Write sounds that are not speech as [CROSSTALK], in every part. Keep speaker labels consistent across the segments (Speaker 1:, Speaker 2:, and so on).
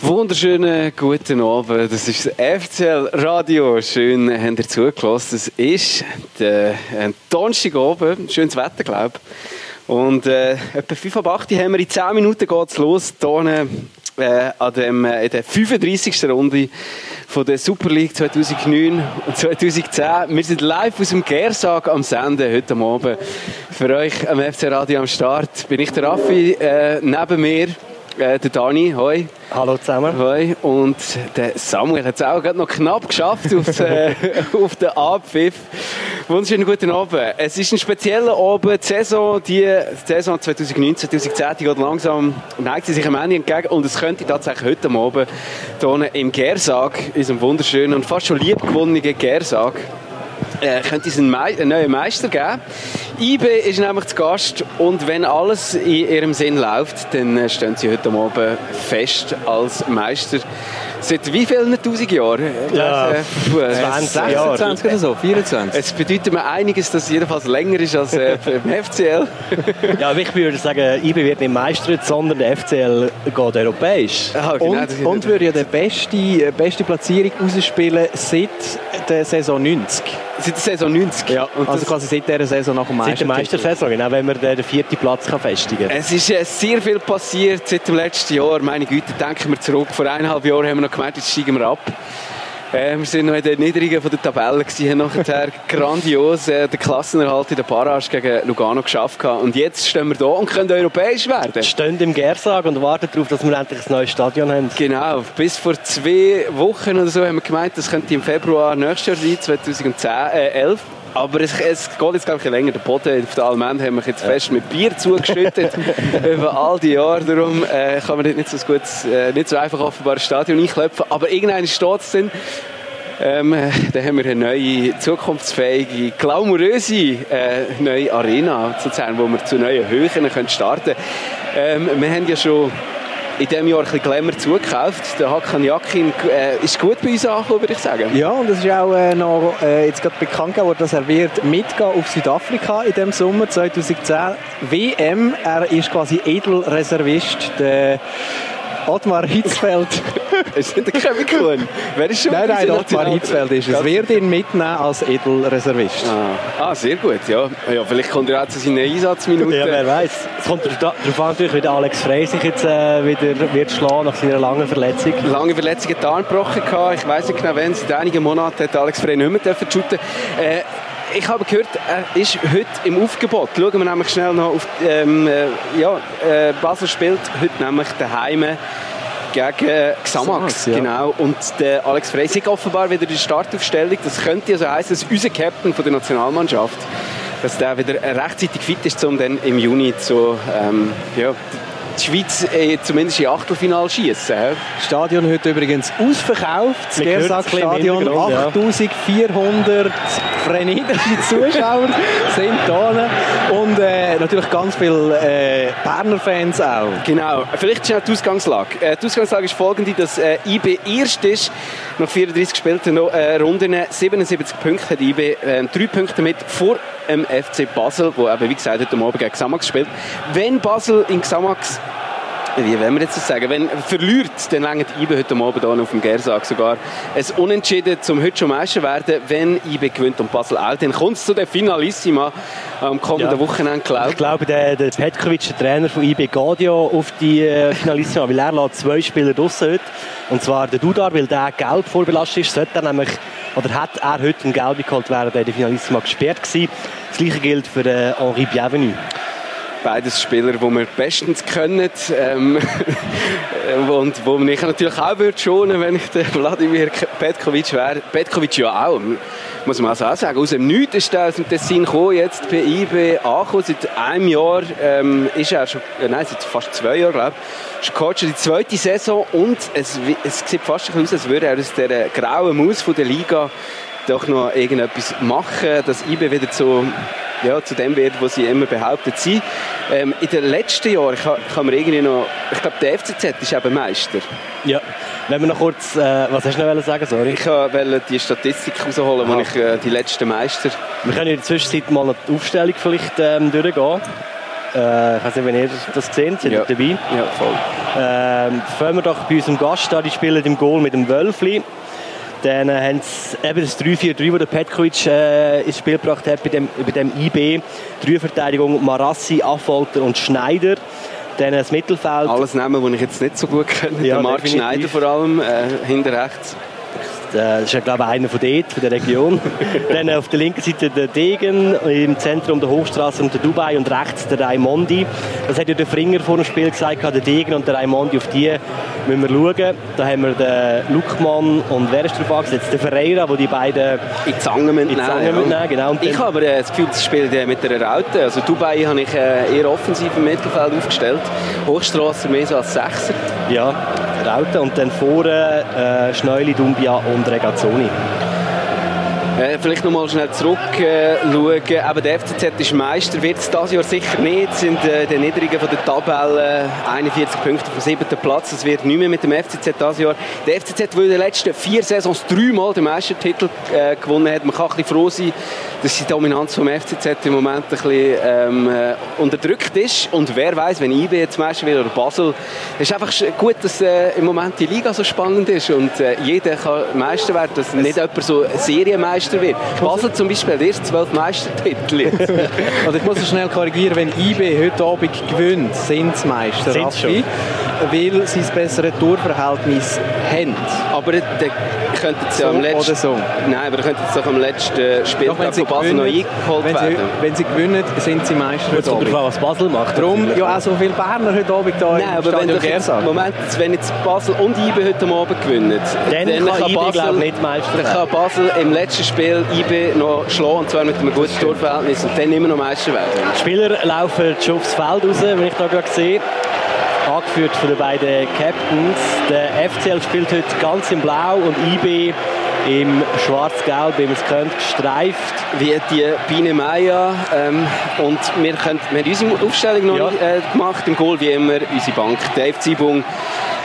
Speaker 1: Wunderschönen guten Abend. Das ist das FCL Radio. Schön, habt ihr zugelassen. Es ist der ein Donnerstagabend. Schönes Wetter, glaube ich. Und äh, etwa 5 ab 8 haben wir in 10 Minuten geht's los. Hier äh, an dem, äh, in der 35. Runde von der Super League 2009 und 2010. Wir sind live aus dem Gersag am Senden heute Abend. Für euch am FC Radio am Start bin ich der Raffi, äh, neben mir äh, der Dani, hoi.
Speaker 2: Hallo zusammen.
Speaker 1: Hoi. Und der Samuel hat es auch gerade noch knapp geschafft auf, äh, auf den Abpfiff. Wunderschönen guten Abend. Es ist ein spezieller Abend. Die Saison, die die Saison 2019, 2010 die geht langsam, neigt sie sich am Ende entgegen. Und es könnte tatsächlich heute am Abend hier im Gersag, in unserem wunderschönen und fast schon liebgewonnenen Gersag, äh, könnte es einen, Mei- einen neuen Meister geben. IB ist nämlich zu Gast und wenn alles in ihrem Sinn läuft, dann äh, stehen sie heute Abend fest als Meister. Seit wie vielen tausend Jahren?
Speaker 2: Ja,
Speaker 1: Äh, puh, äh,
Speaker 2: 20 Jahre.
Speaker 3: 26 oder so, 24.
Speaker 1: Es bedeutet mir einiges, dass es jedenfalls länger ist als [LAUGHS] äh, beim FCL.
Speaker 2: Ja, aber ich würde sagen, IB wird nicht Meister, sondern der FCL geht europäisch.
Speaker 1: Ah, genau, das ist
Speaker 3: Und,
Speaker 1: ja
Speaker 3: und
Speaker 1: der-
Speaker 3: würde ja die beste, äh, beste Platzierung rausspielen seit der Saison 90.
Speaker 1: Seit der Saison 90.
Speaker 2: Ja,
Speaker 1: und
Speaker 3: also
Speaker 1: das-
Speaker 3: quasi seit dieser Saison nach dem
Speaker 2: Seit der
Speaker 3: Meistertitel.
Speaker 2: Meistersaison, genau, wenn man den vierten Platz kann festigen kann.
Speaker 1: Es ist äh, sehr viel passiert seit dem letzten Jahr. Meine Güte, denken wir zurück. Vor eineinhalb Jahren haben wir noch gemerkt, jetzt steigen wir ab. Äh, wir sind noch in den Niedrigen von der Tabelle gewesen, haben nachher grandios äh, den Klassenerhalt in der Barrage gegen Lugano geschafft gehabt. und jetzt stehen wir da und können europäisch werden.
Speaker 2: Stehen im Gersag und warten darauf, dass wir endlich ein neues Stadion haben.
Speaker 1: Genau, bis vor zwei Wochen oder so haben wir gemeint, das könnte im Februar nächstes Jahr sein, 2010, äh, 11. Aber es, es geht jetzt, glaube ich, ein bisschen länger. Der Boden auf der Almend haben wir jetzt fest mit Bier zugeschüttet über all die Jahre. Darum äh, kann man dort nicht so, ein gutes, äh, nicht so einfach offenbar ein Stadion einklopfen. Aber irgendeiner steht es dann. [LAUGHS] Ähm, äh, dann haben wir eine neue, zukunftsfähige, glamouröse äh, neue Arena, sozusagen, wo wir zu neuen Höhen können starten können. Ähm, wir haben ja schon in diesem Jahr ein bisschen Glamour zugekauft. Der Hakan Yakin äh, ist gut bei uns angekommen, würde ich [LAUGHS] sagen.
Speaker 3: Ja, und es ist auch äh, noch äh, jetzt gerade bekannt geworden, dass er wird mitgehen auf Südafrika in dem Sommer 2010 WM. Er ist quasi Edelreservist. Der Ottmar
Speaker 2: [LAUGHS]
Speaker 3: Hitzfeld.
Speaker 1: Ist nicht der Kevin Kuhn? Wer ist schon
Speaker 3: nein,
Speaker 1: bei
Speaker 3: nein,
Speaker 1: unserer
Speaker 3: Ottmar
Speaker 1: National-
Speaker 3: Hitzfeld ist es. Wird ihn mitnehmen als Edelreservist.
Speaker 1: Ah, ah, sehr gut, ja. ja. Vielleicht kommt er auch zu seinen Einsatzminuten.
Speaker 2: Ja, wer weiß. äh, Es kommt darauf an, natürlich, wie der Alex Frey sich jetzt äh, wieder wird schlagen nach seiner langen Verletzung.
Speaker 1: lange Verletzungen Darm gebrochen gehabt. Ich weiß nicht genau, wenn seit einigen Monaten hat Alex Frey nicht mehr dürfen shooten. Äh, ich habe gehört, er ist heute im Aufgebot. Schauen wir nämlich schnell noch auf. Ähm, äh, ja, äh, Basel spielt heute nämlich daheim gegen äh, Xamax.
Speaker 3: Xamax, ja.
Speaker 1: Genau. Und der Alex Frey sieht offenbar wieder in der Startaufstellung. Das könnte also heißen, dass unser Captain von der Nationalmannschaft, dass der wieder rechtzeitig fit ist, um dann im Juni zu, ähm, ja, die Schweiz äh, zumindest in Achtelfinal schießen.
Speaker 3: Stadion heute übrigens ausverkauft. Das
Speaker 2: Man hört es ein bisschen
Speaker 3: Gersag-Stadion,
Speaker 2: im Hintergrund, ja.
Speaker 3: 8400 frenetische
Speaker 2: [LAUGHS]
Speaker 3: Zuschauer sind da. Und äh, natürlich ganz viele äh, Berner Fans auch.
Speaker 1: Genau, vielleicht schnell die Ausgangslage. Äh, die Ausgangslage ist folgende, dass äh, IB erst ist, nach 34 gespielten äh, Runden, 77 Punkte hat IB, äh, drei Punkte mit vor dem FC Basel, wo eben, wie gesagt, heute Morgen gegen Xamax spielt. Wenn Basel in Xamax wie wollen wir jetzt das sagen? Wenn verliert, dann längt IBE heute Abend hier auf dem Gersag sogar ein Unentschieden, zum heute schon Meister zu werden. Wenn IBE gewinnt und Basel auch, dann kommt es zu der Finalissima am kommenden
Speaker 2: Ja.
Speaker 1: Wochenende, glaube
Speaker 2: Ich glaube, der, der Petkovic, der Trainer von IB, geht ja auf die äh, Finalissima, weil er lässt zwei Spieler raus heute. Und zwar der Dudar, weil der gelb vorbelastet ist, sollte er nämlich, oder hat er heute einen Gelb geholt, während er in der Finalissima gesperrt gewesen. Das gleiche gilt für äh, Henri Bienvenu.
Speaker 1: Beides Spieler, die wir bestens können. Ähm, [LAUGHS] und wo ich natürlich auch würde schonen wenn ich der Vladimir Petkovic wäre. Petkovic ja auch, muss man also auch sagen. Aus dem Nichts ist er aus dem Tessin gekommen, jetzt bei IB angekommen. Seit einem Jahr ähm, ist er schon, äh, nein, seit fast zwei Jahren, glaube ich, ist Coach die zweite Saison und es, wi- es sieht fast ein bisschen aus, als würde er aus dieser grauen Maus von der Liga doch noch irgendetwas machen, dass IB wieder zu, ja, zu dem wird, was sie immer behauptet sind. Ähm, in den letzten Jahren kann, kann man irgendwie noch, ich glaube, der FCZ ist eben Meister.
Speaker 2: Ja. Wenn wir noch kurz, äh, was hast du noch wollen sagen, sorry?
Speaker 1: Ich wollte die Statistik rausholen, wo
Speaker 2: Aha.
Speaker 1: ich äh, die letzten Meister...
Speaker 2: Wir können in der Zwischenzeit mal noch die Aufstellung vielleicht ähm, durchgehen. Äh, ich weiß nicht, wenn ihr das gesehen habt, seid ihr
Speaker 1: Ja.
Speaker 2: dabei.
Speaker 1: Ja, voll.
Speaker 2: Ähm, fangen wir doch bei unserem Gast an, die spielen im Goal mit dem Wölfli. Dann äh, haben sie eben das 3-4-3, das der Petkovic äh, ins Spiel gebracht hat bei dem, bei dem IB. Drei Verteidigung, Marassi, Affolter und Schneider. Dann äh, das Mittelfeld.
Speaker 1: Alles Namen, die ich jetzt nicht so gut kenne.
Speaker 2: Ja,
Speaker 1: der Marc
Speaker 2: definitiv.
Speaker 1: Schneider vor allem, äh, hinter rechts.
Speaker 2: Äh, Das ist ja, glaube ich, einer von dort, von der [LAUGHS] Region. Dann auf der linken Seite der Degen, im Zentrum der Hochstraße und der Dubai und rechts der Raimondi. Das hat ja der Fringer vor dem Spiel gesagt, der Degen und der Raimondi, auf die müssen wir schauen. Da haben wir den Luckmann und wer ist drauf angesetzt? Der Ferreira, wo die beiden...
Speaker 1: In die Zange mitnehmen.
Speaker 2: In die Zange mitnehmen, genau. Und
Speaker 1: Ich
Speaker 2: dann-
Speaker 1: habe aber äh, das Gefühl, das spielt äh, mit einer Raute. Also Dubai habe ich äh, eher offensiv im Mittelfeld aufgestellt. Hochstrasse mehr so als Sechser.
Speaker 2: Ja, Rauten und dann vorne äh, Schneuli, Dumbia und Regazzoni.
Speaker 1: Äh, vielleicht nochmal schnell zurück äh, schauen. Aber der FCZ ist Meister, wird es dieses Jahr sicher nicht. Sind äh, die Niedrigen von der Tabelle 41 Punkte vom siebten Platz. Das wird nicht mehr mit dem FCZ dieses Jahr. Der FCZ, der in den letzten vier Saisons dreimal den Meistertitel äh, gewonnen hat, man kann ein bisschen froh sein, dass die Dominanz vom FCZ im Moment ein bisschen ähm, äh, unterdrückt ist. Und wer weiß, wenn IB jetzt Meister wird oder Basel, es ist einfach sch- gut, dass äh, im Moment die Liga so spannend ist und äh, jeder kann Meister werden, dass nicht jemand so Serienmeister wird. Basel zum Beispiel hat erst zwölf Meistertitel.
Speaker 3: [LAUGHS]
Speaker 1: jetzt.
Speaker 3: Also ich muss es schnell korrigieren, wenn IB heute Abend gewinnt, sind sie Meister,
Speaker 2: Sind sie
Speaker 3: Raffi, weil sie das bessere Torverhältnis haben.
Speaker 1: aber dann könnten sie ja
Speaker 3: So
Speaker 1: am letzten...
Speaker 3: oder so.
Speaker 1: Nein, aber dann könnten sie doch am letzten äh,
Speaker 3: Doch,
Speaker 1: Spieltag von Basel noch
Speaker 3: gewinnen,
Speaker 1: eingeholt
Speaker 3: wenn, sie,
Speaker 1: werden.
Speaker 3: wenn sie gewinnen, sind sie Meister
Speaker 2: Jetzt
Speaker 3: heute
Speaker 2: kommt
Speaker 3: Abend.
Speaker 2: drauf an, was Basel macht.
Speaker 3: Darum,
Speaker 2: natürlich.
Speaker 3: ja, auch so viele Berner heute Abend hier
Speaker 1: Nein,
Speaker 3: im
Speaker 1: aber wenn,
Speaker 3: Stadion
Speaker 1: doch jetzt,
Speaker 3: Gersag.
Speaker 1: Moment, wenn jetzt Basel und IB heute Abend gewinnen,
Speaker 2: Dann kann IB, glaub ich, nicht Meister
Speaker 1: dann kann Basel im letzten Spiel IB noch schlagen, und zwar mit einem guten Torverhältnis und dann immer noch Meister werden.
Speaker 2: Die Spieler laufen schon aufs Feld raus, wenn ich da gerade sehe. Angeführt von den beiden Captains. Der FCL spielt heute ganz in Blau und IB im Schwarz-Gelb, wie man es kennt, gestreift.
Speaker 1: Wie die Biene Meier ähm, und wir, können, wir haben unsere Aufstellung noch
Speaker 2: Ja.
Speaker 1: nicht, äh, gemacht, im Goal wie immer, unsere Bank, Dave Zibung,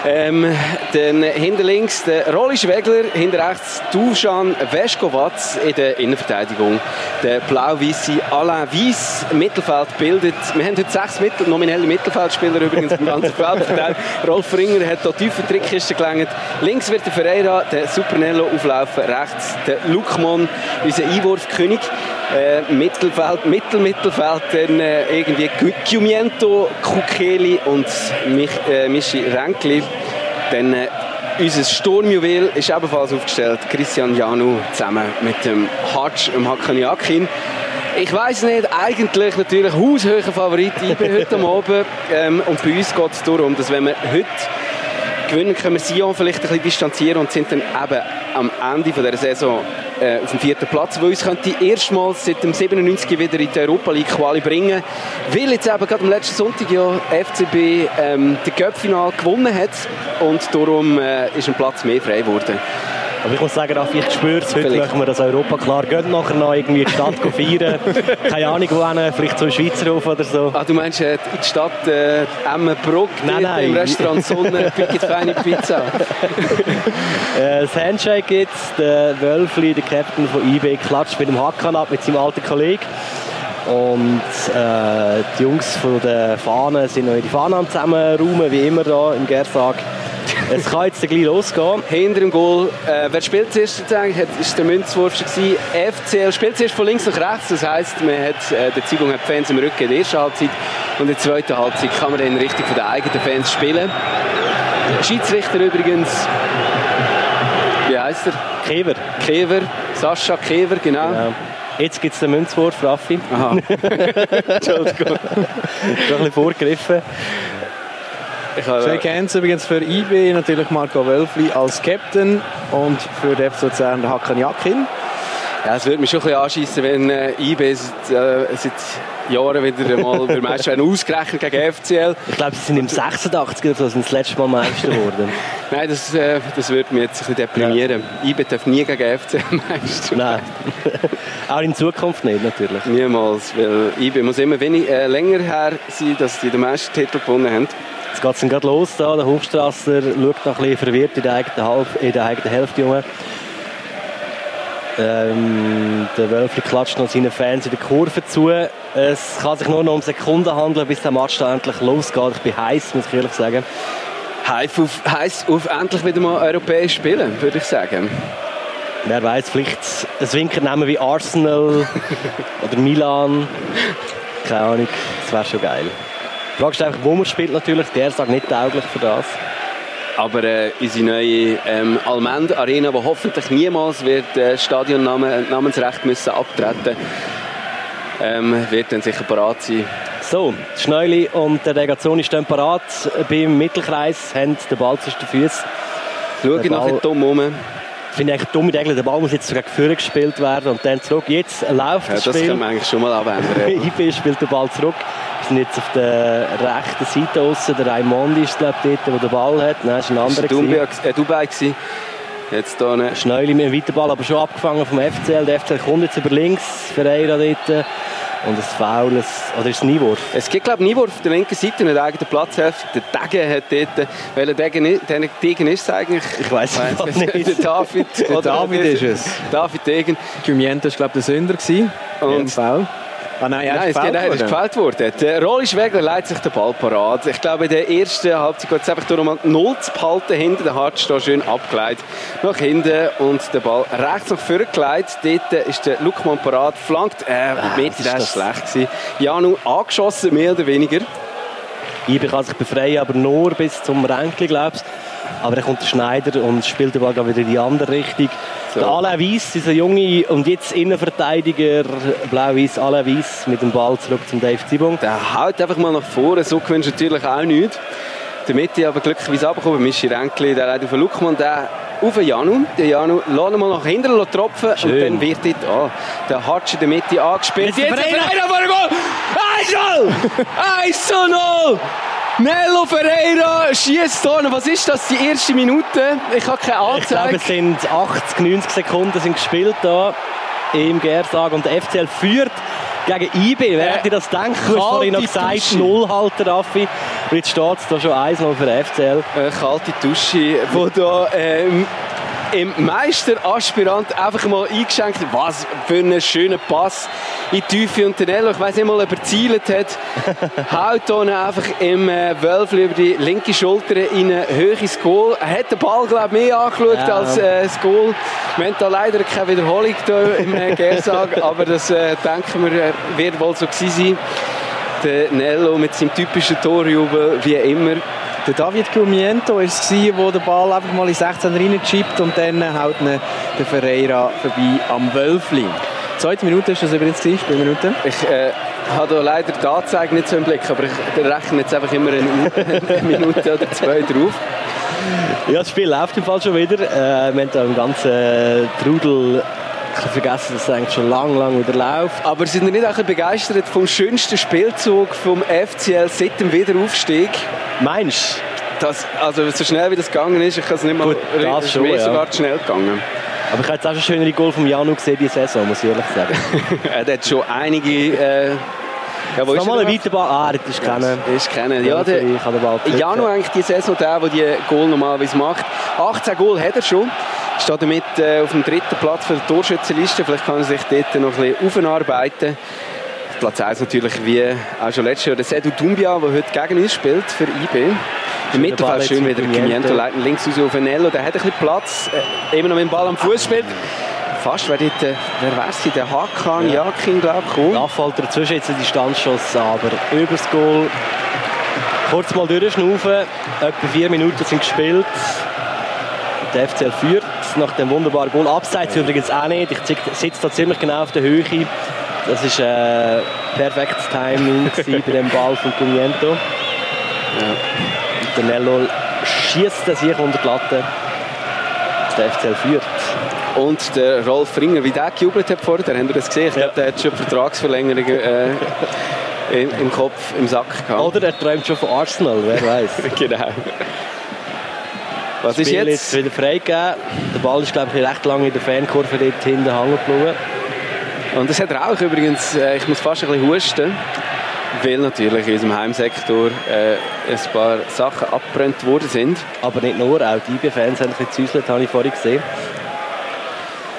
Speaker 1: ähm, dann hinter links der Rolli Schwegler, hinter rechts Dusan Veskovac in der Innenverteidigung, der blau-weisse Alain Weiss, Mittelfeld bildet, wir haben heute sechs Mittel, nominelle Mittelfeldspieler übrigens im ganzen Feld verteilt, Rolf Ringer hat da tief in die Trickkiste gelangt, links wird der Ferreira, der Supernello auflaufen, rechts der Lukman, unser Einwurfkönig, äh, Mittelfeld, Mittelmittelfeld, dann äh, irgendwie Gu- Giumiento, Kukeli und Mich, äh, Michi Renkli. Dann äh, unser Sturmjuwel ist ebenfalls aufgestellt, Christian Janu zusammen mit dem Hatsch, dem Hakaniakin. Ich weiß nicht, eigentlich natürlich haushöher Favorit IB heute am Abend. Ähm, und bei uns geht es darum, dass wenn wir heute gewinnen, können wir Sion vielleicht ein bisschen distanzieren und sind dann eben am Ende von dieser Saison äh, auf dem vierten Platz, weil uns könnte erstmals seit dem 97 wieder in die Europa League Quali bringen, weil jetzt eben gerade am letzten Sonntag ja FCB ähm, den Cup-Final gewonnen hat und darum äh, ist ein Platz mehr frei geworden.
Speaker 2: Aber ich muss sagen, Raffi, ich spüre es, heute
Speaker 1: Vielleicht.
Speaker 2: machen wir das Europa klar. Geht nachher noch irgendwie in die Stadt [LAUGHS] feiern. Keine Ahnung, wohin, vielleicht zum Schweizerhof oder so.
Speaker 1: Ah, du meinst äh, in die Stadt äh, Emmenbruck,
Speaker 2: Nein,
Speaker 1: dort
Speaker 2: nein.
Speaker 1: im Restaurant
Speaker 2: [LAUGHS]
Speaker 1: Sonne, picket feine Pizza.
Speaker 2: Äh, Das Handshake jetzt, der Wölfli, der Captain von IB, klatscht mit dem Hakan ab, mit seinem alten Kollegen. Und äh, die Jungs von der Fahne sind noch in die Fahne am zusammenräumen, wie immer da im Gersag. Es kann jetzt gleich losgehen.
Speaker 1: Hinter dem Goal, äh, wer spielt zuerst jetzt eigentlich? Hat- Ist der Münzwurf schon gewesen. FCL spielt zuerst von links nach rechts. Das heisst, man hat, äh, der Zeigung hat die Fans im Rücken in der ersten Halbzeit. Und in der zweiten Halbzeit kann man dann richtig von den eigenen Fans spielen. Schiedsrichter übrigens, wie heisst er?
Speaker 2: Kever.
Speaker 1: Kever, Sascha Kever, genau.
Speaker 2: Ja. Jetzt gibt es den Münzwurf, Raffi.
Speaker 1: Aha.
Speaker 2: Schon ein bisschen vorgegriffen.
Speaker 1: Ich habe-
Speaker 3: Jake Hans übrigens für IB, natürlich Marco Wölfli als Captain und für den FC Luzern der Hakan Jakin.
Speaker 1: Ja, es würde mich schon ein bisschen anschiessen, wenn äh, IB seit, äh, seit Jahren wieder mal beim Meister werden, ausgerechnet gegen FCL.
Speaker 2: Ich glaube, sie sind im 86 oder so, sind das letzte Mal Meister geworden.
Speaker 1: Nein, das, äh, das würde mich jetzt ein bisschen deprimieren. IB darf nie gegen FCL [LAUGHS] Meister.
Speaker 2: [LAUGHS] Nein. [LAUGHS] Auch in Zukunft nicht, natürlich.
Speaker 1: Niemals, weil IB muss immer wenig, äh, länger her sein, dass die den Meistertitel gewonnen haben.
Speaker 2: Jetzt geht es dann gerade los. Da. Der Hofstrasser schaut noch ein bisschen verwirrt in der eigenen, Halb, in der eigenen Hälfte. Junge. Ähm, der Wölfli klatscht noch seinen Fans in der Kurve zu. Es kann sich nur noch um Sekunden handeln, bis der Match da endlich losgeht. Ich bin heiß, muss ich ehrlich sagen.
Speaker 1: Heiß auf, heiß auf endlich wieder mal europäisch spielen, würde ich sagen.
Speaker 2: Wer weiß, vielleicht ein Winkernamen wie Arsenal oder Milan. Keine Ahnung, das wäre schon geil. Du fragst einfach, wo man spielt natürlich. Der sagt nicht tauglich für das.
Speaker 1: Aber äh, unsere neue ähm, Almend Arena, die hoffentlich niemals wird äh, Stadionnamensrecht Namensrecht müssen abtreten, ähm, wird dann sicher parat sein.
Speaker 2: So, Schneuli und der Regazzoni stehen parat beim Mittelkreis, haben den Ball zwischen den Füßen.
Speaker 1: Schauen
Speaker 2: Der
Speaker 1: nachher
Speaker 2: Ball-
Speaker 1: dumm rum.
Speaker 2: Ich finde eigentlich dumme Regel, der Ball muss jetzt gegen vorne gespielt werden und dann zurück. Jetzt läuft
Speaker 1: Ja, das
Speaker 2: das
Speaker 1: können
Speaker 2: Spiel.
Speaker 1: wir eigentlich schon mal
Speaker 2: [LAUGHS]
Speaker 1: abändern. ja.
Speaker 2: IB spielt den Ball zurück. Wir sind jetzt auf der rechten Seite außen. Der Raimondi ist glaube ich, dort, der den Ball hat. Nein, ist ein
Speaker 1: Das
Speaker 2: anderer.
Speaker 1: war
Speaker 2: gewesen.
Speaker 1: Dubai, äh, Dubai gewesen. Jetzt hier eine
Speaker 2: Schneuli mit dem Weiterball, aber schon abgefangen vom FCL. Der FCL kommt jetzt über links, Ferreira dort. Und ein Foul, ein- oder ist es ein Einwurf?
Speaker 1: Es gibt, glaube ich, Nivor auf der linken Seite einen eigenen Platzhälfte. Der Degen hat dort... Welcher Degen, i- der Degen ist es eigentlich?
Speaker 2: Ich weiss [LAUGHS] es
Speaker 1: Weiss
Speaker 2: nicht.
Speaker 1: Der David.
Speaker 3: Der David ist es.
Speaker 1: David Degen.
Speaker 3: Gimiento war, glaube ich, der Sünder. gewesen.
Speaker 1: Und-
Speaker 3: Ja, Foul. Ah nein, er
Speaker 1: Nein,
Speaker 3: ist
Speaker 1: es geht- nein, er ist
Speaker 3: gefällt worden.
Speaker 1: gefällt worden. Der Rolli Schwegler leitet sich den Ball parat. Ich glaube, in der ersten Halbzeit geht es einfach darum, mal null zu behalten. Hinten der Hartz da schön abgeleitet. Nach hinten und der Ball rechts nach vorne geleitet. Dort ist der Lukman parat. Flankt. Äh, mit,
Speaker 3: Ah,
Speaker 2: was ist
Speaker 1: das war
Speaker 2: das?
Speaker 1: schlecht. Gewesen. Janu angeschossen, mehr oder weniger.
Speaker 2: IB kann sich befreien, aber nur bis zum Ränkli, glaubst Aber dann kommt der Schneider und spielt den Ball gerade wieder in die andere Richtung.
Speaker 1: So.
Speaker 2: Der Alain Weiss, dieser junge und jetzt Innenverteidiger, blau-weiß Alain Weiss, mit dem Ball zurück zum Dave Zibung.
Speaker 1: Der haut einfach mal nach vorne, so gewünscht natürlich auch nicht. In der Mitte aber glücklicherweise abgekommen. Mischi Renkli, der leitet auf den Luckmann, der auf den Janu. Der Janu lässt ihn mal nach hinten lässt tropfen und
Speaker 2: Schön.
Speaker 1: dann wird dort ah, der Hatsch in der Mitte angespielt.
Speaker 2: Jetzt der Ferreira.
Speaker 1: vor dem Goal! 1 zu 0! Nello Ferreira schießt hier. Was ist das, die erste Minute? Ich habe keine
Speaker 2: Ich glaube,
Speaker 1: Anzeige.
Speaker 2: es sind 80, 90 Sekunden sind gespielt da im Gersag und der FCL führt gegen IB. Wer
Speaker 1: Äh,
Speaker 2: hätte das gedacht? Du hast vorhin noch
Speaker 1: kalte
Speaker 2: gesagt,
Speaker 1: Dusche.
Speaker 2: Nullhalter, Raffi. Und jetzt steht es da schon 1-0 für den FCL.
Speaker 1: Eine kalte Dusche, wo da ähm, im Meisteraspirant einfach mal eingeschenkt hat. Was für einen schönen Pass in die Tiefe und den Nello. Ich weiß nicht mal, ob er gezielt hat. Haut hier einfach im äh, Wölfli über die linke Schulter in ein höheres Goal. Er hat den Ball, glaube ich, mehr angeschaut
Speaker 2: Ja.
Speaker 1: als äh, das Goal. Wir haben da leider keine Wiederholung hier im äh, Gersag, aber das äh, denken wir, äh, wird wohl so gewesen sein. Der Nello mit seinem typischen Torjubel, wie immer.
Speaker 3: Der David Gimiento war es, der den Ball einfach mal in 16 reinschiebt und dann haut ihn der Ferreira vorbei am Wölfli. Zweite Minute ist das übrigens, gewesen, Spielminute.
Speaker 1: Ich äh, habe hier leider die Anzeige nicht so im Blick, aber ich rechne jetzt einfach immer eine, Minute- [LAUGHS] eine Minute oder zwei drauf.
Speaker 2: Ja, das Spiel läuft im Fall schon wieder. Äh, wir haben da im ganzen äh, Trudel ich hab vergessen, dass es eigentlich schon lang, lang wieder läuft.
Speaker 1: Aber sind ihr nicht auch ein bisschen begeistert vom schönsten Spielzug vom FCL seit dem Wiederaufstieg?
Speaker 2: Meinst
Speaker 1: Das, also so schnell wie das gegangen ist, ich kann es nicht mal...
Speaker 2: Gut, das
Speaker 1: es ist
Speaker 2: schon,
Speaker 1: mir
Speaker 2: ja.
Speaker 1: sogar zu schnell gegangen.
Speaker 2: du? Aber ich habe jetzt auch schon schönere Goal vom Janu gesehen diese Saison, muss ich ehrlich
Speaker 1: [LAUGHS]
Speaker 2: sagen.
Speaker 1: er hat schon einige... Äh, ja, wo ist
Speaker 2: Nochmal
Speaker 1: er
Speaker 2: ein weiter Ball. Ah, das ist keiner.
Speaker 1: noch? Ist kennen. Ja, eh, der,
Speaker 2: ich habe den Ball getötet.
Speaker 1: Janu eigentlich die Saison der, der die Goal normalerweise macht. 18 Goal hat er schon. Steht damit äh, auf dem dritten Platz für die Torschützenliste. Vielleicht kann er sich dort noch ein bisschen aufarbeiten. Auf Platz 1 natürlich wie auch schon letztes Jahr der Sedu Dumbia, der heute gegen uns spielt für IB. Im
Speaker 2: Ball
Speaker 1: Mittelfeld
Speaker 2: jetzt
Speaker 1: schön
Speaker 2: mit
Speaker 1: wieder
Speaker 2: Pimiento.
Speaker 1: Gimiento leitet links raus auf Nello. Der hat ein bisschen Platz. Äh, immer noch mit dem Ball am
Speaker 2: Ah.
Speaker 1: Fuß spielt. Fast, wer, dort, äh, wer wär's denn? Der Hakan
Speaker 2: Ja.
Speaker 1: Jakin, glaube ich, kommt.
Speaker 2: Nachfalter dazwischen, jetzt ein Distanzschuss, aber übers Goal. Kurz mal durchschnaufen, etwa vier Minuten sind gespielt. Der FCL führt nach dem wunderbaren Goal. Abseits übrigens auch nicht, ich zick- sitze da ziemlich genau auf der Höhe. Das ist äh, perfektes Timing [LAUGHS] gewesen bei dem Ball von Pimiento. Und Der Nello schießt das hier unter die Latte. Der FCL führt.
Speaker 1: Und der Rolf Ringer, wie der gejubelt hat vorher, habt ihr das gesehen? Ich glaube,
Speaker 2: Ja.
Speaker 1: der hat schon die Vertragsverlängerung äh, im, im Kopf, im Sack gehabt.
Speaker 2: Oder er träumt schon von Arsenal, wer weiß.
Speaker 1: Genau. Was ist
Speaker 2: Spiel jetzt
Speaker 1: jetzt?
Speaker 2: wieder freigegeben. Der Ball ist, glaube ich, recht lange in der Fankurve dort hinten hängen geblieben.
Speaker 1: Und das hat er auch übrigens, äh, ich muss fast ein bisschen husten, weil natürlich in unserem Heimsektor äh, ein paar Sachen abbrennt worden sind.
Speaker 2: Aber nicht nur, auch die IB-Fans haben ein bisschen gezäuselt, habe ich vorhin gesehen.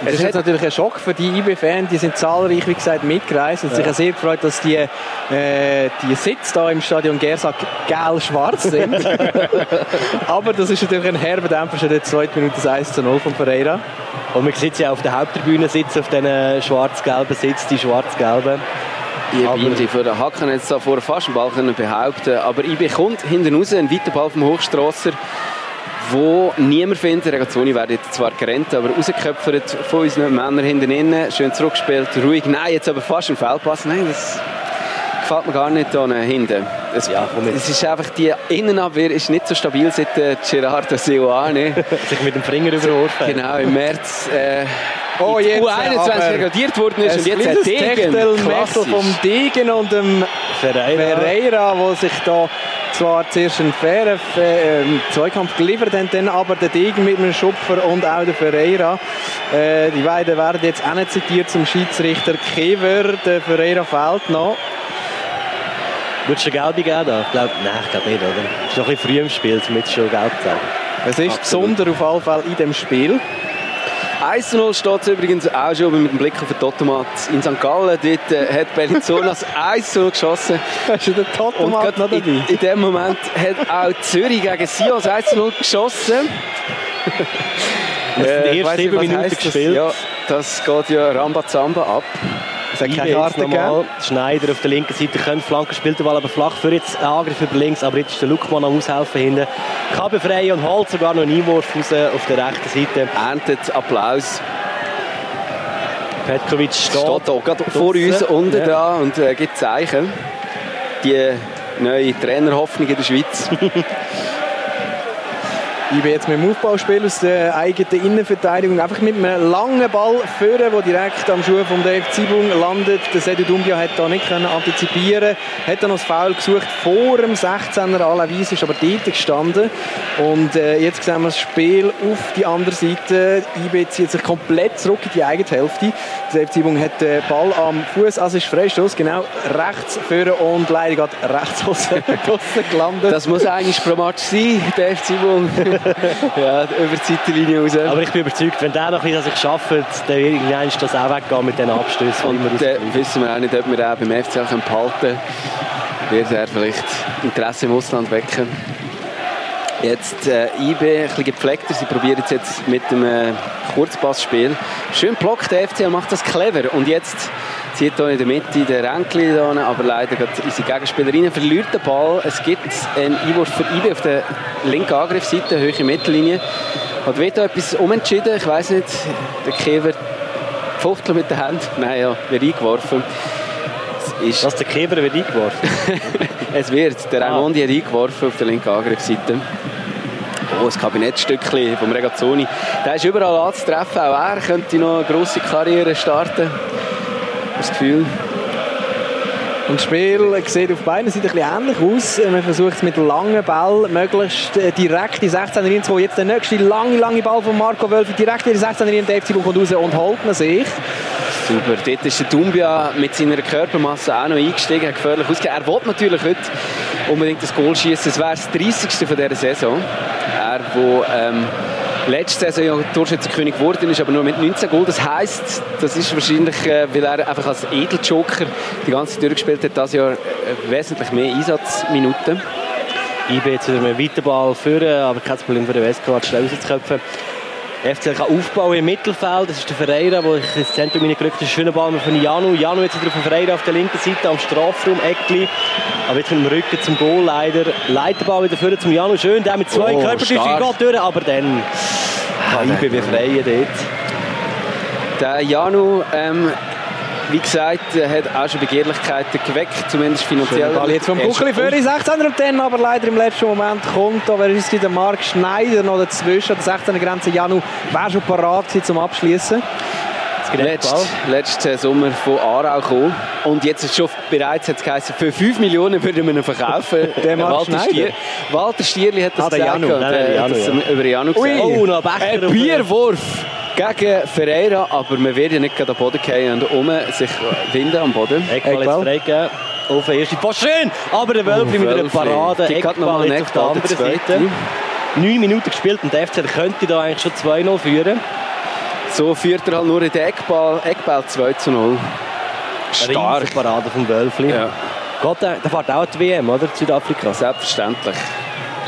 Speaker 3: Es ist
Speaker 1: hat-
Speaker 3: jetzt natürlich ein Schock für die IB-Fans, die sind zahlreich, wie gesagt, mitgereist und sich sehr gefreut, dass die, äh, die Sitze hier im Stadion Gersack gel-schwarz sind. [LAUGHS] Aber das ist natürlich ein herber Dämpfer schon in der zweiten Minute das 1 zu 0 von Pereira.
Speaker 2: Und man sieht sie ja auf der Haupttribüne sitzen, auf diesen schwarz-gelben Sitz, die schwarz-gelben.
Speaker 1: Ich
Speaker 2: Aber-
Speaker 1: bin für den Hacken jetzt da vorher fast einen Ball können behaupten, aber IB kommt hinten raus, ein weiter Ball vom Hochstrasser, wo niemand findet. Regazzoni wird jetzt zwar gerannt, aber rausgeköpfert von unseren Männern hinten innen. Schön zurückgespielt, ruhig. Nein, jetzt aber fast ein Feldpass. Nein, das gefällt mir gar nicht da hinten. Es,
Speaker 2: Ja, komm jetzt.
Speaker 1: es ist einfach, die Innenabwehr ist nicht so stabil seit äh, Gerardo Seoane.
Speaker 3: [LAUGHS]
Speaker 2: Sich mit dem Finger überworfen.
Speaker 1: genau, im März äh,
Speaker 3: Oh,
Speaker 1: in die
Speaker 3: jetzt,
Speaker 1: U21
Speaker 3: aber
Speaker 1: regrediert worden ist und jetzt
Speaker 3: ein
Speaker 1: ein
Speaker 3: Techtel,
Speaker 1: Degen.
Speaker 3: Messel
Speaker 1: Klassisch.
Speaker 3: vom Degen und dem
Speaker 1: Genau.
Speaker 2: Ferreira.
Speaker 3: Pereira, wo sich da zwar zuerst einen fairen äh, ähm, Zweikampf geliefert haben, dann aber der Degen mit einem Schupfer und auch der Ferreira. Äh, die beiden werden jetzt auch nicht zitiert zum Schiedsrichter Kever. Der Ferreira fehlt noch.
Speaker 2: Würdest du eine gelbe geben? Da? Ich glaub, nein, ich glaube nicht. Oder? Ist noch ein bisschen früh im Spiel, damit schon gelb zu sagen.
Speaker 3: Es ist
Speaker 1: Absolut.
Speaker 3: besonder auf alle Fälle in dem [LAUGHS] Spiel.
Speaker 1: 1 0 steht übrigens auch schon aber mit dem Blick auf den Totomat in St. Gallen. Dort äh, hat
Speaker 2: [LAUGHS]
Speaker 1: Bellinzonas 1 0 geschossen.
Speaker 3: Hast du den
Speaker 1: Und
Speaker 3: Totomat halt noch
Speaker 1: gerade in,
Speaker 3: dabei?
Speaker 1: in dem Moment hat auch Zürich gegen Sion 1 0 geschossen.
Speaker 2: Es sind
Speaker 1: Äh,
Speaker 2: die
Speaker 1: ich weiss
Speaker 2: ersten
Speaker 1: nicht,
Speaker 2: sieben
Speaker 1: was
Speaker 2: Minuten
Speaker 1: heisst das?
Speaker 2: gespielt.
Speaker 1: Ja, das geht ja Rambazamba ab.
Speaker 3: Es hat
Speaker 2: Keine
Speaker 3: keine Karte gegeben.
Speaker 2: nochmal. Schneider auf der linken Seite könnte Flanke spielt den Ball aber flach für jetzt einen Angriff über links, aber jetzt ist der Luckmann am Aushelfen hinten. Kann befreien und holt sogar noch einen Einwurf raus auf der rechten Seite.
Speaker 1: Erntet Applaus.
Speaker 2: Petkovic steht.
Speaker 1: Steht da gerade vor
Speaker 2: draussen.
Speaker 1: uns unten
Speaker 2: Ja.
Speaker 1: dran und äh, gibt Zeichen. Die neue Trainerhoffnung in der Schweiz.
Speaker 3: Ich bin jetzt mit dem Aufbauspiel aus der eigenen Innenverteidigung einfach mit einem langen Ball führen, der direkt am Schuh von Dave Zibung landet. Der Sedu Dumbia hat da nicht können antizipieren, hat dann noch das Foul gesucht vor dem 16er Alavis, ist aber dort gestanden. Und äh, jetzt sehen wir das Spiel auf die andere Seite. IB zieht sich komplett zurück in die eigene Hälfte. Dave Zibung hat den Ball am Fuß, also ist Freistoß genau rechts führen und leider geht rechts draussen draussen gelandet.
Speaker 1: Das muss eigentlich pro Match sein, der FC Simon. [LAUGHS] ja, über die Seitenlinie raus.
Speaker 2: Aber ich bin überzeugt, wenn der noch ein bisschen an sich arbeitet, dann irgendwann ist das auch weggehen mit diesen Abstößen. die immer
Speaker 1: Und
Speaker 2: rauskommen.
Speaker 1: dann wissen wir auch nicht, ob wir den beim FCL können behalten können. Wird er vielleicht Interesse im Ausland wecken? Jetzt äh, IB, ein bisschen gepflegter. Sie probieren es jetzt mit dem äh, Kurzpassspiel. Schön blockt der FCL, macht das clever. Und jetzt zieht hier in der Mitte der Ränkli da hin, aber leider geht unsere Gegenspielerin verliert den Ball. Es gibt einen Einwurf für IB auf der linken Angriffsseite, höhere Mittellinie. Hat Veto etwas umentschieden? Ich weiß nicht. Der Kever Fuchtel mit der Hand. Nein, ja, wird eingeworfen. Es, ist,
Speaker 2: Dass der Keber wird eingeworfen.
Speaker 1: es wird. Der Raimondi hat eingeworfen auf der linken Angriffsseite. Oh, das Kabinettstückchen vom Regazzoni. Der ist überall anzutreffen. Auch er könnte noch eine grosse Karriere starten. Das Gefühl.
Speaker 3: Und das Spiel sieht auf beiden Seiten ein bisschen ähnlich aus. Man versucht es mit langen Ball möglichst äh, direkt in 16er rein zu holen. Jetzt der nächste lange, lange Ball von Marco Wölfi direkt in die 16er rein. Der FC Ball kommt raus und holt ihn sich.
Speaker 1: Super. Dort ist der Dumbia mit seiner Körpermasse auch noch eingestiegen, hat gefährlich ausgegeben. Er will natürlich heute unbedingt das Goal schießen. Es wäre das 30. von dieser Saison. Er, der ähm, letzte Saison ja Torschützenkönig geworden ist, aber nur mit 19 Goal. Das heisst, das ist wahrscheinlich, äh, weil er einfach als Edeljoker die ganze Zeit durchgespielt hat, das Jahr äh, wesentlich mehr Einsatzminuten.
Speaker 2: IB jetzt wieder mit dem weiten Ball führen, aber kein Problem für den Westkovac, schnell rauszuköpfen. FCL kann aufbauen im Mittelfeld, das ist der Ferreira, der sich ins Zentrum hineingerückt ist. Schöner Ball von Janu. Janu jetzt wieder von Ferreira auf der linken Seite am Strafraum, Eckli. Aber jetzt mit dem Rücken zum Goal leider. Leitet den Ball wieder führen zum Janu. Schön, der mit zwei
Speaker 1: Oh,
Speaker 2: Körpergewichten
Speaker 1: stark. Ah,
Speaker 2: geht durch, aber dann kann IB befreien dort.
Speaker 1: Der Janu, ähm, wie gesagt, äh, hat auch schon Begehrlichkeiten geweckt, zumindest finanziell.
Speaker 3: Der Ball jetzt vom
Speaker 1: Er ist
Speaker 3: Buchli für die 16er und dann aber leider im letzten Moment kommt da, wer ist es, der Marc Schneider noch dazwischen an der 16er Grenze. Janu wäre schon parat gewesen zum Abschließen.
Speaker 1: Letzt, letzten Sommer von Aarau gekommen. Und jetzt ist schon bereits, hat es geheißen, für 5 Millionen würden wir ihn
Speaker 2: [LAUGHS]
Speaker 1: verkaufen.
Speaker 3: Der Marc Schneider.
Speaker 1: Walter Stierli hat das
Speaker 2: Ah, der
Speaker 1: gesagt.
Speaker 2: Janu.
Speaker 1: und,
Speaker 2: Nein,
Speaker 1: äh,
Speaker 2: nein,
Speaker 1: hat
Speaker 2: Janu,
Speaker 1: das
Speaker 2: ja.
Speaker 1: über Janu gesagt.
Speaker 2: Oh, noch ein
Speaker 1: Ein
Speaker 2: Becher. auf-
Speaker 1: Bierwurf gegen Ferreira, aber man wird ja nicht gerade am Boden fallen und um sich winden am Boden.
Speaker 2: Eckball jetzt
Speaker 3: Eckball.
Speaker 2: freigeben. Auf den ersten Pass. Schön! Aber der Wölfli mit einer
Speaker 1: Wölfli.
Speaker 2: Parade.
Speaker 1: Die geht noch mal
Speaker 2: Eckball jetzt auf der
Speaker 1: Eckball, der
Speaker 2: anderen
Speaker 1: zweite.
Speaker 2: Seite. 9 Minuten gespielt und der FCL könnte da eigentlich schon 2-0 führen.
Speaker 1: So führt er halt nur in den Eckball, Eckball 2 zu 0. Stark.
Speaker 2: Riesen Parade vom Wölfli.
Speaker 1: Ja,
Speaker 2: Gott, der, der fährt auch die WM, oder? Südafrika.
Speaker 1: selbstverständlich.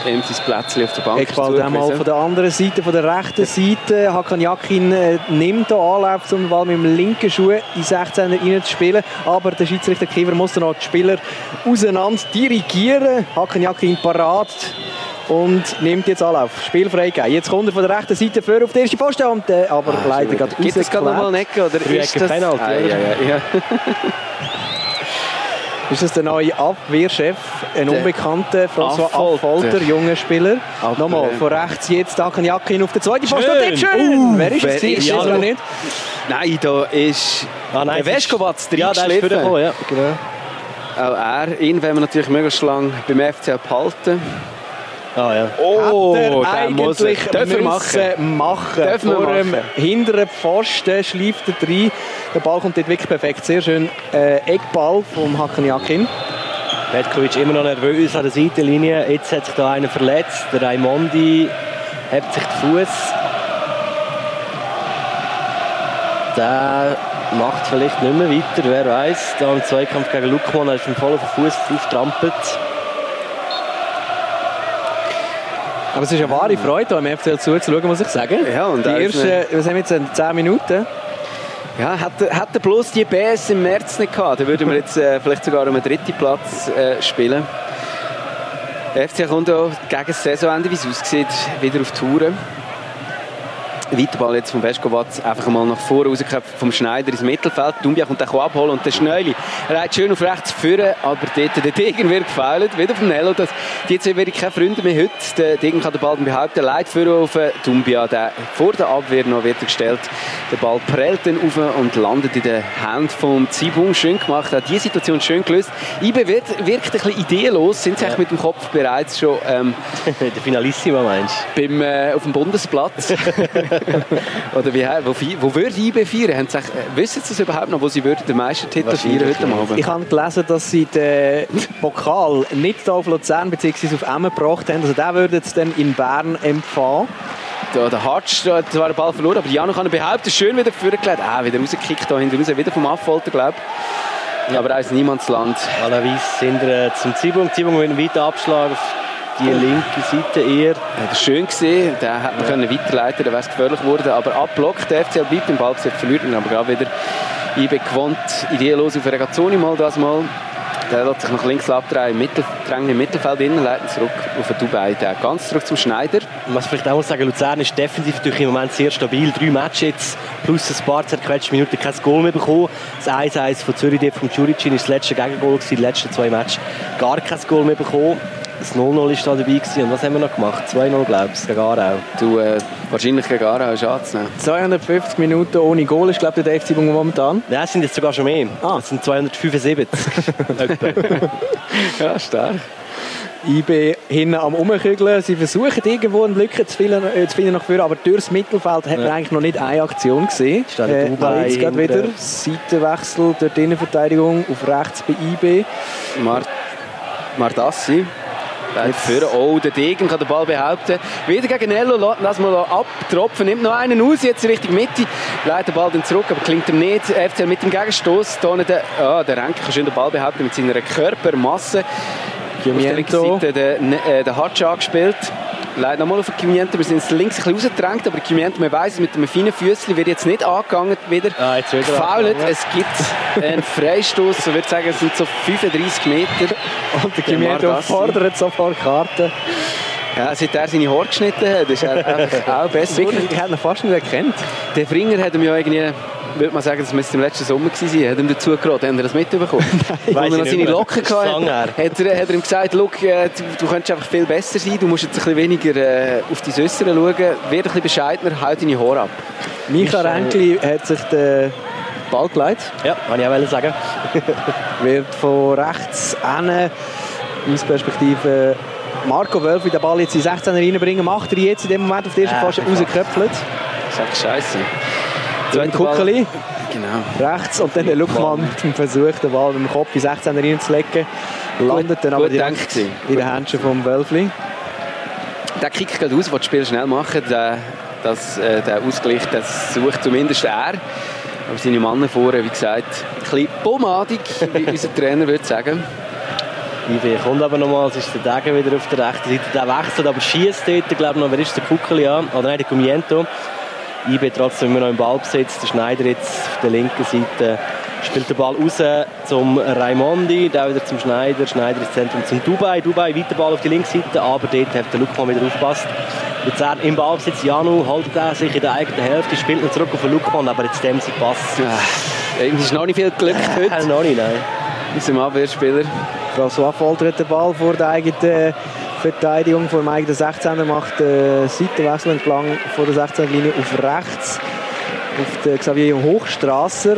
Speaker 1: Ihm sein Plätzchen auf der Bank ist
Speaker 3: Eckball dann mal
Speaker 1: zugewiesen.
Speaker 3: von der anderen Seite, von der rechten Seite. Hakan Yakin äh, nimmt den Anlauf, um den Ball mit dem linken Schuh in 16er reinzuspielen. Aber der Schiedsrichter Kiewer muss dann auch die Spieler auseinander dirigieren. Hakan Yakin parat und nimmt jetzt Anlauf. Spiel freigegeben. Jetzt kommt er von der rechten Seite vor auf den ersten Posten, und, äh, aber leider gerade
Speaker 1: Gibt es gerade nochmal eine Ecke? Oder
Speaker 2: Drei
Speaker 1: ist
Speaker 2: Ecken
Speaker 1: das...
Speaker 2: Penalty,
Speaker 1: Ah,
Speaker 2: oder?
Speaker 1: ja, ja, ja.
Speaker 3: Ist das der neue Abwehrchef, ein
Speaker 1: Der
Speaker 3: unbekannter François
Speaker 1: Affolter.
Speaker 3: Affolter, junger Spieler?
Speaker 1: Aber-
Speaker 3: Nochmal, von rechts jetzt Hakan Yakin auf den zweiten
Speaker 2: Schön.
Speaker 3: Posten. und dort Schön!
Speaker 2: Uh,
Speaker 3: wer ist
Speaker 1: wer
Speaker 3: es? gewesen?
Speaker 1: ist
Speaker 3: Ich weiß
Speaker 2: es?
Speaker 3: es nicht.
Speaker 1: Nein, da ist
Speaker 2: Ah, nein,
Speaker 1: der
Speaker 2: das ist-
Speaker 1: Vescovac
Speaker 2: Ja, der ist
Speaker 1: reingeschliffen.
Speaker 2: vorgekommen, ja.
Speaker 3: Genau.
Speaker 1: Auch er, ihn wollen wir natürlich möglichst lange beim FC behalten.
Speaker 2: Ah, ja.
Speaker 1: Oh,
Speaker 3: Hat er
Speaker 1: den muss er.
Speaker 3: eigentlich
Speaker 1: Dürfen wir machen.
Speaker 3: müssen machen.
Speaker 1: Dürfen wir
Speaker 3: Vor dem
Speaker 1: machen.
Speaker 3: hinteren Pfosten schleift er rein. Der Ball kommt dort wirklich perfekt. Sehr schön äh, Eckball vom Hakan Yakin.
Speaker 2: Petkovic immer noch nervös an der Seitenlinie. Jetzt hat sich da einer verletzt. Der Raimondi hebt sich den Fuß. Der macht vielleicht nicht mehr weiter, wer weiß. Da im Zweikampf gegen Lukman er ist ihm voll auf den Fuß auftrampelt. [LAUGHS]
Speaker 3: Aber es ist eine wahre Freude, hier im FCL zuzuschauen, muss ich sagen.
Speaker 1: Ja, und
Speaker 3: die
Speaker 1: auch ist eine-
Speaker 3: ersten, was haben wir jetzt, 10 Minuten?
Speaker 1: Ja, hätte, hätte bloß die BS im März nicht gehabt, dann würden wir jetzt äh, vielleicht sogar um den dritten Platz äh, spielen. Der FC kommt auch gegen das Saisonende, wie es aussieht, wieder auf Touren. Weiterball jetzt vom Vescovac einfach mal nach vorne rausgeköpft vom Schneider ins Mittelfeld. Dumbia kommt auch abholen und der Schnäuli reitet schön auf rechts führen, aber dort der Degen wird gefällt. Wieder vom Nello. Das, die zwei werden keine Freunde mehr heute. Der Degen kann den Ball dann behaupten. Leit für auf äh, Dumbia, der vor der Abwehr noch wird gestellt. Der Ball prellt dann auf und landet in den Händen vom Zibung. Schön gemacht, hat die Situation schön gelöst. Ibe wird, wirkt ein bisschen ideenlos, sind sie eigentlich mit dem Kopf bereits schon ähm,
Speaker 2: der Finalissima meinst du?
Speaker 1: beim, äh, auf dem Bundesplatz. Oder wie, wo, fei- wo würde IB feiern? Haben sie, eigentlich- äh, wissen Sie es überhaupt noch, wo Sie würden den Meistertitel feiern
Speaker 2: Wahrscheinlich
Speaker 1: heute Abend?
Speaker 3: Ich habe gelesen, dass sie den Pokal nicht hier auf Luzern bzw. auf Emmen gebracht haben. Also den würden sie dann in Bern empfangen.
Speaker 1: da, der Hartz da hat zwar den Ball verloren, aber Jano kann ihn behaupten, schön wieder vorgelegt. Ah, wieder rausgekickt da hinten raus, wieder vom Affolter, glaube ich. Aber auch ins Niemandsland.
Speaker 2: Allerweis sind wir äh, zum Zibung. Zibung mit einem weiten Abschlag auf die linke Seite eher.
Speaker 1: Hat er schön gesehen, den hätte man können weiterleiten können, wäre es gefährlich geworden. Aber abblockt, der FCL bleibt im Ballbesitz, verliert ihn aber gerade wieder. IB gewohnt, ideenlos auf Regazzoni mal das mal. Der lässt sich nach links abdrehen, im Mittel, drängt im Mittelfeld innen, leitet ihn zurück auf den Dubai. Der ganz zurück zum Schneider.
Speaker 2: Man muss vielleicht auch mal sagen, Luzern ist defensiv natürlich im Moment sehr stabil. Drei Matches jetzt, plus ein paar zerquetschte Minuten, kein Goal mehr bekommen. Das 1-1 von Zürich, dort von Juricin, ist das letzte Gegengol gewesen. Die letzten zwei Matches gar kein Goal mehr bekommen. Das 0-0 ist da dabei gewesen. Und was haben wir noch gemacht? 2-0, glaube ich, gegen Aarau.
Speaker 1: Du, äh, wahrscheinlich gegen Aarau ne? ist anzunehmen.
Speaker 3: 250 Minuten ohne Goal ist, glaube ich, der FC Bunga momentan.
Speaker 2: Nein, es sind jetzt sogar schon mehr.
Speaker 3: Ah.
Speaker 2: Es sind 275. Etwa.
Speaker 1: Ja, stark.
Speaker 3: IB hinten am Umkügeln. Sie versuchen irgendwo eine Lücke zu finden, äh, zu finden nach vorne, aber durchs Mittelfeld hat man eigentlich noch nicht eine Aktion gesehen.
Speaker 2: Ist da der Dubai
Speaker 3: jetzt gerade
Speaker 2: hinten?
Speaker 3: wieder. Seitenwechsel durch die Innenverteidigung auf rechts bei IB.
Speaker 1: Mart Mardassi. Weit Für. Oh, der Degen kann den Ball behaupten. Wieder gegen Nello, la- lass mal abtropfen. Nimmt noch einen aus, jetzt Richtung Mitte. Leitet den Ball dann zurück, aber klingt ihm nicht. FCL mit dem Gegenstoß. Da nicht der, ah, der Renke kann schön den Ball behaupten mit seiner Körpermasse. Auf der linken
Speaker 3: Pimiento.
Speaker 1: Seite der, Ne- äh, der Hatsch angespielt. Leider nochmal auf den Kimiento. Wir sind jetzt links ein bisschen rausgedrängt, aber Kimiento, man weiss, mit einem feinen Füßchen wird jetzt nicht angegangen wieder.
Speaker 2: Ah, jetzt wieder
Speaker 1: Gefoult.
Speaker 2: angegangen.
Speaker 1: Es gibt einen Freistoß. Ich würde sagen, es sind so 35 Meter.
Speaker 3: Und der
Speaker 1: Der
Speaker 3: Gimieto
Speaker 1: Mardassi.
Speaker 3: fordert sofort Karten.
Speaker 1: Ja, seit er seine Haare geschnitten hat, ist er einfach auch besser geworden.
Speaker 3: Wirklich, ich hätte ihn fast nicht erkannt.
Speaker 1: Der Fringer hat ihm ja irgendwie, würde man sagen, das müsste im letzten Sommer gewesen sein, hat ihm dazu geraten, haben er das mitbekommen? Nein,
Speaker 2: Weiss
Speaker 1: Als
Speaker 2: ich
Speaker 1: er noch
Speaker 2: nicht
Speaker 1: seine
Speaker 2: mehr.
Speaker 1: Locken
Speaker 2: Das ist
Speaker 1: hatte, hat,
Speaker 2: lang her.
Speaker 1: er- hat er ihm gesagt, «Look, äh, du, du könntest einfach viel besser sein, du musst jetzt ein bisschen weniger äh, auf die Äußeren schauen, werd ein bisschen bescheidener, hau deine Haare ab.»
Speaker 2: äh,
Speaker 3: Micha Renkli hat sich den Ball geleitet.
Speaker 2: ja, kann ich auch sagen.
Speaker 3: Wird von rechts hinten aus Perspektive Marco Wölfi den Ball jetzt in 16er reinbringen. Macht er jetzt in dem Moment auf der
Speaker 1: Äh,
Speaker 3: ersten
Speaker 2: Ja,
Speaker 3: Phase
Speaker 2: perfekt.
Speaker 3: rausgeköpfelt.
Speaker 1: Das ist einfach scheisse.
Speaker 3: Dann
Speaker 1: Zweiter Ball.
Speaker 3: Kuckeli
Speaker 1: Genau.
Speaker 3: rechts und dann der Luckmann mit dem Versuch, den Ball mit dem Kopf in 16er reinzulegen. Landet dann aber
Speaker 1: gut
Speaker 3: direkt
Speaker 1: gedacht gewesen.
Speaker 3: in den Händen vom Wölfli.
Speaker 1: Der Kick geht aus, was das Spiel schnell machen. Der dass äh, der Ausgleich, das sucht zumindest er. Aber seine Männer vorne, wie gesagt, ein bisschen pomadig, wie [LAUGHS] unser Trainer würde sagen.
Speaker 2: IB kommt aber nochmal, es ist der Degen wieder auf der rechten Seite, der wechselt, aber schießt dort, glaube ich noch, wer ist der Kuckeli an? Oder nein, der Gumiento. IB trotzdem immer noch im Ballbesitz, der Schneider jetzt auf der linken Seite spielt den Ball raus zum Raimondi, dann wieder zum Schneider, Schneider ins Zentrum zum Dubai, Dubai weiter Ball auf die linke Seite, aber dort hat der Lukman wieder aufgepasst. Jetzt er im Ballbesitz, Janu hält er sich in der eigenen Hälfte, spielt noch zurück auf den Lukman, aber jetzt dem sie passt.
Speaker 1: Äh, irgendwie ist noch nicht viel Glück heute,
Speaker 2: noch nicht, nein.
Speaker 1: unserem Abwehrspieler.
Speaker 3: François foltert den Ball vor der eigenen Verteidigung, vor dem eigenen 16er, macht den Seitenwechsel entlang vor der 16er-Linie auf rechts auf den Xavier Hochstrasser.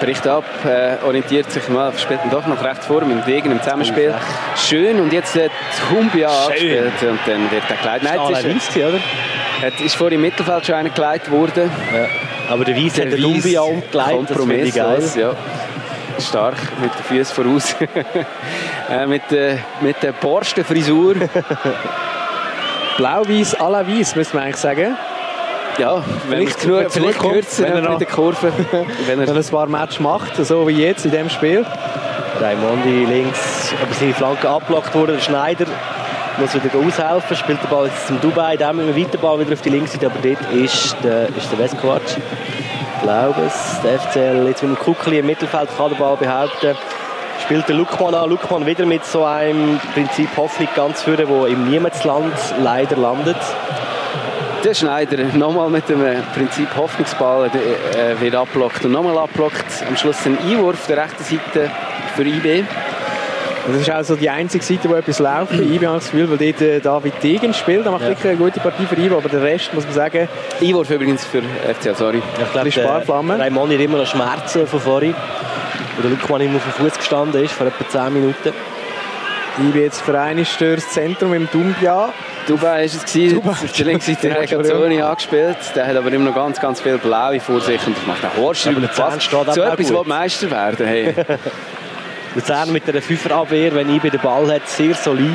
Speaker 1: bricht ab, äh, orientiert sich mal, spielt ihn doch noch recht vor mit dem Degen im Zusammenspiel. Schön und jetzt äh, Tumbia
Speaker 2: Schön.
Speaker 1: angespielt und dann wird er geleitet. Nein,
Speaker 2: Stahl
Speaker 1: jetzt ist,
Speaker 2: Links, oder?
Speaker 1: jetzt ist vor im Mittelfeld schon einer geleitet worden.
Speaker 2: Aber der Weiss hat den
Speaker 1: Weiss
Speaker 2: Dumbia umgeleitet, das finde ich geil.
Speaker 1: kompromisslos, ja. Stark mit den Füßen voraus. [LAUGHS] äh, mit, der mit der Borstenfrisur.
Speaker 3: Blau-Weiß, à la Weiss, müsste man eigentlich sagen.
Speaker 1: Ja, wenn
Speaker 3: Vielleicht
Speaker 1: es genug,
Speaker 3: kommt,
Speaker 1: vielleicht
Speaker 3: kommt,
Speaker 1: kürzer
Speaker 3: wenn er
Speaker 1: mit
Speaker 3: noch-
Speaker 1: der Kurve. wenn
Speaker 3: Wenn
Speaker 1: er
Speaker 3: er ein paar Match macht, so wie jetzt in diesem Spiel.
Speaker 2: Raimondi links, aber seine Flanke abblockt wurde. Der Schneider muss wieder aushelfen, spielt den Ball jetzt zum Dubai, dann mit dem weiteren Ball wieder auf die linke Seite, aber dort ist der, ist der Westquatsch. Ich glaube es. Der FCL jetzt mit dem Kuckli im Mittelfeld kann den Ball behaupten. Spielt der Lukman an. Lukman wieder mit so einem Prinzip Hoffnung ganz führen, wo im Niemandsland leider landet.
Speaker 1: der Schneider nochmal mit dem äh, Prinzip Hoffnungsball der, äh, wird abblockt und nochmal abblockt. Am Schluss ein Einwurf der rechten Seite für IB.
Speaker 3: Und Das ist auch so die einzige Seite, wo etwas läuft bei IB, habe ich das Gefühl, weil dort äh, David Degen spielt. Er macht
Speaker 2: Ja.
Speaker 3: wirklich eine gute Partie für IB, aber der Rest, muss man sagen,
Speaker 1: Einwurf übrigens für FCL, sorry.
Speaker 2: Ich glaube,
Speaker 3: Ein bisschen Sparflamme.
Speaker 2: der Raimondi hat immer noch Schmerzen von vorhin. Wo der Lukman immer auf dem Fuß gestanden ist, vor etwa 10 Minuten.
Speaker 3: IB jetzt vereinigt durch das Zentrum im Dumbia.
Speaker 1: Dubai ist es gewesen. Jetzt Auf der linken Seite hat Gazzoni angespielt. Der hat aber immer noch ganz, ganz viel Blaue vor sich und macht einen Horst
Speaker 2: Aber
Speaker 1: über
Speaker 2: der Zehn steht
Speaker 1: So
Speaker 2: eben auch
Speaker 1: etwas
Speaker 2: gut.
Speaker 1: will Meister werden. [LAUGHS] Hey.
Speaker 2: Luzern mit einer Fünferabwehr, wenn IB den Ball hat, sehr solid.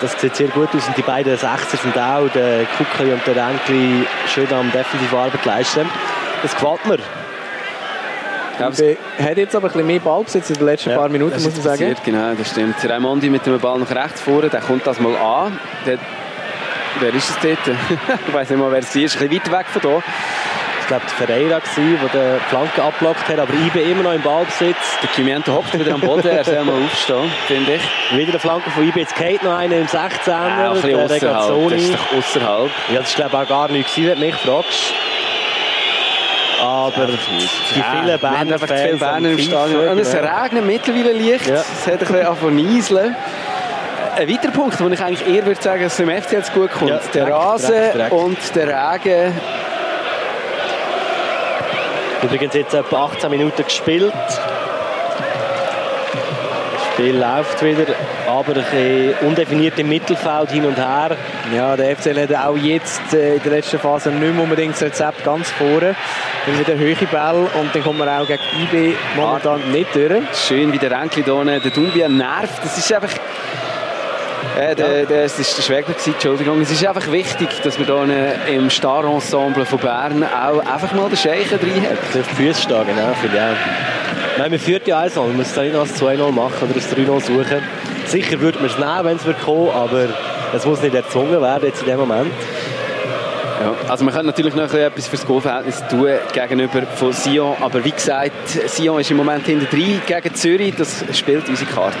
Speaker 2: Das sieht sehr gut aus und die beiden Sechser sind auch, der Kuckeli und der Renkli, schön am defensiven Arbeit leisten. Das gefällt mir.
Speaker 1: Ich glaube, es
Speaker 3: IB hat jetzt aber ein bisschen mehr Ballbesitz in den letzten
Speaker 2: Ja,
Speaker 3: paar Minuten,
Speaker 1: Das
Speaker 3: muss
Speaker 1: ist
Speaker 3: man sagen.
Speaker 1: passiert, genau, das stimmt. Raimondi mit dem Ball nach rechts vorne, der kommt das mal an. Der, wer ist es [LAUGHS] dort? ich weiß nicht mal, wer es war. Ist ein bisschen weit weg von hier.
Speaker 2: Ich glaube, der Ferreira war, der die Flanke abblockt hat, aber IB immer noch im Ballbesitz.
Speaker 1: Der Kimiento hockt wieder am Boden, er soll mal aufstehen, finde ich.
Speaker 2: Wieder eine Flanke von IB, jetzt geht noch einer im 16er,
Speaker 1: Ja, ein bisschen
Speaker 2: der
Speaker 1: außerhalb. Das ist
Speaker 2: Regazzoni.
Speaker 1: doch außerhalb.
Speaker 2: Ja, das ist glaube ich auch gar nichts gewesen, wenn du mich fragst. Aber die vielen
Speaker 1: Wir haben
Speaker 2: Berner
Speaker 1: einfach zu viele
Speaker 2: Fans
Speaker 1: Berner im
Speaker 2: am
Speaker 1: Stadion. Und es
Speaker 2: Pfeifen, ja.
Speaker 1: regnet mittlerweile leicht.
Speaker 2: Ja.
Speaker 1: Es hat ein bisschen angefangen zu nieseln. Ein weiterer Punkt, wo ich eigentlich eher würde sagen, dass es dem FC jetzt gut kommt.
Speaker 2: Ja,
Speaker 1: der
Speaker 2: direkt,
Speaker 1: Rasen
Speaker 2: direkt, direkt.
Speaker 1: und der Regen.
Speaker 2: Übrigens jetzt etwa 18 Minuten gespielt. Das Spiel läuft wieder, aber ein bisschen undefiniert im Mittelfeld hin und her.
Speaker 3: Ja, der FCL hat auch jetzt äh, in der letzten Phase nicht mehr unbedingt das Rezept ganz vorne. Dann wieder hohe Ball und dann kommt man auch gegen IB momentan nicht durch.
Speaker 1: Schön, wie der Renkli da unten, der Dumbia nervt. Das ist einfach... Äh, der, der, es ist der Schwägler, gewesen, Entschuldigung. Es ist einfach wichtig, dass wir hier unten im Star-Ensemble von Bern auch einfach mal den Scheichen drin haben.
Speaker 2: Auf die Füße stehen, genau, finde ich auch. Nein, wir führen ja 1-0, wir müssen es nicht als 2-0 machen oder als 3-0 suchen. Sicher würde man es nehmen, wenn es wird kommen, aber es muss nicht erzwungen werden jetzt in dem Moment.
Speaker 1: Ja, also man könnte natürlich noch ein bisschen etwas fürs Goalverhältnis tun gegenüber von Sion, aber wie gesagt, Sion ist im Moment hinter drei gegen Zürich, das spielt unsere Karte.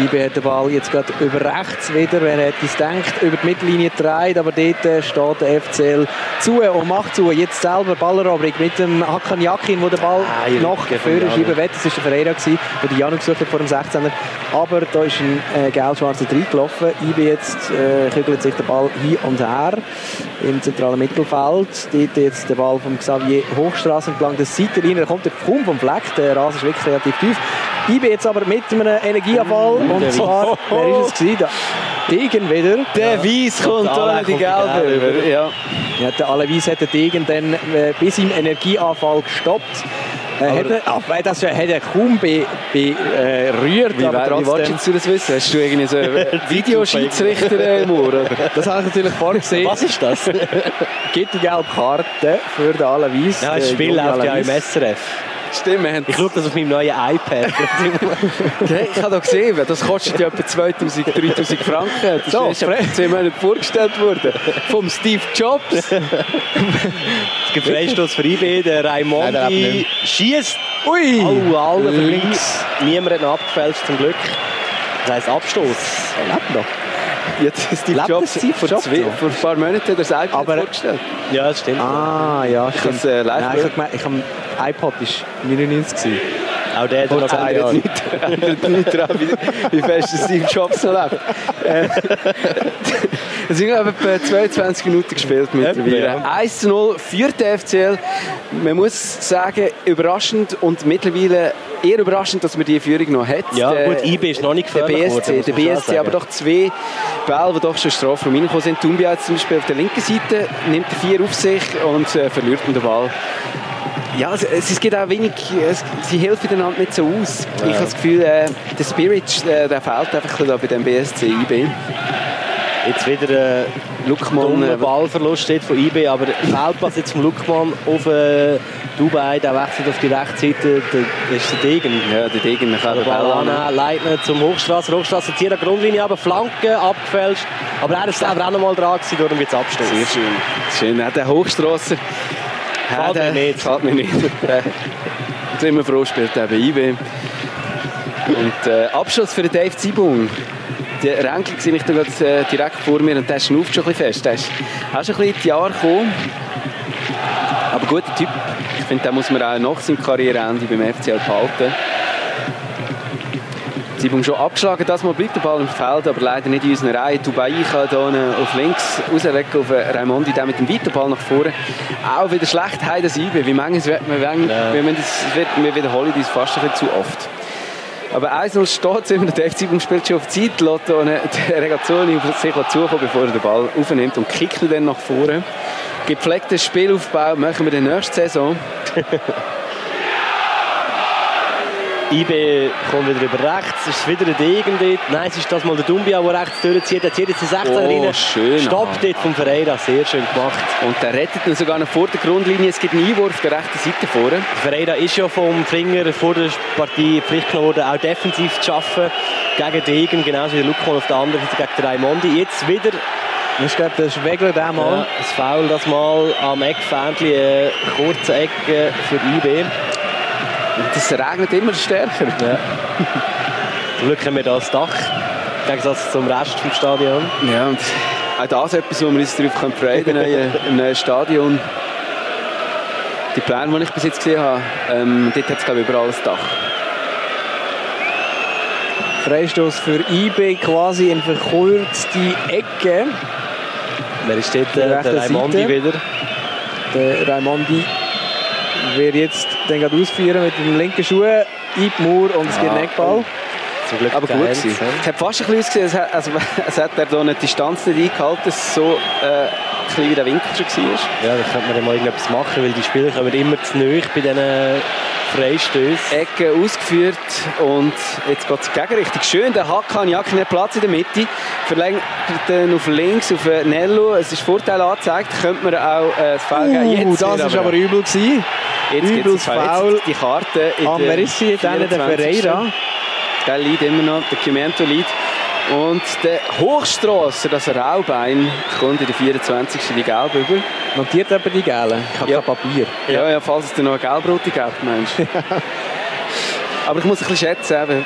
Speaker 3: IB hat den Ball jetzt gerade über rechts wieder, wer hätte es gedacht, über die Mittellinie dreht, aber dort äh, steht der FCL zu und macht zu. Jetzt selber Balleroberung mit dem Hakan Yakin, der den Ball
Speaker 2: Ah, ihr
Speaker 3: noch
Speaker 2: Rücken vom
Speaker 3: für
Speaker 2: Janu.
Speaker 3: schieben will. Das war der Ferreira, gewesen, der die Janu gesucht hat vor dem 16er. Aber da ist ein äh, gelb-schwarzer reingelaufen. IB jetzt äh, kügelt sich den Ball hin und her im zentralen Mittelfeld. Dort jetzt der Ball von Xavier Hochstrasse entlang der Seitenlinie. Da kommt er kaum vom Fleck. Der Rasen ist wirklich relativ tief. IB jetzt aber mit einem Energieabfall
Speaker 1: Mm,
Speaker 3: und
Speaker 2: der
Speaker 3: zwar, wer ist es gewesen? Da- Degen wieder.
Speaker 1: Der Weiss kommt
Speaker 2: Und
Speaker 1: da
Speaker 2: alle
Speaker 1: die
Speaker 2: kommt der
Speaker 1: Gelbe
Speaker 2: Gelbe
Speaker 1: über. Ja.
Speaker 3: Ja, der Alevis hat den Degen dann äh, bis im Energieanfall gestoppt. Äh, hat er, aber das hat er kaum be, be, äh, rührt,
Speaker 1: Wie,
Speaker 3: aber
Speaker 1: wär- wie willst du
Speaker 3: trotzdem.
Speaker 1: jetzt das wissen? Hast du
Speaker 3: [LAUGHS]
Speaker 1: irgendwie so einen Videoschiedsrichter im Ohr? Oder?
Speaker 3: Das habe ich natürlich vorgesehen.
Speaker 2: Was ist das?
Speaker 3: Gibt die gelbe Karte für den äh, Alain Weiss.
Speaker 2: Ja, [LAUGHS] das
Speaker 3: den
Speaker 2: Spiel
Speaker 3: jungen
Speaker 2: läuft ja
Speaker 3: Alain
Speaker 2: im
Speaker 3: Weiss.
Speaker 2: SRF.
Speaker 1: Stimmt, wir haben
Speaker 2: Ich schaue das auf meinem neuen [LAUGHS] iPad.
Speaker 1: Hey, ich habe da gesehen, das kostet ja etwa 2000, 3000 Franken. Das
Speaker 3: So,
Speaker 1: ist ja vor 10 Monaten vorgestellt worden. Vom Steve Jobs.
Speaker 2: Es gibt Freistoß für IB, der
Speaker 3: Nein, der hat
Speaker 2: Raimondi
Speaker 3: nicht.
Speaker 2: schießt.
Speaker 3: Ui!
Speaker 2: Oh, alle
Speaker 3: links.
Speaker 2: links. Niemand hat ihn abgefälscht, zum Glück. Das heisst Abstoß.
Speaker 3: Er lebt noch.
Speaker 1: Jetzt ist Steve
Speaker 3: Lebt
Speaker 1: Jobs
Speaker 3: das Steve
Speaker 1: vor,
Speaker 3: Jobs
Speaker 1: zwei,
Speaker 3: noch?
Speaker 1: vor ein paar Monaten hat er das iPad
Speaker 3: Aber-
Speaker 1: vorgestellt.
Speaker 2: Ja, das stimmt.
Speaker 3: Ah, ja,
Speaker 1: Ich habe
Speaker 3: stimmt.
Speaker 1: es äh, live
Speaker 3: Nein, ich habe gemeint, ich hab, iPod war 99. gewesen.
Speaker 2: Auch der hat er noch keine
Speaker 1: ändert
Speaker 2: Ahnung.
Speaker 1: nichts ändert nichts daran, wie, wie fest das Steve Jobs noch lebt. Äh, Es sind etwa 22 Minuten gespielt mittlerweile.
Speaker 2: Etwa,
Speaker 1: 1 zu 0 für den FCL. Man muss sagen, überraschend und mittlerweile eher überraschend, dass man die Führung noch hat.
Speaker 2: Ja,
Speaker 1: Der-
Speaker 2: gut, IB ist noch nicht
Speaker 1: der
Speaker 2: gefährlich
Speaker 1: BSC,
Speaker 2: geworden, muss
Speaker 1: der
Speaker 2: man schon
Speaker 1: BSC
Speaker 2: sagen.
Speaker 1: aber doch zwei Bälle, die doch schon Strafraum reingekommen sind. Tumbia jetzt zum Beispiel auf der linken Seite, nimmt die vier auf sich und äh, verliert ihn den Ball. Ja, es, es es gibt auch wenig, es, sie helfen einander nicht so aus. Ich habe das Gefühl, äh, der Spirit, äh, der fehlt einfach ein bisschen da bei dem BSC IB.
Speaker 2: Jetzt wieder ein
Speaker 1: Luckmann,
Speaker 2: dummer
Speaker 1: äh,
Speaker 2: Ballverlust steht von IB, aber Feldpass jetzt vom Luckmann auf äh, Dubai, der wechselt auf die rechte Seite, da ist der Degen.
Speaker 1: ja, der Degen man kann
Speaker 2: Der
Speaker 1: den
Speaker 2: Ball
Speaker 1: Ball annehmen.
Speaker 2: annehmen, Leitner zum Hochstrasse, Hochstrasse, Tier an die Grundlinie, aber Flanke abgefälscht. Aber er ist selber auch noch mal dran gewesen, darum jetzt Abstoß.
Speaker 1: Sehr schön. Schön, auch der Hochstrasser.
Speaker 2: Gefällt mir nicht.
Speaker 1: Fällt mir
Speaker 2: [LAUGHS]
Speaker 1: nicht. Der- Jetzt sind wir froh, spielt er bei IB. Und äh, Abschluss für den Dave Zibung. Der Renkel sehe ich da gerade, äh, direkt vor mir und der schnauft schon ein bisschen fest. Der ist auch schon ein bisschen in die Jahre gekommen. Aber guter Typ. Ich finde, den muss man auch nach seinem Karriereende beim FCL behalten. Zibung schon abgeschlagen, das Mal bleibt der Ball im Feld, aber leider nicht in unserer Reihe. Dubai kann hier unten auf links rauslegen auf äh, Raimondi, der mit dem weiten Ball nach vorne. Auch wieder schlecht, heim das Eibe. Wie manches wird man, wenn,
Speaker 2: Ja.
Speaker 1: wenn man das wird, wir wiederholen das fast ein bisschen zu oft. Aber 1-0 steht immer, der FC Zibung spielt schon auf die Zeit, lässt hier unten den Regazzoni auf sich zukommen, bevor er den Ball aufnimmt und kickt ihn dann nach vorne. Gepflegtes Spielaufbau machen wir in der nächsten Saison.
Speaker 2: IB kommt wieder über rechts, ist wieder der Degen dort. Nein, es ist das mal der Dumbia, der rechts durchzieht. Der zieht jetzt die 16
Speaker 1: Oh,
Speaker 2: rein.
Speaker 1: schön,
Speaker 2: Stoppt dort vom Ferreira, sehr schön gemacht.
Speaker 1: Und der rettet ihn sogar noch vor der Grundlinie. Es gibt einen Einwurf der rechten Seite vorne.
Speaker 2: Der Ferreira ist ja vom Finger vor der Partie Pflicht genommen worden, auch defensiv zu arbeiten. Gegen Degen, genauso wie der Lukon auf der anderen Seite gegen den Raimondi. Jetzt wieder
Speaker 3: Das ist, glaube der Schwegler der
Speaker 2: mal
Speaker 3: Mal.
Speaker 2: das Foul, das mal am Eckfähnchen, äh, kurze Ecke für IB.
Speaker 1: Und das regnet immer stärker.
Speaker 2: Zum Glück haben wir da das Dach, im Gegensatz zum Rest vom Stadion.
Speaker 1: Ja, und auch das ist etwas, wo wir uns darauf freuen können, im neuen- im neuen Stadion. Die Pläne, die ich bis jetzt gesehen habe, ähm, dort hat es glaube ich überall ein Dach.
Speaker 3: Freistoß für IB quasi in verkürzte Ecke.
Speaker 2: Wer ist dort?
Speaker 3: Der
Speaker 2: Äh,
Speaker 3: rechten
Speaker 2: der Raimondi
Speaker 3: Seite.
Speaker 2: wieder.
Speaker 3: Der Raimondi wird jetzt den gerade ausführen mit dem linken Schuh in die Mauer und es gibt einen Eckball.
Speaker 2: Zum Glück
Speaker 1: Aber gut
Speaker 2: keins,
Speaker 1: gewesen.
Speaker 2: ja.
Speaker 1: Es hat fast ein bisschen ausgesehen, als hat- also, als hat er da eine Distanz nicht eingehalten, so äh, ein bisschen wie der Winkel schon war.
Speaker 2: Ja, da könnte man dann mal irgendetwas machen, weil die Spieler kommen immer zu nahe bei diesen Freistößen.
Speaker 1: Ecke ausgeführt und jetzt geht es gegenrichtig. Schön, der Hakan Jack nimmt Platz in der Mitte, verlängert den auf links, auf äh, Nello. Es ist Vorteil angezeigt, könnte man auch äh, das Foul geben.
Speaker 3: Uh,
Speaker 1: Jetzt
Speaker 3: das
Speaker 1: wird
Speaker 3: ist aber übel gewesen.
Speaker 1: Jetzt gibt
Speaker 3: Übles
Speaker 1: es Foul.
Speaker 3: Foul.
Speaker 1: Die Karte in
Speaker 3: Am Merissi, dann der
Speaker 1: 24..
Speaker 3: Ferreira.
Speaker 1: Der liegt immer noch, der Cimento liegt. Und der Hochstrasser, das Raubein, kommt in der 24. die Gelb über.
Speaker 3: Notiert jemand die Gelben? Ich habe
Speaker 1: Ja.
Speaker 3: kein Papier.
Speaker 1: Ja, ja, falls es dir noch eine Gelbrote gibt, Mensch. Aber ich muss ein bisschen schätzen, eben,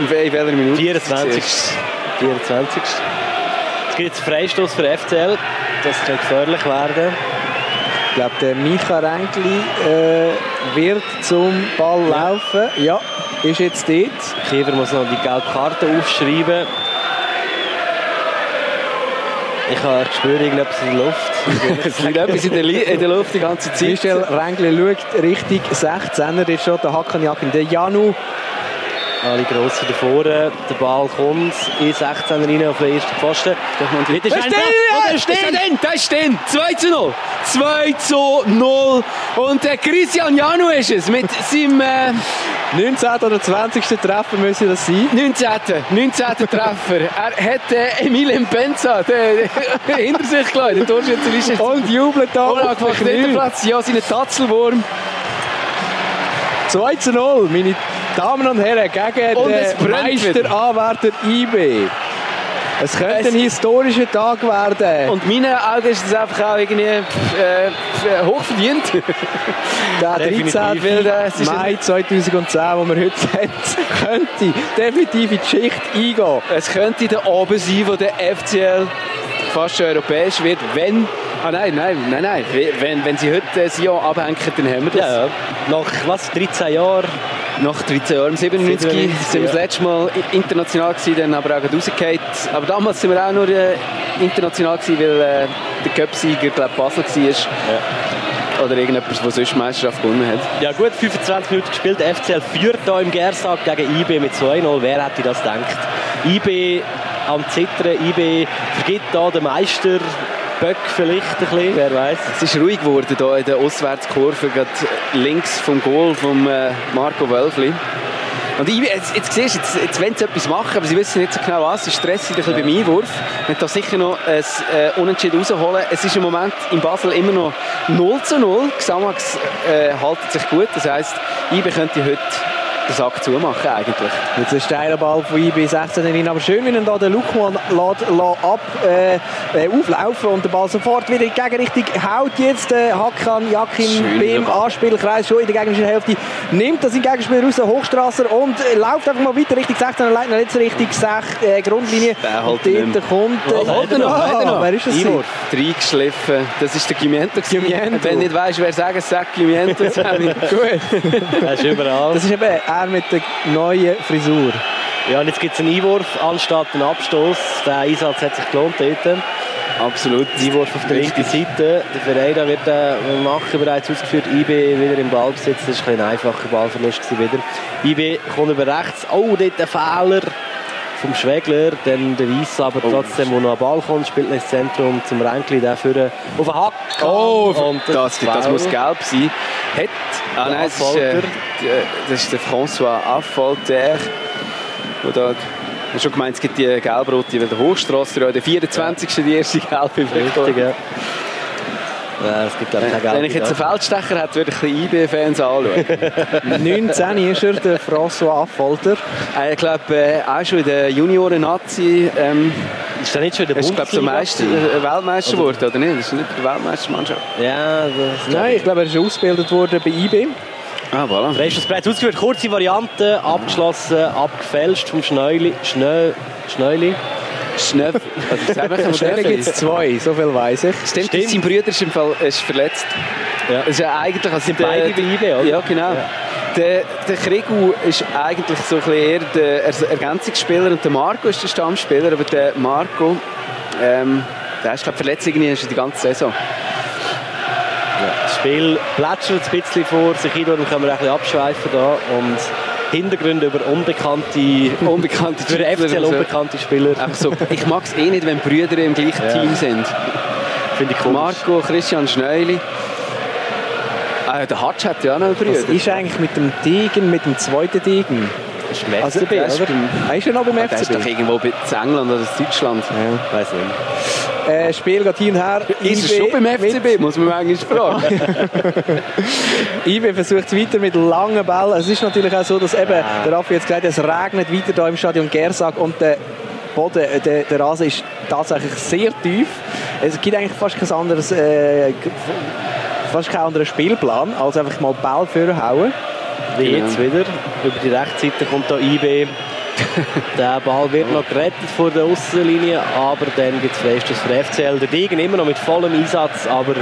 Speaker 1: in wel- in welcher Minute.
Speaker 2: 24.
Speaker 1: es ist. [LAUGHS]
Speaker 2: 24. Es gibt jetzt einen Freistoß für FCL. Das könnte gefährlich werden.
Speaker 3: Ich glaube, der Micha Renkli äh, wird zum Ball laufen. Ja, ist jetzt dort.
Speaker 2: Kiefer muss noch die gelbe Karte aufschreiben. Ich habe ich spüre irgendetwas in der Luft.
Speaker 1: Es liegt etwas in der, Li- in der Luft die ganze Zeit.
Speaker 3: Michel Rengli schaut Richtung 16er, dort steht der Hakanjakin, der Janu.
Speaker 2: Alle Grossen davor, der Ball kommt in 16 rein auf den ersten Pfosten. Wieder
Speaker 1: Das
Speaker 2: Schlenzer,
Speaker 1: ist
Speaker 2: oder
Speaker 1: stehen!
Speaker 2: Stehen!
Speaker 1: Das ist stehen! 2 zu 0! 2 zu 0! Und der eh, Christian Janu ist es mit seinem äh,
Speaker 3: 19. oder 20. Treffen müssen das sein.
Speaker 1: 19. 19. Treffer. Er hat äh, Emilien Penza [LAUGHS] den, den, hinter sich gelassen. Der Torschützenliste ist
Speaker 3: Und jubelt da auf den
Speaker 1: unangefochten
Speaker 3: Knien.
Speaker 1: dritten Platz. Ja, seinen Tatzelwurm.
Speaker 3: 2 zu 0, meine Damen und Herren, gegen
Speaker 1: Und es
Speaker 3: den
Speaker 1: brennt wieder.
Speaker 3: Meisteranwärter IB. Es könnte
Speaker 1: Es-
Speaker 3: ein historischer Tag werden.
Speaker 1: Und in meinen Augen ist es einfach auch irgendwie äh, äh, hochverdient.
Speaker 3: der
Speaker 2: definitiv.
Speaker 1: [LAUGHS]
Speaker 3: 13.
Speaker 1: Weil, äh, es ist
Speaker 3: Mai 2010, wo wir heute sind, [LAUGHS] könnte definitiv in die Geschichte eingehen.
Speaker 1: Es könnte der Abend sein, wo der FCL fast schon europäisch wird, wenn... Ah nein, nein, nein, nein. Wenn, wenn sie heute äh, Sion abhängen, dann haben wir das.
Speaker 2: Ja, ja. Nach was, 13 Jahren?
Speaker 1: Nach 13 Jahren, 97,
Speaker 2: 97,
Speaker 1: sind wir das
Speaker 2: ja.
Speaker 1: letzte Mal i- international gewesen, dann aber auch gerade rausgefallen. Aber damals sind wir auch nur äh, international gewesen, weil äh, der Cup-Sieger, glaube Basel war. Oder irgendetwas, der sonst die Meisterschaft gewonnen hat.
Speaker 2: Ja gut, 25 Minuten gespielt. Der FCL führt hier im Gersag gegen IB mit 2-0. Wer hätte das gedacht? IB am Zittern, IB vergibt da den Meister. Böck vielleicht ein bisschen, wer weiß.
Speaker 1: Es ist ruhig geworden hier in der Auswärtskurve, gerade links vom Goal von äh, Marco Wölfli. Und ich, jetzt, jetzt siehst du, jetzt, jetzt wollen sie etwas machen, aber sie wissen nicht so genau was. Sie stressen sich ein bisschen beim Einwurf. Wenn da sicher noch ein äh, Unentschieden rausholen. Es ist im Moment in Basel immer noch 0 zu 0. Xamax äh, haltet sich gut. Das heisst, IBE könnte heute den Sack zumachen eigentlich.
Speaker 3: Jetzt ein steiler Ball von IB 16 rein, aber schön, wie ihn da der Lukman lässt, lässt ab, äh, äh, auflaufen und der Ball sofort wieder in die Gegenrichtung haut jetzt äh, Hakan
Speaker 1: Schöner
Speaker 3: Jakin beim
Speaker 1: Ball.
Speaker 3: Anspielkreis schon in der gegnerischen Hälfte, nimmt das in Gegenspieler raus, Hochstrasser und äh, läuft einfach mal weiter Richtung 16 und leitet ihn jetzt Richtung 6, äh, Grundlinie.
Speaker 1: Der halt
Speaker 3: und
Speaker 1: nicht
Speaker 3: dort kommt...
Speaker 2: Oh, hat er noch,
Speaker 3: Ah,
Speaker 2: hat er noch.
Speaker 3: Wer ist das?
Speaker 2: Einwurf.
Speaker 1: Reingeschliffen. Das ist der Gimiento. gewesen.
Speaker 3: Gimiento.
Speaker 1: Wenn du nicht weißt, wer sagen, sag Gimiento. Sammy.
Speaker 3: Gut.
Speaker 2: [LAUGHS] Das ist überall.
Speaker 3: Das ist eben er mit der neuen Frisur.
Speaker 2: Ja, und jetzt gibt es einen Einwurf anstatt einen Abstoß. Der Einsatz hat sich gelohnt dort.
Speaker 1: Absolut.
Speaker 2: Einwurf auf der linken Seite. Der Ferreira wird den machen, bereits ausgeführt. IB wieder im Ballbesitz. Das war ein, bisschen ein einfacher Ballverlust gewesen wieder. IB kommt über rechts. Oh, dort ein Fehler vom Schwegler. Dann der Weiss aber trotzdem, wo noch ein Ball kommt, spielt ihn ins Zentrum zum Ränkli. Der für auf den Hack.
Speaker 1: Oh,
Speaker 2: Und
Speaker 1: das,
Speaker 2: ein
Speaker 1: das, das
Speaker 2: Foul.
Speaker 1: muss gelb sein. Hat, ah
Speaker 2: Der
Speaker 1: nein, es ist, äh,
Speaker 2: Affolter.
Speaker 1: d- das ist der François Affalter. Wo da, ich hab schon gemeint, es gibt die Gelbrote, weil der Hochstrasser ja der 24. die erste Gelbe
Speaker 2: Richtig, ja. Nein, es gibt glaube ich kein Geld.
Speaker 1: Wenn ich jetzt einen Feldstecher hätte, würde ich ein bisschen IB-Fans [LAUGHS] anschauen.
Speaker 3: 19 ist er, der François Affalter.
Speaker 1: ich glaube, äh, auch schon in der Junioren-Nazi ähm,
Speaker 2: Ist der nicht schon in der
Speaker 1: ist glaube der
Speaker 2: Bundesliga?
Speaker 1: Meister, äh, Weltmeister geworden, oder nicht? Das ist nicht die Weltmeistermannschaft.
Speaker 2: Ja, das
Speaker 3: Nein, ich glaube, er ist ausgebildet worden bei IB.
Speaker 1: Ah, voilà.
Speaker 2: Freistoß bereits ausgeführt, kurze Variante, abgeschlossen, abgefälscht vom Schneuli. Schnö, Schneuli.
Speaker 1: Schnöff. [LAUGHS] Also, sag mal,
Speaker 3: Schneller gibt es zwei, so viel weiß ich.
Speaker 1: Stimmt,
Speaker 2: Stimmt.
Speaker 1: sein Bruder ist, im Fall, ist verletzt.
Speaker 2: Ja.
Speaker 1: Das ist ja eigentlich, also
Speaker 2: Sind beide bei IB, oder?
Speaker 1: Ja, genau.
Speaker 2: Ja.
Speaker 1: Der, der Krigu ist eigentlich so ein bisschen eher der Er- Ergänzungsspieler und der Marco ist der Stammspieler, aber der Marco, ähm, der ist glaube verletzt irgendwie schon die ganze Saison.
Speaker 2: Das Spiel plätschert ein bisschen vor sich hin, darum können wir ein bisschen abschweifen da und Hintergründe über unbekannte,
Speaker 1: Unbekannte
Speaker 2: für den
Speaker 1: Typen
Speaker 2: FCL
Speaker 1: und so.
Speaker 2: unbekannte Spieler.
Speaker 1: Einfach so. Ich mag es eh nicht, wenn Brüder im gleichen
Speaker 2: Ja.
Speaker 1: Team sind.
Speaker 2: Finde ich komisch.
Speaker 1: Marco, Christian Schneuli. Ah, der Hatsch hat ja auch noch einen Brüder.
Speaker 3: Was ist eigentlich mit dem Degen, mit dem zweiten Degen?
Speaker 2: Das ist im
Speaker 3: Also,
Speaker 2: FCB,
Speaker 3: der ist
Speaker 2: oder?
Speaker 3: beim- er ist ja noch beim
Speaker 1: Ah, der ist doch
Speaker 3: FCB.
Speaker 1: irgendwo bei zu England oder zu Deutschland.
Speaker 2: Weiß nicht.
Speaker 3: Äh, Spiel geht hin und her.
Speaker 1: [LAUGHS] Ist er schon beim FCB, muss man manchmal fragen.
Speaker 3: IB versucht es weiter mit langen Bällen. Es ist natürlich auch so, dass eben, der Raffi jetzt gesagt hat, es regnet weiter hier im Stadion Gersag und der Boden, äh, der, der Rasen ist tatsächlich sehr tief. Es gibt eigentlich fast kein anderes, äh, fast keinen anderen Spielplan, als einfach mal Ball vorhauen.
Speaker 2: Wie
Speaker 1: Genau.
Speaker 2: jetzt wieder. Über die rechte Seite kommt da IB. der Ball wird noch gerettet vor der Außenlinie, aber dann gibt es Freistoß für den FCL. Der Degen immer noch mit vollem Einsatz, aber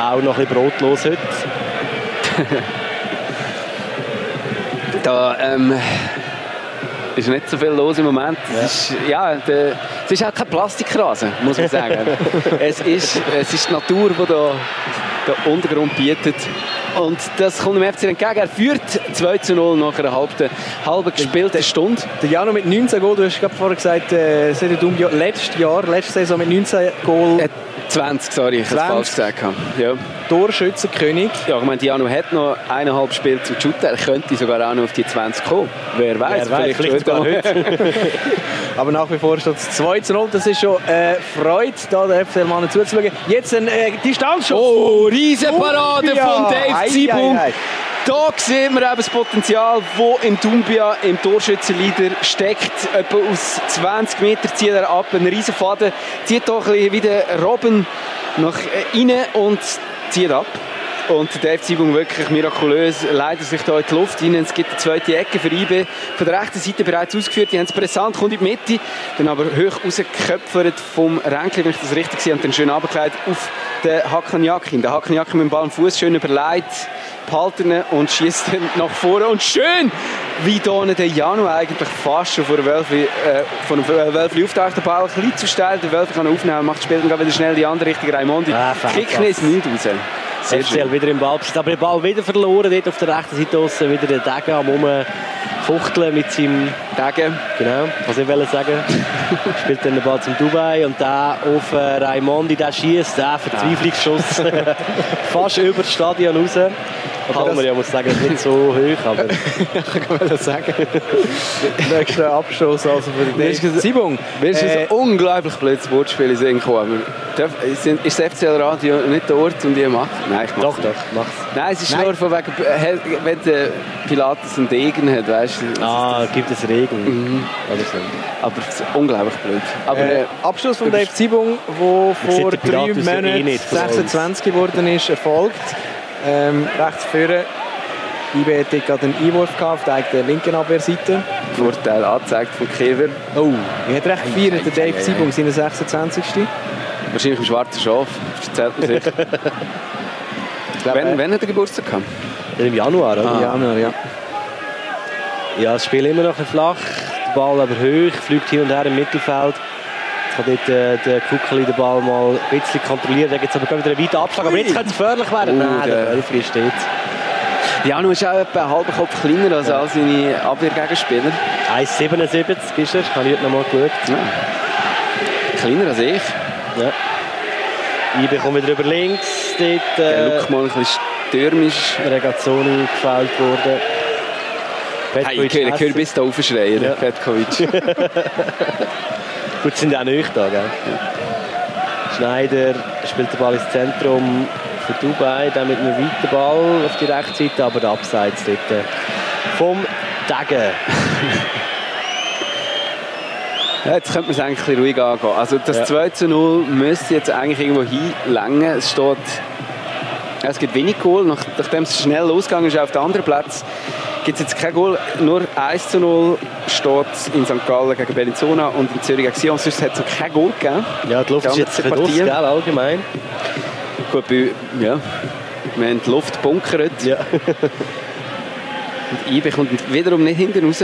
Speaker 2: auch noch ein bisschen brotlos heute.
Speaker 1: Da ähm, ist nicht so viel los im Moment.
Speaker 2: Ja.
Speaker 1: Es, ist, ja, der, es ist auch kein Plastikrasen, muss man sagen. es, ist, es ist die Natur, die da, den Untergrund bietet. Und das kommt dem FC entgegen. Er führt 2 zu 0 nach einer halben, halben gespielten Stunde.
Speaker 3: Der Jano mit 19 Goal, du hast gerade vorher gesagt, äh, Serie Dumbio, letztes Jahr, letzte Saison mit 19 Goal
Speaker 1: Äh, 20, sorry, ich habe es
Speaker 3: 20.
Speaker 1: falsch gesagt. Ja.
Speaker 3: Torschützenkönig.
Speaker 1: ja, ich meine, Diano hat noch eineinhalb Spiele zum Shooten. Er könnte sogar auch noch auf die 20 kommen. Wer weiß,
Speaker 2: Wer weiß, vielleicht sogar
Speaker 1: heute.
Speaker 2: heute.
Speaker 3: Aber nach wie vor steht es 2 zu 0. Das ist schon äh, Freude, da der FC Mannen zuzuschauen. Jetzt ein äh, Distanzschuss.
Speaker 1: Oh, Riesenparade
Speaker 3: Dumbia.
Speaker 1: von
Speaker 3: Oh, Ei,
Speaker 1: Dave Zibung.
Speaker 3: ei, ei.
Speaker 1: Da sehen wir eben das Potenzial, das im Dumbia, im Torschützenleader steckt. Etwa aus 20 Meter zieht er ab, einen riesen Faden, zieht da ein bisschen wie der Robben nach äh, innen und zieht ab. Und Dave Zibung wirklich mirakulös, leider sich da in die Luft hinein. Es gibt eine zweite Ecke für IB. Von der rechten Seite bereits ausgeführt, die haben es pressant, kommt in die Mitte, dann aber hoch rausgeköpfert vom Ränkli, wenn ich das richtig sehe, und dann schön runtergelegt auf den Hakan Yakin. Der Hakan Yakin mit dem Ball am Fuß schön überlegt, behalten ihn und schießt dann nach vorne. Und schön, wie hier der Janu eigentlich fast schon vor Wölfli, äh, vor dem Wölfli auftaucht. Der Ball ein bisschen zu steil, der Wölfli kann aufnehmen, macht das Spiel dann gerade wieder schnell in die andere Richtung. Raimondi
Speaker 2: Ah,
Speaker 1: kickt ihn
Speaker 2: Fehlpass.
Speaker 1: jetzt nicht raus. Sehr schön.
Speaker 2: Sehr wieder im Ballbesitz. Aber den Ball wieder verloren, dort auf der rechten Seite aussen. Wieder der Degen am Rumfuchteln mit seinem...
Speaker 1: Degen.
Speaker 2: Genau, was ich wollte sagen. Spielt dann den Ball zum Dubai und der auf äh, Raimondi, der schießt, der Verzweiflungsschuss. Fast über das Stadion raus. Obwohl man ja muss sagen, das ist nicht so hoch, aber
Speaker 3: kann man sagen. Nächster Abstoß also für
Speaker 1: Mir ist
Speaker 3: den
Speaker 1: ges-
Speaker 3: Siebung.
Speaker 1: Mir ist
Speaker 3: Äh,
Speaker 1: ein unglaublich blödes Wortspiel in den Sinn gekommen. Aber darf- Ist ist das FCL Radio nicht der Ort, um die zu machen? Nein, ich mach's
Speaker 2: doch,
Speaker 1: nicht.
Speaker 2: doch, mach's.
Speaker 1: Nein, es ist nur von wegen, äh, wenn der Pilatus einen Degen hat, weißt du.
Speaker 2: Ah, gibt es Regeln. Oder so.
Speaker 1: Aber es ist unglaublich blöd. Aber
Speaker 3: äh,
Speaker 1: äh,
Speaker 3: Abschluss von Dave Zibung, der
Speaker 2: sieht,
Speaker 3: vor
Speaker 2: der
Speaker 3: drei
Speaker 2: Pilatus ja eh
Speaker 3: Monaten
Speaker 2: nicht von uns.
Speaker 3: 26 geworden ist, erfolgt. Ähm, rechts vorne. IB hat dort gerade einen Einwurf gehabt auf der eigenen linken Abwehrseite.
Speaker 1: Vorteil angezeigt von Kever.
Speaker 3: Oh, er hat recht gefeiert, der
Speaker 1: ei,
Speaker 3: Dave
Speaker 1: ei,
Speaker 3: Zibung, seinen 26.
Speaker 1: Wahrscheinlich im schwarzen Schaf. Das zählt mir [LAUGHS] sicher. wenn, wenn hat er Geburtstag gehabt?
Speaker 2: Im Januar, oder?
Speaker 1: Ah.
Speaker 3: Im Januar, ja.
Speaker 2: Ja, das Spiel immer noch ein bisschen flach, der Ball aber hoch, fliegt hin und her im Mittelfeld. Jetzt kann dort äh, der Kuckeli den Ball mal ein bisschen kontrollieren, da gibt es aber gerade wieder einen weiten Abschlag. Aber
Speaker 1: Ui.
Speaker 2: jetzt könnte es gefährlich werden.
Speaker 1: Oh,
Speaker 2: Nein, der
Speaker 1: der-
Speaker 2: Wölfli steht.
Speaker 1: Janu ist auch etwa einen halben Kopf kleiner als all seine Abwehrgegenspieler.
Speaker 2: 1,77 ist er, ich habe heute noch mal geschaut.
Speaker 1: Ja. Kleiner als ich.
Speaker 2: Ja. Ich komme wieder über links, dort
Speaker 1: Der
Speaker 2: äh,
Speaker 1: Look mal ein bisschen stürmisch.
Speaker 2: Regazzoni gefällt worden.
Speaker 1: Hey, ich höre, ich höre bis da aufschreien,
Speaker 2: Ja.
Speaker 1: Petkovic.
Speaker 2: Gut, sie sind ja auch neu da, gell? Schneider spielt den Ball ins Zentrum für Dubai, dann mit einem weiten Ball auf die rechte Seite, aber der abseits dort äh, vom Degen.
Speaker 1: Ja, jetzt könnte man es eigentlich ein bisschen ruhig angehen. Also das
Speaker 2: Ja.
Speaker 1: 2 zu 0 müsste jetzt eigentlich irgendwo hinlangen. Es steht... ja, Es gibt wenig Goal. Nach, nachdem es schnell losgegangen ist auf den anderen Platz, gibt es jetzt kein Goal. Nur 1 zu 0 steht in St. Gallen gegen Bellinzona und in Zürich gegen Sion. Sonst hat es noch kein Goal gegeben.
Speaker 2: Ja, die Luft
Speaker 1: Die
Speaker 2: ist jetzt
Speaker 1: andere
Speaker 2: verdutzt,
Speaker 1: Partie.
Speaker 2: gell, allgemein.
Speaker 1: Gut, bei, ja. Wir haben die Luft bunkert.
Speaker 2: Ja.
Speaker 1: Und IB kommt wiederum nicht hinten raus.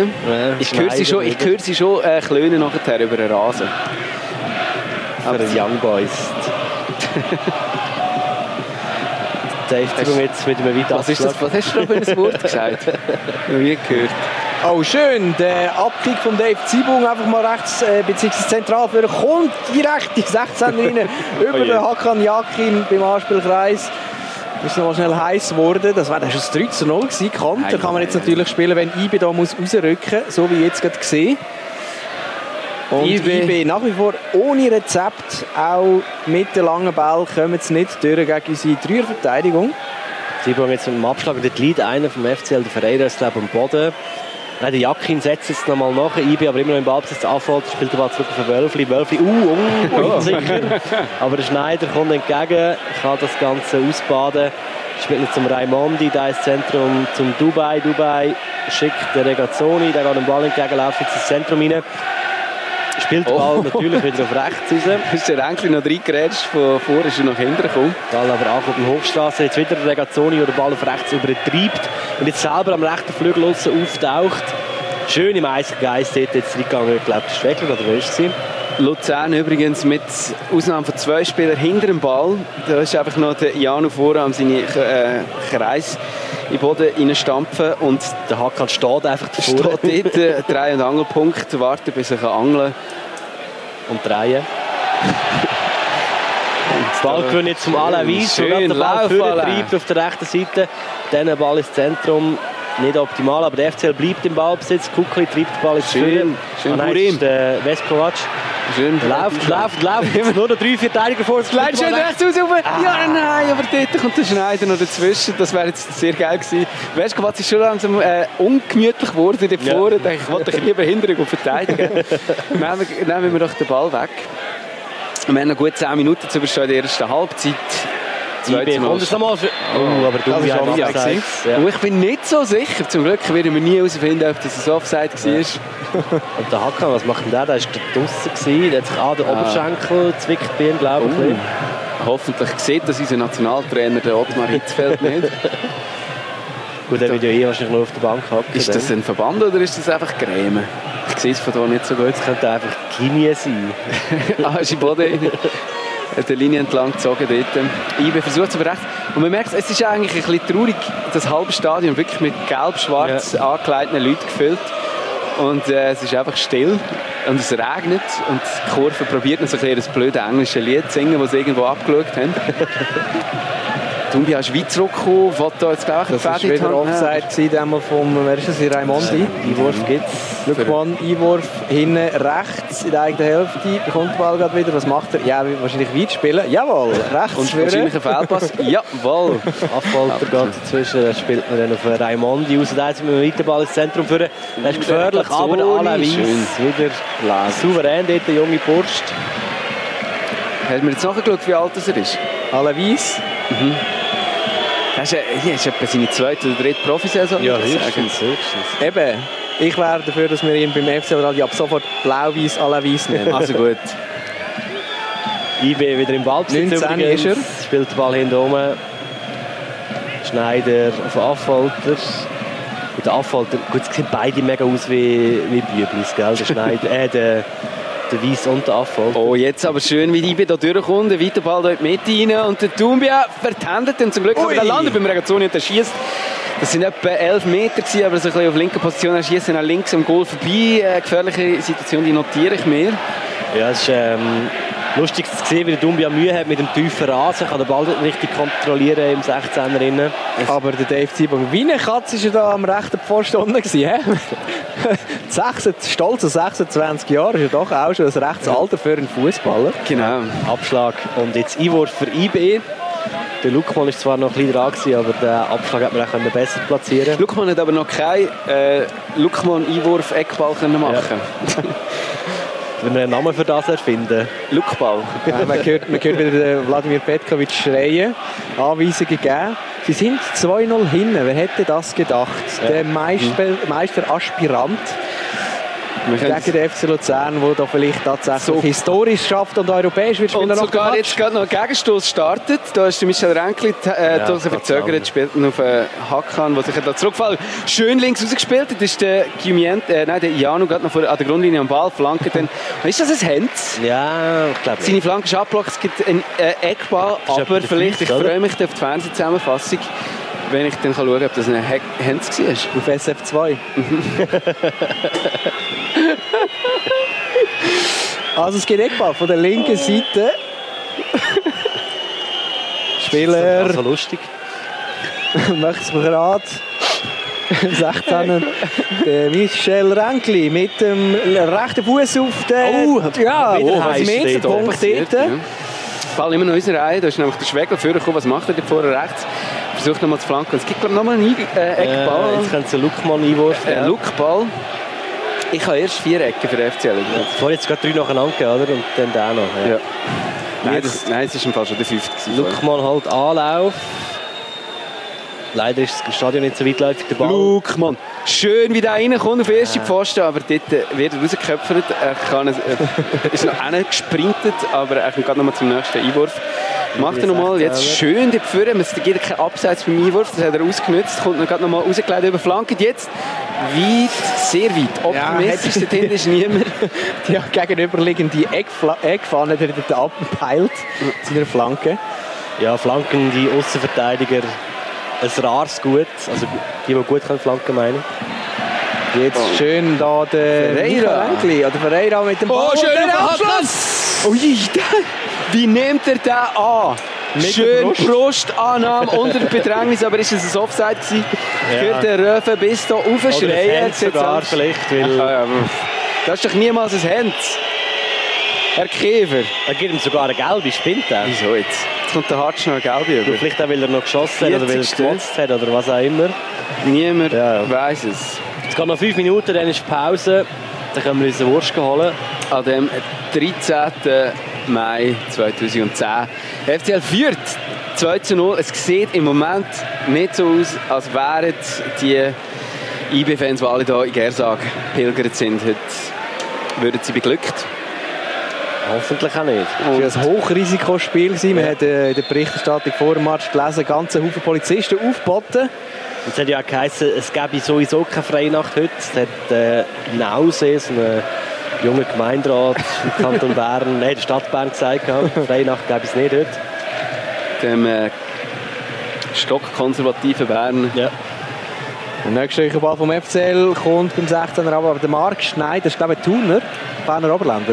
Speaker 1: Ich höre sie schon, ich höre sie schon äh, klönen nachher über den Rasen.
Speaker 2: Aber
Speaker 1: Aber-
Speaker 2: ein Young
Speaker 1: [LAUGHS]
Speaker 2: Boys. Dave Zimmer jetzt mit einem weiten
Speaker 1: Was ist das?
Speaker 2: Abschlag.
Speaker 1: Was hast du da für ein Wort gesagt? Noch nie gehört.
Speaker 3: Oh, schön. Der Abkick von Dave Zibung einfach mal rechts, äh, beziehungsweise zentral für kommt direkt in die 16 rein. über
Speaker 1: je.
Speaker 3: den Hakan Yakin beim Anspielkreis. Ist noch mal schnell heiß geworden. Das war das ist ein 3 zu 0 gewesen. Konter
Speaker 1: Nein,
Speaker 3: kann man jetzt
Speaker 1: nein,
Speaker 3: natürlich spielen, wenn IB da muss rausrücken, so wie jetzt gerade gesehen. Und
Speaker 1: IB.
Speaker 3: IB. nach wie vor ohne Rezept, auch mit dem langen Ball kommen sie nicht durch gegen unsere Dreierverteidigung.
Speaker 2: Zibung jetzt mit dem Abschlag. Dort liegt einer vom FCL, der Ferreira, ist glaube ich, am Boden. Nein, der Jakin setzt jetzt nochmal nach. IB aber immer noch im Ballbesitz anfällt. Spielt den Ball zurück auf den Wölfli. Wölfli, uh, uh, unsicher. aber der Schneider kommt entgegen, kann das Ganze ausbaden. Spielt nicht zum Raimondi, da ist Zentrum zum Dubai. Dubai schickt den Regazzoni, der geht dem Ball entgegen, läuft jetzt ins Zentrum rein. Spielt den Ball
Speaker 1: Oh.
Speaker 2: natürlich wieder auf rechts raus.
Speaker 1: Ist der Enkel noch reingeratscht, von vorne ist er nach hinten gekommen.
Speaker 2: Ball aber auch auf dem Hochstraße. Jetzt wieder Regazzoni, der den Ball auf rechts übertreibt und jetzt selber am rechten Flügel aussen auftaucht. Schön im Eisgeist dort jetzt reingegangen. Ich glaube, das war Schwegler oder wer war es?
Speaker 1: Luzern übrigens mit Ausnahme von zwei Spielern hinter dem Ball. Da ist einfach noch der Janu vorne am seine äh, Kreis in den Boden reinstampfen und
Speaker 2: Der Hakan steht einfach
Speaker 1: steht
Speaker 2: davor
Speaker 1: dort äh, Drei- und Angelpunkt, wartet bis er kann angeln
Speaker 2: und drehen. Ball gewinnt jetzt zum Alain Weiss, der
Speaker 1: Schön,
Speaker 2: gerade den Ball
Speaker 1: lauf,
Speaker 2: vorne
Speaker 1: Alain.
Speaker 2: treibt auf der rechten Seite. Dann der Ball ins Zentrum, nicht optimal, aber der FCL bleibt im Ballbesitz. Kukli treibt den Ball ins
Speaker 1: Schön,
Speaker 2: Führen.
Speaker 1: schön
Speaker 2: Ah nein,
Speaker 1: vor
Speaker 2: das
Speaker 1: ihm.
Speaker 2: ist, äh, Veskovac.
Speaker 1: kann. Schön.
Speaker 2: Läuft, läuft, läuft. Immer nur noch drei, vier Teiliger vor. sich.
Speaker 1: Lein schön rechts raus, rauf. Ja, nein, aber dort kommt der Schneider noch dazwischen. Das wäre jetzt sehr geil gewesen. Weißt du, was ist schon langsam äh, ungemütlich geworden dort
Speaker 2: Ja.
Speaker 1: vorne. Ich denke, ich wollte dich lieber hindern und verteidigen. nehmen, wir- nehmen wir doch den Ball weg. Wir haben noch gut 10 Minuten zu überstehen in der ersten Halbzeit.
Speaker 2: IB
Speaker 1: Zweites Mal.
Speaker 2: kommt es nochmal. für- Oh, aber du
Speaker 1: Das
Speaker 2: bist
Speaker 1: war Offside.
Speaker 2: abseits.
Speaker 1: gewesen.
Speaker 2: Ja.
Speaker 1: Und ich bin nicht so sicher. Zum Glück werden wir nie herausfinden, ob das ein Offside war.
Speaker 2: Und der Hakan, was macht denn der? Der war draußen, gewesen. der hat sich an den Oberschenkel zwickt bei ihm, glaube ich. ein bisschen.
Speaker 1: Hoffentlich sieht das unser Nationaltrainer, der Ottmar Hitzfeld, nicht.
Speaker 2: Gut, der wird ja eh wahrscheinlich nur auf der Bank hocken.
Speaker 1: Ist
Speaker 2: dann.
Speaker 1: das ein Verband oder ist das einfach Creme? Ich sehe es von hier nicht so gut.
Speaker 2: Das könnte einfach Kinie sein.
Speaker 1: [LAUGHS] ah, ist im Boden hat die Linie entlang gezogen dort. Ibe versucht es aber recht. Und man merkt, es ist eigentlich ein bisschen traurig, das halbe Stadion wirklich mit gelb-schwarz angekleideten Leuten gefüllt. Und äh, es ist einfach still und es regnet und die Kurve probiert noch so ein bisschen das blöde englische Lied zu singen, das sie irgendwo abgeschaut haben. [LAUGHS] Dumbia ist weit zurückgekommen, will da jetzt gleich
Speaker 3: Das war
Speaker 1: Fäden in die
Speaker 3: wieder
Speaker 1: Hand nehmen.
Speaker 3: Offside, gewesen, dem vom, wer ist das, Raimondi?
Speaker 2: Einwurf gibt es.
Speaker 3: Lückmann, Einwurf, hinten rechts in der eigenen Hälfte, bekommt den Ball gerade wieder, was macht er? Ja, wahrscheinlich weit spielen, jawohl, rechts
Speaker 1: Und
Speaker 3: führen.
Speaker 1: wahrscheinlich ein
Speaker 3: [LAUGHS]
Speaker 1: Fehlpass. Jawohl.
Speaker 2: Abfolter geht dazwischen, dann spielt man dann auf Raimondi raus. Da jetzt mit dem weiten Ball ins Zentrum führen. Das ist gefährlich, aber der Alain Weiss
Speaker 1: Schön.
Speaker 2: wieder souverän dort, der junge Burst.
Speaker 1: Hast du mir jetzt nachgeschaut, wie alt das er ist?
Speaker 3: Alle weiss.
Speaker 1: Er ist, äh, hier ist etwa seine zweite oder dritte Profisaison. würde ich sagen.
Speaker 2: höchstens.
Speaker 3: Eben, ich wäre dafür, dass wir ihn beim FC Radio ab sofort blau-weiß, alle weiss nennen.
Speaker 1: Also gut.
Speaker 2: IB wieder im Ballbesitz
Speaker 3: 19
Speaker 2: übrigens.
Speaker 3: ist
Speaker 2: Spielt den Ball hinten rum. Schneider auf Affolter. Und der Affolter, gut, sie sehen beide mega aus wie, wie Büblis, gell? Der Schneider, [LAUGHS] äh, der, der Weiss und der Affolter.
Speaker 1: Oh, jetzt aber schön, wie die Ibe da durchkommt. Der weite Ball dort mit rein. Und der Tumbia vertändelt ihn zum Glück. Aber
Speaker 3: Ui.
Speaker 1: der landet beim Ragazzoni und der schießt. Das sind etwa 11 Meter, gewesen, aber so ein bisschen auf linker Position. Er schießt ihn auch links am Goal vorbei. Eine gefährliche Situation, die notiere ich mir.
Speaker 2: Ja, es ist ähm, lustig zu sehen, wie der Dumbia Mühe hat mit dem tiefen Rasen. Kann den Ball nicht richtig kontrollieren im 16er. Innen.
Speaker 3: Aber der Dave Ziebung, wie eine Katze war er da am rechten Pfosten unten. gewesen, hä? [LAUGHS] 26, stolze 26 Jahre ist ja doch auch schon ein rechtes Alter für einen Fußballer.
Speaker 1: Genau.
Speaker 2: Abschlag und jetzt Einwurf für IB. Der Lukman ist zwar noch ein bisschen dran, gewesen, aber den Abschlag hätte man auch können besser platzieren können.
Speaker 1: Lukman hat aber noch keinen äh, Lukman-Einwurf-Eckball können machen
Speaker 2: Wenn wir einen Namen für das erfinden.
Speaker 1: Lukball.
Speaker 3: Ja, man, hört, man hört wieder den Wladimir Petkovic schreien, Anweisungen geben. Sie sind 2-0 hinten, wer hätte das gedacht? Der Meister, Meisteraspirant
Speaker 1: Wir können-
Speaker 3: gegen den FC Luzern, der da vielleicht tatsächlich
Speaker 1: So.
Speaker 3: historisch schafft und europäisch wird spielen
Speaker 1: Und
Speaker 3: nach dem
Speaker 1: sogar
Speaker 3: Match.
Speaker 1: jetzt gerade noch ein Gegenstoß startet. Da ist der Michel Ränkli äh,
Speaker 2: Ja,
Speaker 1: ja,
Speaker 2: Gott sei Dank.
Speaker 1: verzögert, spielt ihn auf äh, Hakan, der sich da zurückfällt. Schön links rausgespielt. Dort ist der Gimient, äh, nein, der Janu gerade noch vor, an der Grundlinie am Ball, Flanke dann. Ist das ein Hens?
Speaker 2: Ja, ich glaube
Speaker 1: Seine Flanke ist abgeblockt, es gibt einen äh, Eckball,
Speaker 2: ist etwa
Speaker 1: aber
Speaker 2: der
Speaker 1: vielleicht, ich
Speaker 2: fünfte, oder?
Speaker 1: freue mich dann auf die Fernsehzusammenfassung, wenn ich dann kann schauen kann, ob das ein He- Hens war.
Speaker 3: Auf SF2. also es geht Eckball von der linken Seite.
Speaker 2: Das
Speaker 3: Spieler
Speaker 2: so lustig.
Speaker 3: möchte es mir gerade. 16. Der Michel Ränkli mit dem rechten Fuß auf den
Speaker 2: Oh,
Speaker 3: ja,
Speaker 2: wieder
Speaker 3: auf den
Speaker 2: heiß steht er.
Speaker 3: Meterpunkt
Speaker 1: Passiert,
Speaker 3: dort.
Speaker 1: ja. äh, Ball immer noch in unserer Reihe, da ist nämlich der Schwegel vorgekommen, was macht er da vorne rechts? Versucht nochmal zu flanken. Es gibt glaube ich nochmal einen Einge- äh, Eckball.
Speaker 2: Äh, jetzt können sie einen Lukman-Einwurf
Speaker 1: Äh,
Speaker 2: geben.
Speaker 1: Lookball. Ich habe erst vier Ecken für den FCL.
Speaker 2: Ja, Vorher jetzt gerade drei nacheinander gegeben, oder? Und dann der noch. Ja.
Speaker 1: Ja. Nein, das, nein, es ist im Fall schon der fünfte. gewesen vorher.
Speaker 2: Lukman halt Anlauf. Leider ist das Stadion nicht so weitläufig. Der Ball
Speaker 1: Lukman. Schön, wie der reinkommt auf den ersten Pfosten, aber dort äh, wird er rausgeköpfert. Er kann es, er [LAUGHS] ist noch gesprintet, aber er kommt gerade nochmal zum nächsten Einwurf. Macht er nochmal, jetzt schön dort vorne, es gibt keinen Abseits beim Einwurf, das hat er ausgenutzt, kommt noch gerade nochmal rausgelegt über Flanke. Jetzt weit, sehr weit.
Speaker 3: Ja,
Speaker 1: Optimistisch, da drin ist niemand.
Speaker 3: Die gegenüberliegende Eckfla- Eckfahne der dort abpeilt, seiner Flanke.
Speaker 2: Ja, Flanken, die Außenverteidiger, ein rares Gut. Also die, die gut können Flanken meinen.
Speaker 3: Jetzt schön da der
Speaker 1: Ferreira. Oh,
Speaker 3: Michael Engli oder Ferreira mit dem Ball.
Speaker 2: Oh,
Speaker 3: und der Abschluss.
Speaker 1: Abschluss! Ui, der- wie nimmt er den an?
Speaker 3: Mit der
Speaker 1: Schön
Speaker 3: Brust.
Speaker 1: Brustannahme unter Bedrängnis, aber ist es ein Offside gewesen?
Speaker 2: Ja.
Speaker 1: Für den Röfe bis hier
Speaker 2: Oder ein
Speaker 1: aufschreien.
Speaker 2: Hand sogar vielleicht, weil
Speaker 1: Ja, ja, pff. Das ist doch niemals ein Hand. Herr Käfer.
Speaker 2: er gibt ihm sogar eine gelbe, spinnt er.
Speaker 1: Wieso jetzt? Jetzt kommt der Hartsch noch gelb über.
Speaker 2: Vielleicht auch, weil er noch geschossen hat oder weil er
Speaker 1: 40.
Speaker 2: gekotzt hat oder was auch immer.
Speaker 1: Niemand
Speaker 2: Ja, ja.
Speaker 1: weiß es.
Speaker 2: Es geht noch 5 Minuten, dann ist Pause. Dann können wir unsere Wurst holen.
Speaker 1: An dem 13. Mai 2010. FCL führt 2 zu 0. Es sieht im Moment nicht so aus, als wären die IB-Fans, die alle hier in Gersag pilgert sind, heute, würden sie beglückt.
Speaker 2: Hoffentlich auch nicht.
Speaker 3: Es war ein Hochrisikospiel. gewesen. Wir haben äh, in der Berichterstattung vor dem Match gelesen, ganze Haufen Polizisten aufgeboten.
Speaker 2: Es hat ja auch geheißen, es gäbe sowieso keine Freinacht heute. Es hat äh, Nausee, so ein junger Gemeinderat im [LAUGHS] Kanton Bern, nein, der Stadt Bern gesagt, gehabt, Freinacht gäbe es nicht heute.
Speaker 1: Dem äh, stockkonservativen Bern
Speaker 2: Ja.
Speaker 3: Der nächste Ball vom FCL kommt beim 16er ab, aber der Marc Schneider ist glaube ich ein Thuner, Berner Oberländer.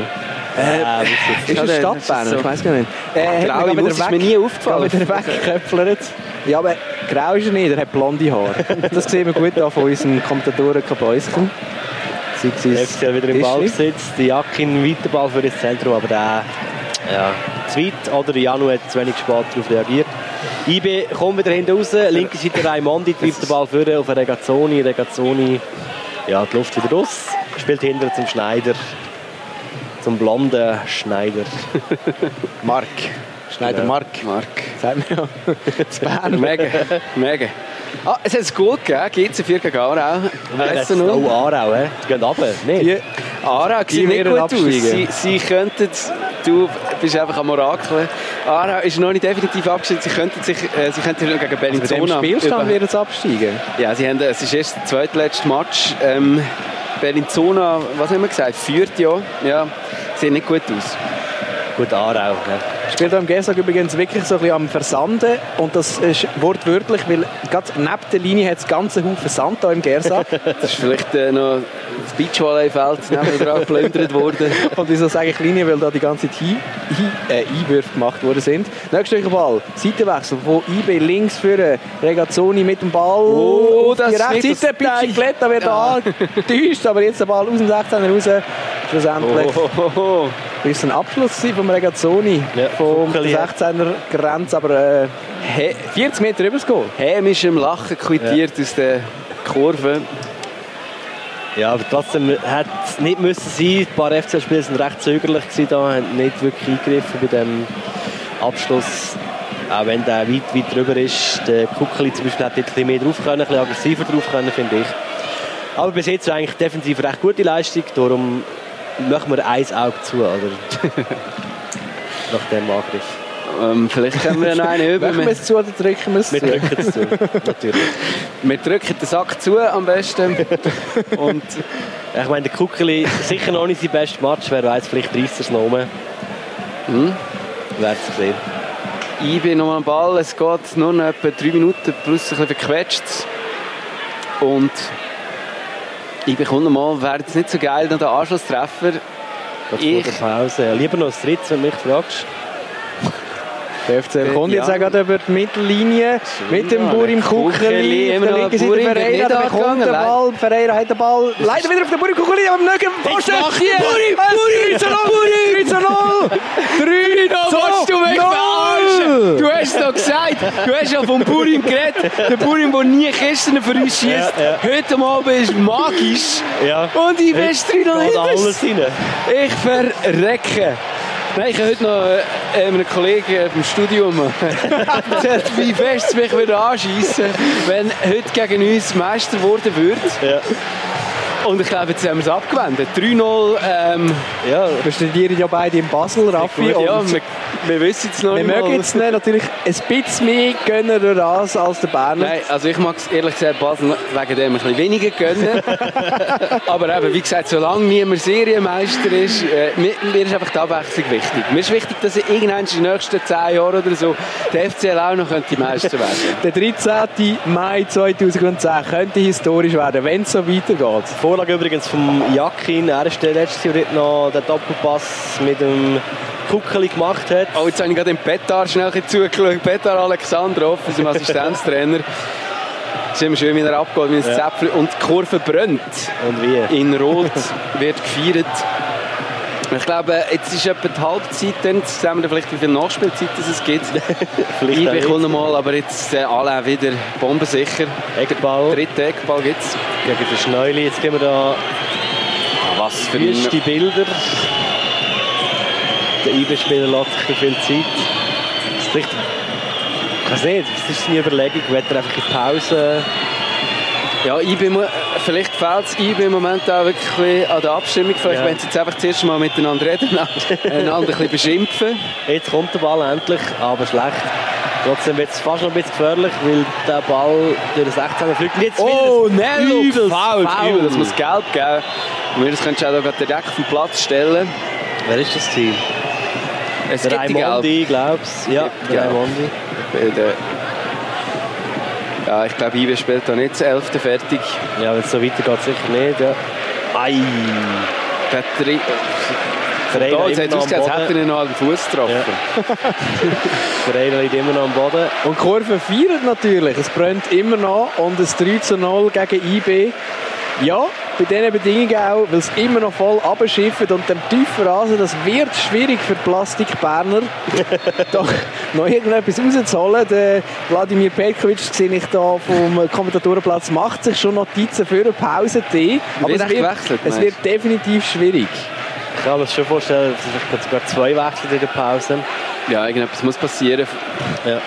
Speaker 2: Äh,
Speaker 3: Ist
Speaker 1: Ja,
Speaker 3: es
Speaker 1: dann
Speaker 3: Stadtberner?
Speaker 1: ist es so.
Speaker 3: Ich weiß gar nicht.
Speaker 1: Graue
Speaker 3: hat
Speaker 1: Maus
Speaker 3: man wieder
Speaker 1: ist mir nie aufgefallen.
Speaker 3: Hat man wieder weggeköpfelt. Ja, aber grau ist er nicht, er hat blonde Haare. Das sehen wir gut an von unserem Kommentatoren Kabäuschen. Sei es
Speaker 2: der FCL wieder im
Speaker 3: Tischli.
Speaker 2: Ballbesitz, die Jacke in weiter Ball für das Zentrum, aber der ja, zu weit oder Janu hat zu wenig spät darauf reagiert. IB kommt wieder hinten raus, linke Seite Raimondi treibt den Ball vorne auf Regazzoni, Regazzoni, ja, die Luft wieder raus, spielt hinter zum Schneider, zum blonden Schneider.
Speaker 3: Marc. Schneider
Speaker 2: Ja.
Speaker 3: Marc.
Speaker 1: Mark.
Speaker 3: Sagt man ja. Zu Bern.
Speaker 1: Mega, mega. Ah, es hat es gut gegeben, GC 4 gegen Aarau.
Speaker 2: Das ist auch Aarau, he? die gehen runter, nicht?
Speaker 3: Die-
Speaker 1: Aarau
Speaker 3: Die
Speaker 1: sieht nicht
Speaker 3: werden
Speaker 1: gut
Speaker 3: absteigen.
Speaker 1: aus. Sie, sie könnten, du bist einfach am Orakel. Aarau ist noch nicht definitiv abgestiegen. Sie könnten sich äh, sie könnten gegen
Speaker 3: Mit dem
Speaker 1: Bellinzona...
Speaker 3: Spielstand
Speaker 1: über-
Speaker 3: wird es absteigen.
Speaker 1: Ja, sie haben, es ist erst das zweitletzte Match. Ähm, Bellinzona, was haben wir gesagt, führt ja. Ja, sieht nicht gut aus.
Speaker 2: Gut, Aarau, ja.
Speaker 3: Spielt am Gesag übrigens wirklich so ein bisschen am Versanden und das ist wortwörtlich, weil gerade neben der Linie hat es ganze Haufen Sand hier im Gersag.
Speaker 1: Das ist vielleicht äh, noch das Beachvolleyfeld nebenan geplündert worden.
Speaker 3: [LAUGHS] Und wieso sage ich Linie? Weil da die ganze Zeit Hi Hi äh, Einwürfe gemacht worden sind. Nächster Ball, Seitenwechsel von IB links für äh, Regazzoni mit dem Ball.
Speaker 1: Oh, das
Speaker 3: die
Speaker 1: ist
Speaker 3: rechte
Speaker 1: nicht
Speaker 3: Seite,
Speaker 1: das Teil.
Speaker 3: Bicicletta wird
Speaker 1: Ja.
Speaker 3: angetäuscht, aber jetzt der Ball aus dem 16er raus. Schlussendlich
Speaker 1: Oh, oh, oh, oh.
Speaker 3: ist es ein Abschluss gewesen vom Regazzoni
Speaker 2: Ja,
Speaker 3: vom
Speaker 2: Fuckeli hat-
Speaker 3: 16er Grenze, aber äh,
Speaker 1: He
Speaker 3: 40 Meter übers Goal.
Speaker 1: hämischem Lachen dus, eh, quittiert aus der Kurve.
Speaker 2: Ja, aber trotzdem hätte es nicht müssen sein. Ein paar FC-Spieler sind recht zögerlich gewesen da, haben nicht wirklich eingegriffen bei dem Abschluss. Auch wenn der weit, weit drüber ist. Der Kuckeli zum Beispiel hätte ein bisschen mehr drauf können, ein bisschen aggressiver drauf können, finde ich. Aber bis jetzt eigentlich defensiv recht gute Leistung, darum machen wir ein Auge zu, oder? Nach dem Angriff.
Speaker 1: Ähm, vielleicht können [LAUGHS] wir noch einen über.
Speaker 3: Machen wir
Speaker 1: Wir,
Speaker 3: es zu oder drücken wir es
Speaker 2: Wir
Speaker 3: zu?
Speaker 2: drücken es zu, natürlich.
Speaker 1: wir drücken den Sack zu am besten.
Speaker 2: [LAUGHS]
Speaker 1: Und
Speaker 2: Ich meine, der Kuckeli sicher noch nicht sein bestes Match, wer weiß, vielleicht reißt er es noch Hm? um. Hm? Wäre es gesehen.
Speaker 1: ich bin noch am Ball. Es geht nur noch etwa drei Minuten plus ein bisschen verquetscht. Und ich bekomme mal, wäre es nicht so geil, noch den Anschlusstreffer.
Speaker 2: Das
Speaker 1: Ich-
Speaker 2: ich. der Pause. Ja, Lieber noch ein drittes, wenn du mich fragst.
Speaker 3: Der FCL kommt
Speaker 1: Ja.
Speaker 3: jetzt auch gerade über die Mittellinie mit dem
Speaker 1: Ja,
Speaker 3: Burim Kucheli.
Speaker 1: Kucheli,
Speaker 3: Auf
Speaker 1: immer
Speaker 3: der
Speaker 1: noch
Speaker 3: linken Seite
Speaker 1: Burim,
Speaker 3: Pereira,
Speaker 1: wird
Speaker 3: der
Speaker 1: nicht
Speaker 3: bekommt den
Speaker 1: angegangen,
Speaker 3: Ball. Pereira hat den Ball. Leider wieder auf den Burim Kucheli, aber nicht im Pfosten.
Speaker 1: macht ihr?
Speaker 3: Burim, Burim, 3 zu 0, 3 zu 0. 3 zu 0.
Speaker 1: Willst du mich verarschen? Du hast es doch gesagt. Du hast ja vom Burim geredet. Der Burim, der nie Kisten für uns schießt.
Speaker 2: Ja, ja.
Speaker 1: Heute Abend ist magisch.
Speaker 2: Ja.
Speaker 1: Und ich bin 3 noch
Speaker 2: Geht
Speaker 1: hinter.
Speaker 2: alles rein.
Speaker 1: Ich verrecke. Nein, ich habe heute noch äh, einem Kollegen äh, vom Studium [LAUGHS] erzählt, wie fest es mich würde anschiessen, wenn heute gegen uns Meister geworden würde.
Speaker 2: Ja.
Speaker 1: Und ich glaube, jetzt haben wir es abgewendet. 3-0. Ähm,
Speaker 2: Ja,
Speaker 3: Wir studieren ja beide in Basel, Raffi.
Speaker 1: gut, ja,
Speaker 3: und
Speaker 1: wir, wir wissen es noch
Speaker 3: wir
Speaker 1: nicht mal.
Speaker 3: mögen jetzt nicht natürlich ein bisschen mehr gönnen durch das als der Berner.
Speaker 1: Nein, also ich mag es ehrlich gesagt Basel wegen dem ein bisschen weniger gönnen. Aber eben, Oh, wie gesagt, solange niemand Serienmeister ist, äh, mir, mir ist einfach die Abwechslung wichtig. Mir ist wichtig, dass irgendwann in den nächsten 10 Jahren oder so der FCL auch noch könnte Meister
Speaker 3: [LAUGHS]
Speaker 1: werden
Speaker 3: Der 13. Mai 2010 könnte historisch werden, wenn es so weitergeht.
Speaker 2: Vorlage übrigens vom Jakin. Er ist der letzte, der dort noch den Doppelpass mit dem Kuckeli gemacht hat.
Speaker 1: Oh, jetzt habe ich gerade im Petar schnell ein bisschen zugeschaut. Petar Alexandrov, unserem Assistenztrainer. Ist immer schön, wie er abgeht, wie ein
Speaker 2: Ja.
Speaker 1: Zäpfchen. Und die Kurve brennt.
Speaker 2: Und wie?
Speaker 1: In Rot wird gefeiert. Ich glaube, jetzt ist etwa die Halbzeit, dann jetzt sehen wir dann vielleicht, wie viel Nachspielzeit es es [LAUGHS] gibt.
Speaker 2: Vielleicht
Speaker 1: ich
Speaker 2: auch
Speaker 1: bekomme mal, aber jetzt äh, alle wieder bombensicher.
Speaker 2: Eckball
Speaker 1: Dritte Eckball gibt es.
Speaker 2: gegen den Schneuli. Jetzt gehen wir da
Speaker 1: Was für ein...
Speaker 2: erste Bilder. Der IB-Spieler lässt sich viel Zeit. Das ist richtig. Ich weiß nicht, das ist seine Überlegung. Will er einfach in die Pause?
Speaker 1: Ja, IB, mu- vielleicht fehlt es IB im Moment auch wirklich ein bisschen an der Abstimmung. Vielleicht
Speaker 2: Ja.
Speaker 1: wenn sie jetzt einfach das erste Mal miteinander reden, einander ein [LAUGHS] bisschen beschimpfen.
Speaker 2: Jetzt kommt der Ball endlich, aber schlecht. Trotzdem wird es fast noch ein bisschen gefährlich, weil der Ball durch den 16er fliegt. Und Jetzt
Speaker 1: Oh!
Speaker 3: Oh,
Speaker 2: wieder ein übles Foul.
Speaker 1: Übel, das muss gelb geben. Und wir das könntest du auch gerade direkt auf den Platz stellen.
Speaker 2: Wer ist das Team?
Speaker 1: Es
Speaker 2: Der
Speaker 1: gibt die Gelb.
Speaker 2: Raimondi, glaubst du? Ja,
Speaker 1: Gibt
Speaker 2: der
Speaker 1: Gelb.
Speaker 2: Raimondi.
Speaker 1: Bei der- Ja, ich glaube, IB spielt da nicht das 11. fertig.
Speaker 2: Ja, wenn es so weitergeht, sicher nicht. Ja. Ei!
Speaker 1: Der Tri-
Speaker 2: Freire
Speaker 1: Da, jetzt hat
Speaker 2: immer
Speaker 1: es
Speaker 2: noch am
Speaker 1: ausgesehen, als hätte
Speaker 2: Boden.
Speaker 1: er ihn noch an den Fuß getroffen.
Speaker 2: Ja. [LAUGHS] Freire liegt immer noch am Boden.
Speaker 3: Und die Kurve feiert natürlich. Es brennt immer noch und es 3 zu 0 gegen IB. Ja, bei diesen Bedingungen auch, weil es immer noch voll abschifft und dem tiefen Rasen, das wird schwierig für die Plastik Berner. [LAUGHS] Doch noch irgendetwas rauszuholen. Der Wladimir Petkovic, sehe ich da vom Kommentatorenplatz, macht sich schon Notizen für eine Pause. Aber
Speaker 1: Wird
Speaker 3: es
Speaker 1: echt
Speaker 3: wird,
Speaker 1: gewechselt,
Speaker 3: es
Speaker 1: meinst
Speaker 3: wird definitiv schwierig.
Speaker 2: Ich kann mir das schon vorstellen, dass es sogar zwei Wechsel in der Pause.
Speaker 1: Ja, irgendetwas muss passieren.
Speaker 2: Ja.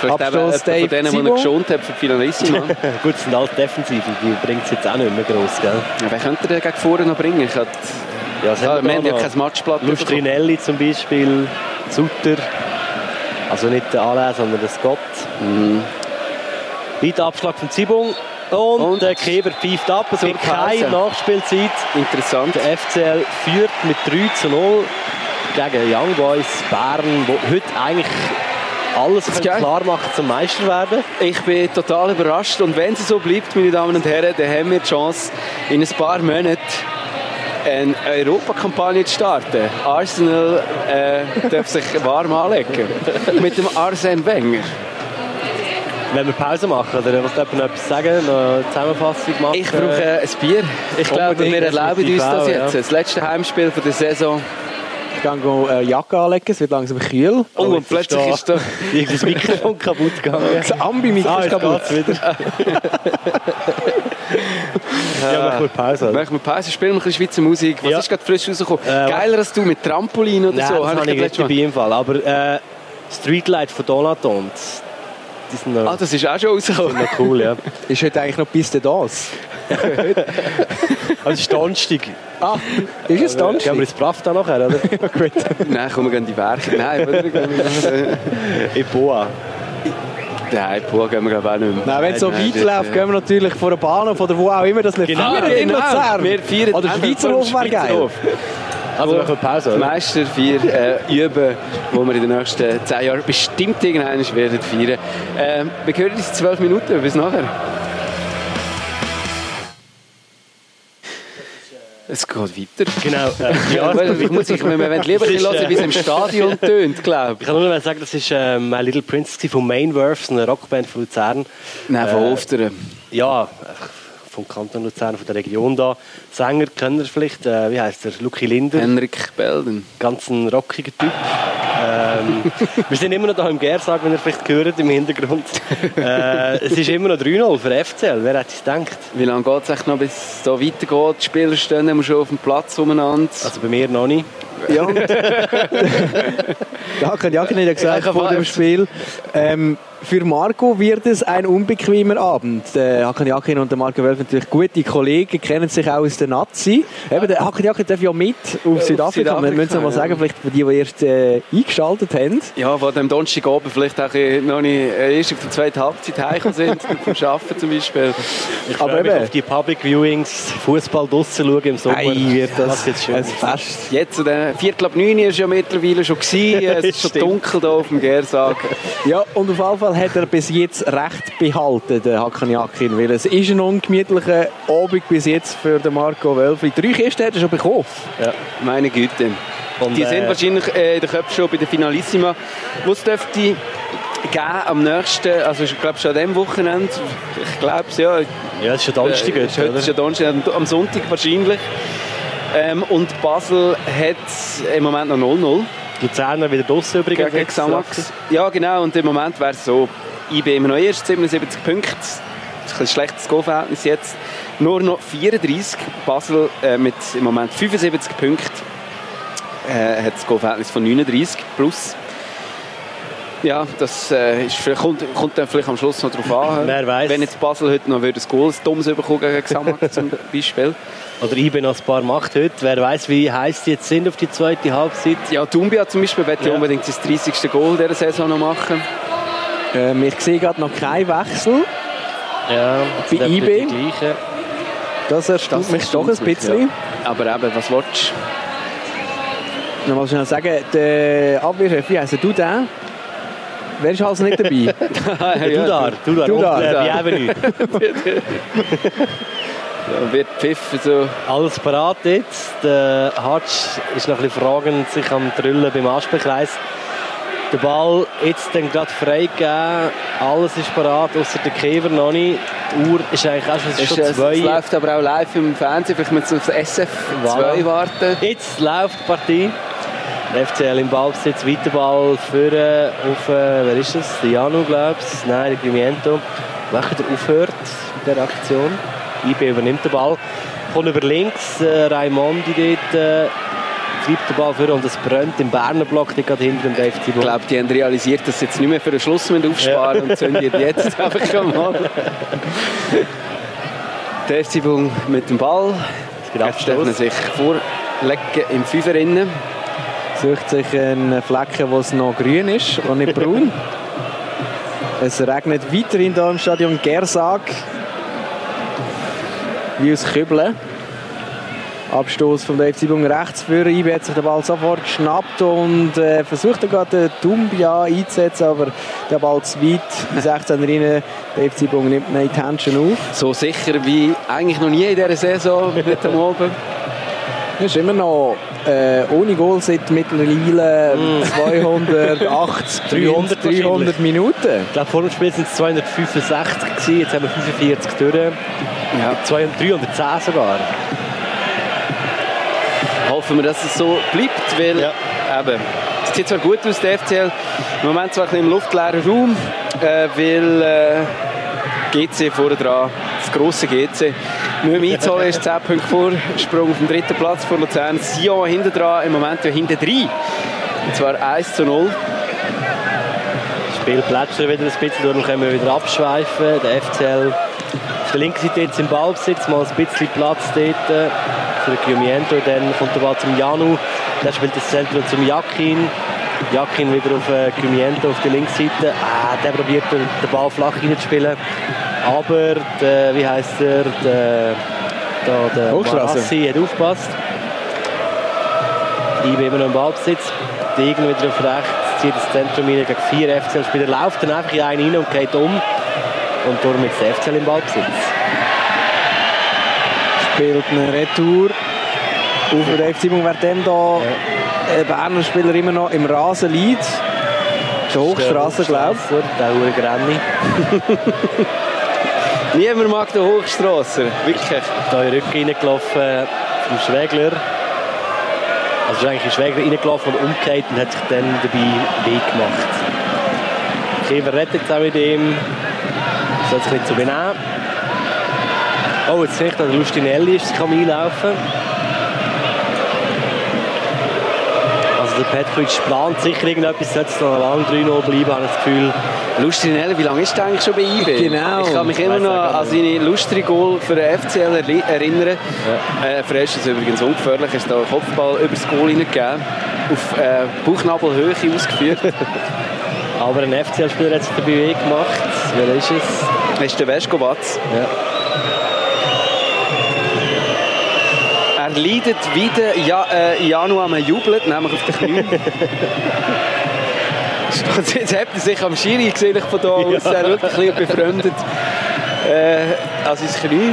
Speaker 1: Vielleicht eben
Speaker 3: Abstoß,
Speaker 1: jemand von denen,
Speaker 3: Dave
Speaker 1: die er
Speaker 3: Simon.
Speaker 1: geschont hat für die
Speaker 2: [LAUGHS]
Speaker 1: Finalissima.
Speaker 2: Gut, es sind alles Defensiven, die bringt es jetzt auch nicht mehr gross, gell?
Speaker 1: Wer könnte den gegen vorne noch bringen? Ich hatte,
Speaker 2: Ja, das
Speaker 1: ah, wir haben
Speaker 2: da
Speaker 1: ja
Speaker 2: noch.
Speaker 1: kein Matchblatt bekommen.
Speaker 2: Lustrinelli zum Beispiel, Sutter. Also nicht der Alain, sondern der Scott. Mhm. Weiter Abschlag von Zibung. Und,
Speaker 1: Und-
Speaker 2: der Keber pfeift ab. Es
Speaker 1: Zur
Speaker 2: wird keine
Speaker 1: Pause.
Speaker 2: Nachspielzeit.
Speaker 1: Interessant.
Speaker 2: Der FCL führt mit 3 zu 0 gegen Young Boys Bern, wo heute eigentlich alles
Speaker 1: Das ist
Speaker 2: können
Speaker 1: geil.
Speaker 2: klar machen zum Meister werden.
Speaker 1: Ich bin total überrascht und wenn es so bleibt, meine Damen und Herren, dann haben wir die Chance, in ein paar Monaten eine Europakampagne zu starten. Arsenal äh, darf sich warm anlegen. Mit dem Arsene Wenger.
Speaker 2: Wenn wir Pause machen oder was jemand noch etwas sagen, noch eine Zusammenfassung machen.
Speaker 1: Ich brauche äh, ein Bier. Ich glaube, wir
Speaker 2: unbedingt, das
Speaker 1: erlauben uns
Speaker 2: muss ich
Speaker 1: das
Speaker 2: auch,
Speaker 1: jetzt.
Speaker 2: ja.
Speaker 1: Das letzte Heimspiel von der Saison.
Speaker 3: Ich gehe eine Jacke anlegen, es wird langsam kühl.
Speaker 1: Oh, und plötzlich ist da...
Speaker 2: Irgendwie das Mikrofon kaputt
Speaker 1: [LAUGHS]
Speaker 2: gegangen.
Speaker 3: Das Ambi-Mikro
Speaker 2: Ah,
Speaker 3: ist
Speaker 2: jetzt
Speaker 3: kaputt.
Speaker 2: geht's wieder. ja, machen wir Pause. oder?
Speaker 1: Machen wir Pause, spielen wir ein bisschen Schweizer Musik. Was
Speaker 2: Ja.
Speaker 1: ist gerade frisch rausgekommen?
Speaker 2: Äh,
Speaker 1: Geiler als du mit Trampolin oder
Speaker 2: Nein,
Speaker 1: so.
Speaker 2: das
Speaker 1: habe
Speaker 2: habe ich
Speaker 1: gerade
Speaker 2: nicht
Speaker 1: letztes
Speaker 2: dabei
Speaker 1: Mal-
Speaker 2: im Fall. Aber äh, Streetlight von Donatont, die sind noch,
Speaker 1: Ah, das ist auch schon rausgekommen.
Speaker 2: noch cool, ja.
Speaker 3: Ist heute eigentlich noch bis das?
Speaker 2: Also es ist Donnerstag.
Speaker 3: Ah, ist es dann?
Speaker 2: Gehen wir ins Braff da
Speaker 1: [LAUGHS]
Speaker 2: nachher, oder?
Speaker 1: Nein, komm, wir gehen in die Werke. Nein, wir-
Speaker 2: In Boa.
Speaker 1: Nein, Pua gehen wir glaube ich auch nicht mehr.
Speaker 3: Nein, wenn es so
Speaker 1: Nein,
Speaker 3: weit
Speaker 1: das, äh, ja.
Speaker 3: läuft, gehen wir natürlich vor der Bahnhof oder wo auch immer das nicht
Speaker 2: Genau,
Speaker 3: feiern in Luzern.
Speaker 1: Wir feiern
Speaker 3: Oder
Speaker 1: einfach
Speaker 3: Schweizerhof
Speaker 1: vom
Speaker 3: wäre geil.
Speaker 1: Schweizerhof.
Speaker 2: Also machen wir Pause,
Speaker 1: Die
Speaker 2: oder?
Speaker 1: Meister vier äh, üben, wo wir in den nächsten zehn Jahren bestimmt irgendwann werden feiern. Ähm, wir hören uns in zwölf Minuten. Bis nachher. Es geht weiter.
Speaker 2: Genau. Äh, ja,
Speaker 1: Ja, ich muss ich, wir wollen lieber
Speaker 2: Das
Speaker 1: ein
Speaker 2: ist,
Speaker 1: bisschen hören,
Speaker 2: äh,
Speaker 1: wie es im Stadion tönt, glaube
Speaker 2: ich
Speaker 1: ich.
Speaker 2: kann nur noch sagen, das ist äh, My Little Prince gewesen von Mainworth, eine Rockband von Luzern.
Speaker 1: Nein, von
Speaker 2: Äh,
Speaker 1: Hofteren.
Speaker 2: Ja, vom Kanton Luzern, von der Region da. Sänger kennen wir vielleicht, äh, wie heißt der? Lucky Linder.
Speaker 1: Henrik Belden.
Speaker 2: ganz ein rockiger Typ. Ähm, [LAUGHS] wir sind immer noch da im Gersag, wenn ihr vielleicht hört im Hintergrund. Äh, es ist immer noch 3-0 für FCL, wer hätte es gedacht?
Speaker 1: Wie lange geht es noch, bis es hier weitergeht? Die Spieler stehen immer schon auf dem Platz umeinander.
Speaker 2: Also bei mir noch nicht.
Speaker 3: [LAUGHS] Ja, und Ja, könnte ich auch nicht gesagt
Speaker 1: Ja,
Speaker 3: vor dem Spiel. Ähm, für Marco wird es ein unbequemer Abend. Äh, Hakan Jakin und der Marco Wölf natürlich gute Kollegen, kennen sich auch aus der Nazi. Eben, der Hakan Jakin darf ja mit auf
Speaker 1: auf
Speaker 3: Südafrika.
Speaker 1: Südafrika,
Speaker 3: Wir müssen es mal
Speaker 1: ja.
Speaker 3: sagen, vielleicht für die, die erst äh, eingeschaltet haben.
Speaker 1: Ja, von dem Donnerstagabend vielleicht auch ein bisschen noch nicht äh, erst auf der zweiten Halbzeit heimgekommen sind, [LAUGHS] vom Arbeiten zum Beispiel.
Speaker 2: Ich
Speaker 3: Aber
Speaker 2: freue mich
Speaker 3: eben.
Speaker 2: auf die Public Viewings, Fußball draussen schauen im Sommer.
Speaker 3: Ei, wird das,
Speaker 2: jetzt schön.
Speaker 3: ein Fest.
Speaker 1: Jetzt, zu den Viertel ab neun ist ja mittlerweile schon gewesen. äh, Es ist schon
Speaker 2: [LAUGHS] Stimmt.
Speaker 1: dunkel hier auf dem Gersag.
Speaker 3: Ja, und auf jeden Fall hat er bis jetzt recht behalten, der Hakan Jakin, weil es ist ein ungemütlicher Abend bis jetzt für den Marco Wölfli. Drei Kisten hat er schon bekommen.
Speaker 2: Ja.
Speaker 1: Meine Güte.
Speaker 2: Und,
Speaker 1: die sind
Speaker 2: äh,
Speaker 1: wahrscheinlich äh, in den Köpfen schon bei der Finalissima. Was dürfte geben am nächsten, also ich glaube schon an diesem Wochenende, ich glaube es ja,
Speaker 2: ja, es ist schon Donnerstag
Speaker 1: Äh,
Speaker 2: jetzt,
Speaker 1: Heute
Speaker 2: oder?
Speaker 1: ist ja Donnerstag, am- am Sonntag wahrscheinlich. Ähm, und Basel hat im Moment noch 0-0
Speaker 2: Luzerner wieder draussen übrigens.
Speaker 1: gegen
Speaker 2: jetzt.
Speaker 1: Xamax. Ja, genau. Und im Moment wäre es so, IB immer noch erst, 77 Punkte. Das ist ein schlechtes Go-Verhältnis jetzt. Nur noch 34. Basel äh, mit im Moment 75 Punkten äh, hat das Go-Verhältnis von 39 plus. Ja, das äh, ist, vielleicht- kommt, kommt dann vielleicht am Schluss noch drauf [LAUGHS] an.
Speaker 2: Wer weiß.
Speaker 1: Wenn jetzt Basel heute noch würde ein Goal, ein dummes bekommen gegen Xamax zum Beispiel.
Speaker 2: Oder IB noch ein paar macht heute. Wer weiß, wie heiß die jetzt sind auf die zweite Halbzeit.
Speaker 1: Ja, Dumbia zum Beispiel wird ja
Speaker 2: Ja.
Speaker 1: unbedingt sein 30. Goal dieser Saison noch machen.
Speaker 3: Ähm, ich sehe gerade noch keinen Wechsel.
Speaker 2: Ja,
Speaker 3: Bei
Speaker 2: das sind
Speaker 3: IB?
Speaker 2: die gleichen.
Speaker 3: Das erstaunt mich doch ein bisschen.
Speaker 1: Ja. Aber eben, was willst du?
Speaker 3: Noch mal schnell sagen, der Abwehrchef, wie heisst er? du den? Wer ist also nicht [LAUGHS] dabei?
Speaker 2: Dudar, Dudar,
Speaker 3: Dudar.
Speaker 2: und,
Speaker 1: Dudar.
Speaker 2: äh, Bienvenue.
Speaker 1: Ja, wird pfiffen so.
Speaker 2: Alles parat jetzt. Der Hatsch ist noch ein bisschen fragend, sich am Trüllen beim Aspenkreis. Der Ball jetzt dann gerade freigegeben. Alles ist parat, außer der Käfer noch nicht. Die Uhr ist eigentlich auch schon, es ist
Speaker 1: Es,
Speaker 2: schon
Speaker 1: es, es
Speaker 2: zwei.
Speaker 1: läuft aber auch live im Fernsehen. Vielleicht müssen wir auf SF2
Speaker 2: Voilà.
Speaker 1: warten.
Speaker 2: Jetzt läuft die Partie. Der FCL im Ballbesitz, weiter Ball führen auf, äh, wer ist das? Der Janu, glaube ich. Nein, der Grimiento. Welcher der aufhört mit dieser Aktion. IB übernimmt den Ball. Kommt über links, äh, Raimondi dort, äh, treibt den Ball vor und es brennt im Berner Block, nicht gerade hinter dem Dave
Speaker 1: Ich
Speaker 2: Thibault.
Speaker 1: glaube, die haben realisiert, dass sie jetzt nicht mehr für den Schluss müssen aufsparen und zünden jetzt einfach schon mal. Die erste Ball mit dem Ball.
Speaker 2: Es geht
Speaker 1: Jetzt darf man
Speaker 2: Abstoß.
Speaker 1: sich vorlegen im Fünferinnen.
Speaker 3: Sucht sich einen Flecken, wo es noch grün ist und nicht braun. es regnet weiterhin hier im Stadion Gersag. Wie aus Kübeln. Abstoß vom Dave Zibung rechts für IB hat sich den Ball sofort geschnappt und äh, versucht dann gerade den Dumbia einzusetzen, aber der Ball zu weit, in 16 rein. Dave Zibung nimmt ihn in die Händchen auf.
Speaker 1: So sicher wie eigentlich noch nie in dieser Saison mit dem Oben.
Speaker 3: Das ist immer noch äh, ohne Goal seit mittlerweile 280,
Speaker 2: 300 wahrscheinlich.
Speaker 3: 300 Minuten.
Speaker 2: Ich glaube, vor dem Spiel waren es 265, gewesen, jetzt haben wir 45 durch.
Speaker 1: Ja.
Speaker 2: 310 sogar.
Speaker 1: Hoffen wir, dass es so bleibt, weil
Speaker 2: Ja.
Speaker 1: eben, es sieht zwar gut aus, der FCL, im Moment zwar ein bisschen im luftleeren Raum, äh, weil äh, GC vorne dran, das grosse GC, müssen wir einzahlen, ist 10 Punkte Vorsprung auf dem dritten Platz vor Luzern, Sion hinten dran, im Moment ja hinten drei, und zwar 1 zu 0.
Speaker 2: Das Spiel plätschert wieder ein bisschen, darum können wir wieder abschweifen. Der FCL auf der linken Seite jetzt im Ballbesitz, mal ein bisschen Platz dort äh, für Giumiento. Dann kommt der Ball zum Janu, der spielt das Zentrum zum Jakin. Jakin wieder auf äh, Giumiento auf der linken Seite. Ah, der probiert den, den Ball flach reinzuspielen. Aber, der, wie heißt er, der, da, der
Speaker 3: Hochstrasser.
Speaker 2: Marassi hat aufgepasst. Ich bin immer noch im Ballbesitz. Degen wieder auf rechts, zieht das Zentrum rein gegen vier FCL-Spieler, läuft dann einfach in einen rein und geht um. Und darum ist der FCL im Ballbesitz.
Speaker 3: Spielt eine Retour. Auf den Dave Simon, wer dem hier ein Berner Spieler immer noch im Rasen liegt. Der Hochstrasse, glaube ich.
Speaker 2: Hochstrasser, Der Hure Granny.
Speaker 1: Niemand mag den Hochstrasser, wirklich.
Speaker 2: Da in eh, den Rücken reingelaufen vom Schwägler. Also ist eigentlich ein Schwägler reingelaufen und umgekehrt und hat sich dann dabei weh gemacht. Kiewer rettet jetzt auch mit ihm. Soll sich nicht so benehmen. Oh, jetzt sehe ich, da der Lustinelli ist, kann einlaufen. Also Also Petkovic plant sicher irgendetwas, sollte es noch lange 3-0 bleiben, habe ich das Gefühl.
Speaker 1: Lustrinelli, wie lange ist der eigentlich schon bei IB?
Speaker 3: Genau.
Speaker 1: Ich kann mich immer
Speaker 2: Weiss auch
Speaker 1: noch
Speaker 2: gar
Speaker 1: an seine Lustri-Goal für den FCL erli- erinnern. Äh, für ist es übrigens ungefährlich, er ist da einen Kopfball über das Goal hineingegeben, auf äh, Bauchnabelhöhe ausgeführt.
Speaker 2: [LAUGHS] Aber ein FCL-Spieler hat es dabei gemacht. Wer ist es?
Speaker 1: Das ist der Vescovatz.
Speaker 2: Ja.
Speaker 1: Er leidet wieder ja, äh, Januar, man jubelt, nämlich auf den
Speaker 2: [LAUGHS]
Speaker 1: Knien. Steht- Jetzt hebt er sich am Schiri, sehe ich von da aus. Er schaut ein bisschen befremdet äh, an sein Knie.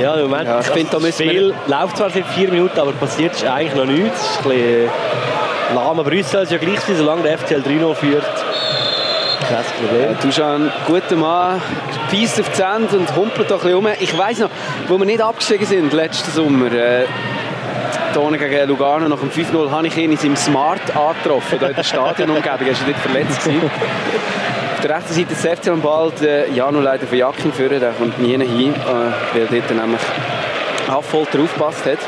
Speaker 2: Ja, im Moment.
Speaker 1: Ja, ich finde, da
Speaker 2: das
Speaker 1: müssen wir-
Speaker 2: Spiel läuft zwar seit vier Minuten, aber passiert ist eigentlich noch nichts. Es ist ein bisschen äh, lahm, aber uns soll es ja gleich sein, solange der FCL 3-0 führt. Kein
Speaker 1: Ja,
Speaker 2: Problem.
Speaker 1: Du bist ein guter Mann, peist auf die Zähne und humpelt doch ein bisschen rum. Ich weiss noch, wo wir nicht abgestiegen sind, letzten Sommer, äh, Tone gegen Lugano nach dem 5-0, habe ich ihn in seinem Smart angetroffen, da in der Stadionumgebung, er war nicht verletzt. Gewesen. Auf der rechten Seite des FC am Ball, der Janu leider von Jacken führen, der kommt nie hin, äh, weil dort nämlich Haffolter aufgepasst hat.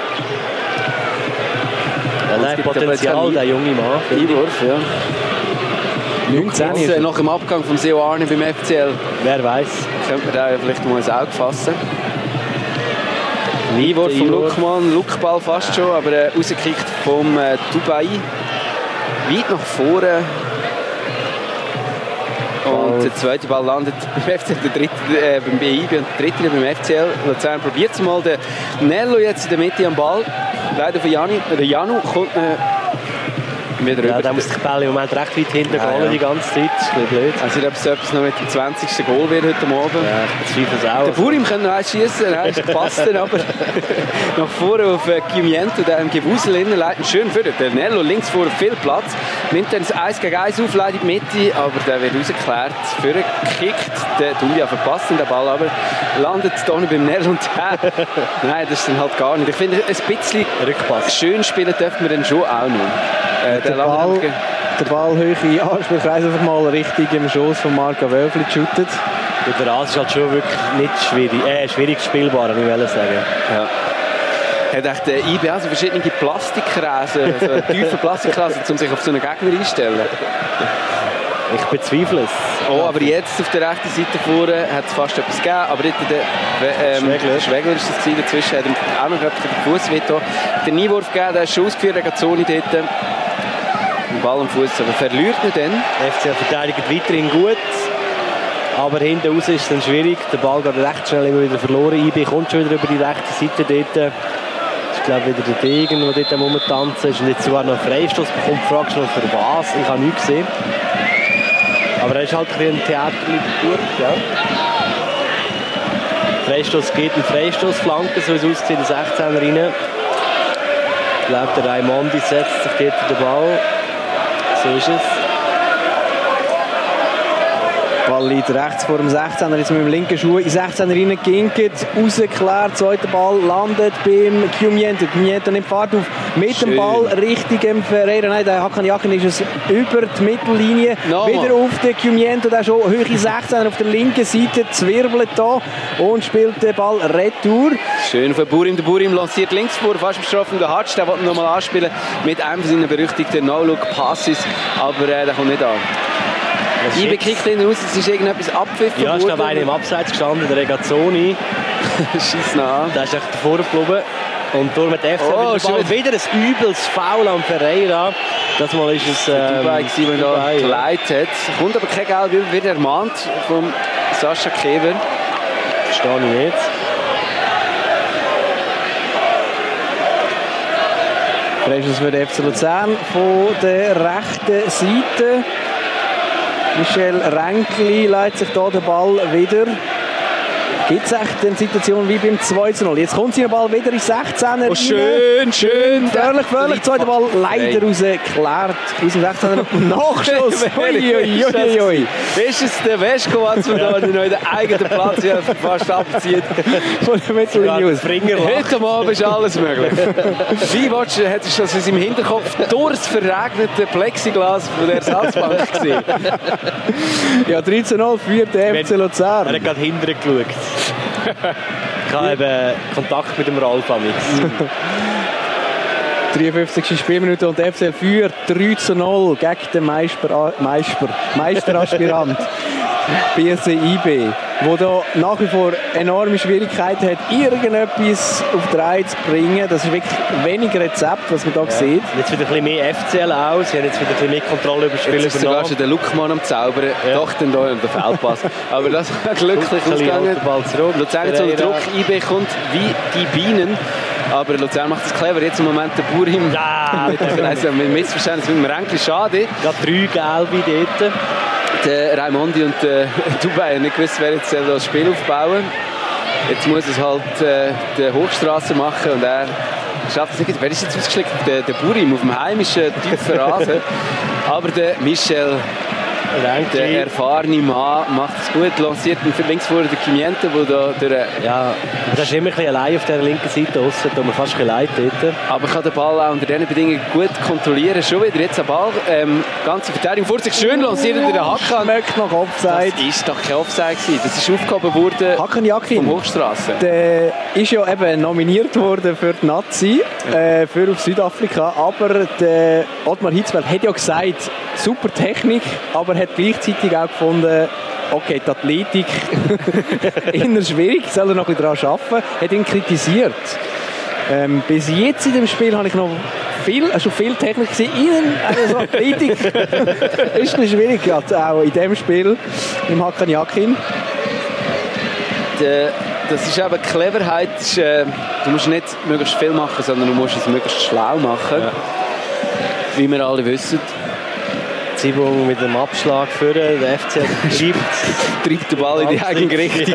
Speaker 2: Er
Speaker 1: es
Speaker 2: hat
Speaker 1: gibt aber
Speaker 2: Potenzial,
Speaker 1: jetzt
Speaker 2: der junge Mann.
Speaker 1: Einwurf, ja.
Speaker 3: 19
Speaker 1: Jetzt,
Speaker 3: ist
Speaker 1: äh,
Speaker 3: er.
Speaker 1: nach dem Abgang von Seo Arne beim FCL,
Speaker 2: Wer weiß.
Speaker 1: könnte man da ja vielleicht mal ins Auge fassen. Einwurf vom
Speaker 2: Einwurf.
Speaker 1: Luckmann, Luckball fast schon, aber äh, rausgekickt vom äh, Dubai. Weit nach vorne. Und der zweite Ball landet [LAUGHS] beim FCL, der dritte äh, beim BIB und der dritte beim FCL. Luzern probiert es mal. Der Nello jetzt in der Mitte am Ball. Leider für Jani. Der Janu kommt äh, wieder
Speaker 2: Ja,
Speaker 1: rüber.
Speaker 2: der muss die Bälle im Moment recht weit hinten
Speaker 1: Ja,
Speaker 2: ja,
Speaker 1: ja.
Speaker 2: die ganze Zeit. Das ist ein bisschen blöd.
Speaker 1: also, ob es etwas noch mit dem 20. Goal wird heute Morgen.
Speaker 2: Ja, ich bezweifle es auch.
Speaker 1: Der Burim kann noch eins schiessen, er ist gepasst, aber [LAUGHS] nach vorne auf äh, Gimiento, der im Gewusel hinten schön für den Nello, links vor viel Platz, nimmt dann das 1 gegen 1 auf, leider in die Mitte, aber der wird rausgeklärt, vorne gekickt, der Dumbia verpasst den Ball, aber landet da unten beim Nello und der, nein, das ist dann halt gar nicht. Ich finde, ein bisschen
Speaker 2: Rückpass.
Speaker 1: schön spielen dürfen wir dann schon auch noch. Äh,
Speaker 3: Der
Speaker 1: lange-
Speaker 3: Ball, der Ball hoch in Anspruch, weiss einfach mal richtig im Schuss von Marco Wölfli shootet.
Speaker 2: Der Rasen ist halt schon wirklich nicht schwierig. Äh, schwierig spielbar, ich will sagen.
Speaker 1: Ja. Er hat der IB auch so verschiedene Plastikrasen, so einen tiefen Plastikrasen, um sich auf so einen Gegner einzustellen.
Speaker 2: Ich bezweifle es.
Speaker 1: Oh, aber jetzt auf der rechten Seite vorne hat es fast etwas gegeben, aber dort der ähm,
Speaker 2: Schwegler.
Speaker 1: Schwegler ist es gewesen, dazwischen hat ihm auch noch glaub ich, den Fuß wehgetan. Der Einwurf gegeben, der ist schon ausgeführt, der Gazzoni dort. Den Ball am Fuß, aber verliert ihn dann.
Speaker 2: Der FCL verteidigt weiterhin gut. Aber hinten raus ist es dann schwierig. Der Ball geht recht schnell immer wieder verloren. IB kommt schon wieder über die rechte Seite dort. Ich glaube wieder der Degen, der dort am rumtanzen ist und jetzt sogar noch einen Freistoß bekommt. Du fragst du noch für was? Ich habe nichts gesehen. Aber er ist halt ein bisschen ein Theater mit Burg, ja. Freistoß geht ein Freistoß, Flanke, so wie es aussieht, in den 16er rein. Ich glaube, der Raimondi setzt sich dort den Ball. So ist es.
Speaker 3: Ball liegt rechts vor dem 16er, jetzt mit dem linken Schuh in den 16er reingeginkt, rausgeklärt, zweiter Ball landet beim Cumiento. Cumiento nimmt Fahrt auf mit
Speaker 1: Schön.
Speaker 3: dem Ball richtig im Ferreira. Nein, der Hakan Jakin ist es über die Mittellinie.
Speaker 1: Nochmal.
Speaker 3: Wieder auf den Cumiento, der schon hoch in 16er auf der linken Seite zwirbelt da und spielt den Ball retour.
Speaker 1: Schön von Burim. Der Burim lanciert links vor, fast bestrafen. Der Hartz, der will ihn nochmal anspielen mit einem seiner berüchtigten No-Look-Passes, aber äh, der kommt nicht an.
Speaker 2: Das
Speaker 1: IB
Speaker 2: ist jetzt-
Speaker 1: kickt hinten raus, es ist irgendetwas abpfiffen
Speaker 2: Ja, ist
Speaker 1: [LAUGHS]
Speaker 2: glaube einer im Abseits gestanden, der Regazzoni.
Speaker 1: Scheiss ihn an.
Speaker 2: Der ist echt davor geblieben. Und darum hat der FC
Speaker 1: Oh,
Speaker 2: wieder,
Speaker 1: schon
Speaker 2: Ball. wieder ein übles Foul am Pereira. Das mal ist es... Ähm,
Speaker 1: Dubai gewesen, der da
Speaker 2: Dubai, ja.
Speaker 1: geleitet hat. Kommt aber kein Geld, weil wird ermahnt von Sascha Keber.
Speaker 2: Verstehe ich nicht.
Speaker 3: Freistoß für den FC Luzern von der rechten Seite. Michel Renkli leitet sich hier den Ball wieder. Gibt es echt eine Situation wie beim 2 zu 0? Jetzt kommt sein Ball wieder in 16er. rein.
Speaker 1: Oh, schön.
Speaker 3: Förlich, förlich. Zweiter Ball leider rausgeklärt. Aus dem 16er. Nachschuss. Ui, ui, ui, ui.
Speaker 1: Ist es der Vescovatz, der da noch in den eigenen Platz hier fast abzieht?
Speaker 3: Von der Mittellinie aus.
Speaker 2: Springer [LAUGHS] lacht.
Speaker 1: Heute am Abend ist alles möglich. Wie Watsch hat es das in seinem Hinterkopf durchs verregnete Plexiglas von der Ersatzbank gesehen.
Speaker 3: Ja, 13 0 für den FC
Speaker 2: Er
Speaker 3: Luzern.
Speaker 2: hat gerade hinterher
Speaker 1: [LAUGHS]
Speaker 2: geschaut. ich habe eben Kontakt mit dem Ralf am Mix.
Speaker 3: 53. Spielminute und der FCL führt 3 zu 0 gegen den Meister, Meister,
Speaker 1: [LAUGHS]
Speaker 3: Meisteraspirant BSC IB, wo da nach wie vor enorme Schwierigkeiten hat, irgendetwas auf die Reihe zu bringen. Das ist wirklich wenig Rezept, was man da sieht.
Speaker 2: Jetzt wieder ein bisschen mehr FCL aus, sie haben jetzt wieder ein bisschen mehr Kontrolle über das Spiel
Speaker 1: Jetzt ist sogar schon
Speaker 2: übernommen.
Speaker 1: der Luckmann am Zaubern.
Speaker 2: genau. Ja.
Speaker 1: Doch, dann hier der
Speaker 2: [LAUGHS]
Speaker 1: Feldpass. Aber das hat glücklich
Speaker 2: Ein bisschen
Speaker 1: ausgegangen.
Speaker 2: holt den Ball zurück.
Speaker 1: Luzern hat so einen
Speaker 2: Pereira.
Speaker 1: Druck. IB kommt wie die Bienen. Aber Luzern macht es clever. Jetzt im Moment der Bauer im... [LAUGHS]
Speaker 2: Ja,
Speaker 1: Mit also mit Missverständnis mit dem Renke. Schade.
Speaker 2: gerade drei Gelbe dort.
Speaker 1: Der Raimondi und der [LAUGHS] Dubai haben nicht gewusst, wer jetzt soll das Spiel aufbauen Jetzt muss es halt äh, der Hochstraße machen und er schafft es nicht. Wer ist jetzt ausgeschickt? Der, der Burim auf dem heimischen tiefen
Speaker 2: [LAUGHS]
Speaker 1: Rasen. Aber der Michel Der
Speaker 2: Renki.
Speaker 1: erfahrene Mann macht es gut, lanciert ihn für links vor der Kimiente, wo da durch...
Speaker 2: Ja, aber das ist immer ein bisschen allein auf der linken Seite aussen, da hat mir fast ein bisschen leid dort.
Speaker 1: Aber kann den Ball auch unter diesen Bedingungen gut kontrollieren. Schon wieder jetzt ein Ball, ähm, ganze Verteidigung vor sich, schön lanciert in den Hacken.
Speaker 3: Mögt noch
Speaker 1: Das
Speaker 3: Offside.
Speaker 1: ist doch kein Offside gewesen. Das ist aufgehoben worden vom
Speaker 3: Hakenjakin.
Speaker 1: Hochstrasse.
Speaker 3: Der ist ja eben nominiert worden für die Nazi, äh, für auf Südafrika, aber eh, der Ottmar Hitzfeld hat ja gesagt, super Technik, aber hat gleichzeitig auch gefunden, okay, die Athletik [LAUGHS] eher schwierig, soll er noch ein bisschen daran arbeiten, hat ihn kritisiert. Ähm, bis jetzt in dem Spiel habe ich noch viel, äh, schon viel Technik gesehen, innen, also Athletik [LAUGHS] ist ein bisschen schwierig, gerade auch in dem Spiel, im Hakan Yakin.
Speaker 1: Äh, das ist eben Cleverheit. Ist, äh, du musst nicht möglichst viel machen, sondern du musst es möglichst schlau machen. Wie wir alle wissen,
Speaker 2: Zibung mit dem Abschlag für der FC
Speaker 1: [LAUGHS]
Speaker 2: schiebt.
Speaker 1: treibt der Ball in die eigene Richtung.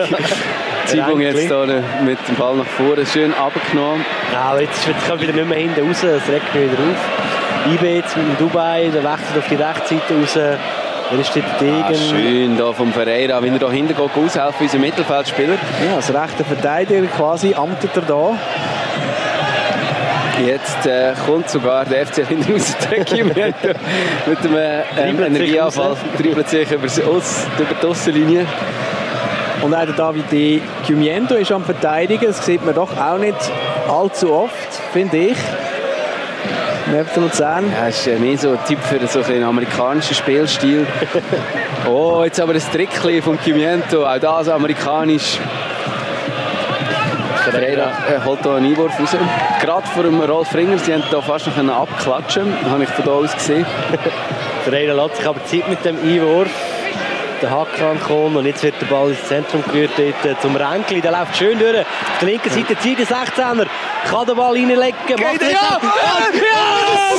Speaker 1: Zibung jetzt hier mit dem Ball nach vorne, schön abgenommen.
Speaker 2: Ja, aber jetzt ist- kommt wieder nicht mehr hinten raus, das regt mich wieder auf. IB jetzt mit dem Dubai, der wechselt auf die rechte Seite raus. Wer ist dort
Speaker 1: Ah,
Speaker 2: Degen?
Speaker 1: schön da vom Ferreira, wenn er da hinten geht, aushelfen, unser Mittelfeldspieler.
Speaker 3: Ja, als rechter Verteidiger quasi amtet er da.
Speaker 1: Jetzt äh, kommt sogar der FC hinten [LAUGHS] raus, der Kimiente, mit dem äh, ähm,
Speaker 2: Dribbelt sich
Speaker 1: Energieanfall.
Speaker 2: raus.
Speaker 1: Dribbelt sich über, Oss, über die Aussenlinie.
Speaker 3: Und auch der David Di Gumiento ist am Verteidigen. Das sieht man doch auch nicht allzu oft, finde ich. Neben Luzern.
Speaker 1: Ja, ist äh, mehr so ein Typ für so einen amerikanischen
Speaker 2: [LAUGHS]
Speaker 1: Spielstil. oh, jetzt aber ein Trickli vom Kimiento, auch das amerikanisch. Ferreira äh, holt hier einen Einwurf raus. Gerade vor dem Rolf Ringer, sie haben da fast noch einen abklatschen, habe ich von da aus gesehen.
Speaker 2: Der Reiner lässt sich aber Zeit mit dem Einwurf. Der Hakan kommt und jetzt wird der Ball ins Zentrum gerührt dort zum Ränkli. Der läuft schön durch. Auf der linken Seite zieht der 16er. Kann den Ball reinlegen. macht
Speaker 1: er-
Speaker 2: den-
Speaker 1: ja!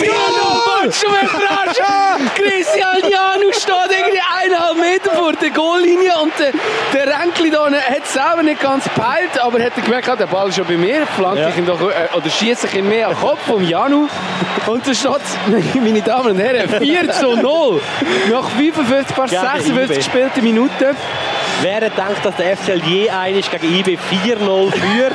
Speaker 2: Ja!
Speaker 1: Schon mal verarschen! Christian Janu steht irgendwie eineinhalb Meter vor der Goallinie und der, der Renkli da unten hat es selber nicht ganz gepeilt, aber hat dann gemerkt, ah, der Ball ist schon bei mir, flanke
Speaker 2: Ja.
Speaker 1: ich ihn doch, äh, oder schieße ich ihn mehr am Kopf vom Janu und dann steht [LAUGHS] meine Damen und Herren, 4 zu 0 nach 55, fast
Speaker 2: Gegen
Speaker 1: 56
Speaker 2: IB.
Speaker 1: gespielten Minuten.
Speaker 2: Wer hätte gedacht, dass der FCL je einisch gegen IB 4-0 führt?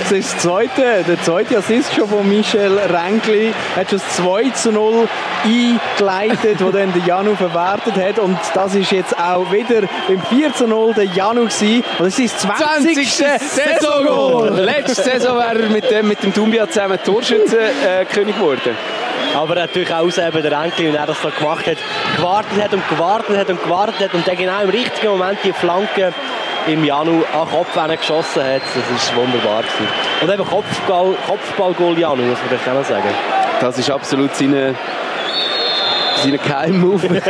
Speaker 3: Das ist das zweite, der zweite Assist schon von Michel Renkli. Er hat schon das 2 zu 0 eingeleitet, wo dann der Janu verwertet hat. Und das ist jetzt auch wieder im 4 zu 0 der Janu gewesen. Und das ist das 20.
Speaker 1: 20. Saisongoal! Letzte Saison wäre er mit dem, mit dem Dumbia zusammen Torschützenkönig äh, geworden.
Speaker 2: Aber natürlich auch aussen eben der Enkel, wie er das da gemacht hat, gewartet hat und gewartet hat und gewartet hat und dann genau im richtigen Moment die Flanke im Janu an den Kopf hinein geschossen hat. Das ist wunderbar gewesen. Und eben Kopfball, Kopfballgoal Janu, muss man vielleicht auch
Speaker 1: [LAUGHS]
Speaker 2: noch sagen.
Speaker 1: Das ist absolut seine, seine Geheimmove. [LAUGHS]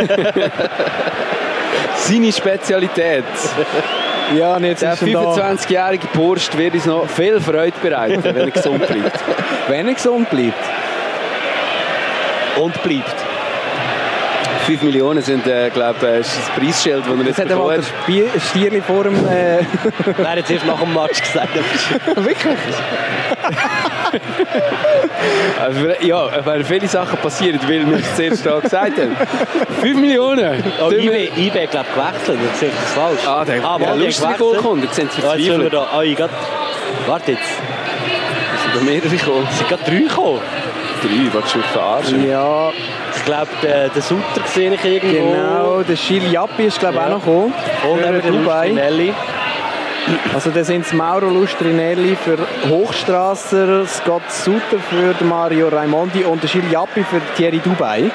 Speaker 1: seine Spezialität.
Speaker 3: Ja, und jetzt
Speaker 1: Der
Speaker 3: ist er da.
Speaker 1: 25-jährige Burst wird uns noch viel Freude bereiten, wenn er gesund bleibt.
Speaker 3: Wenn er gesund bleibt.
Speaker 2: Und bleibt.
Speaker 1: 5 Millionen sind, äh, glaube ich, ist das Preisschild, das er jetzt
Speaker 3: Jetzt hat er mal
Speaker 1: bekommen
Speaker 3: das Bier- Stierli vor dem...
Speaker 2: eh.
Speaker 3: Äh,
Speaker 2: Wer jetzt erst nach dem Match gesagt hat.
Speaker 3: wirklich?
Speaker 1: hat. Ja, weil viele Sachen passieren, weil wir es zuerst da gesagt haben. 5 Millionen!
Speaker 2: Oh,
Speaker 1: Tun wir-
Speaker 2: IB, IB glaube ich, gewechselt. Jetzt sehe ich das falsch.
Speaker 1: Ah, der
Speaker 2: aber
Speaker 1: ja,
Speaker 2: die
Speaker 1: lustige
Speaker 2: haben
Speaker 1: Goal
Speaker 2: gewechselt.
Speaker 1: kommt, jetzt sind sie
Speaker 2: Ja, jetzt sind wir
Speaker 1: verzweifelt.
Speaker 2: da. Oh, ich grad, warte jetzt.
Speaker 1: Es sind noch mehrere gekommen.
Speaker 2: Es sind gerade drei gekommen.
Speaker 1: Drei, was schon verarschen.
Speaker 3: Ja,
Speaker 2: Ich glaube, der, der Sutter sehe ich irgendwo. Oh,
Speaker 3: Genau, der Gilles Yappi ist glaube ich
Speaker 2: Ja.
Speaker 3: auch noch gekommen.
Speaker 2: Und
Speaker 3: Für
Speaker 2: eben der
Speaker 3: Dubai.
Speaker 2: Dubai.
Speaker 3: Also da sind es Mauro Lustrinelli für Hochstrasser, Scott Sutter für Mario Raimondi und der Gilles Jappi für Thierry Dubai.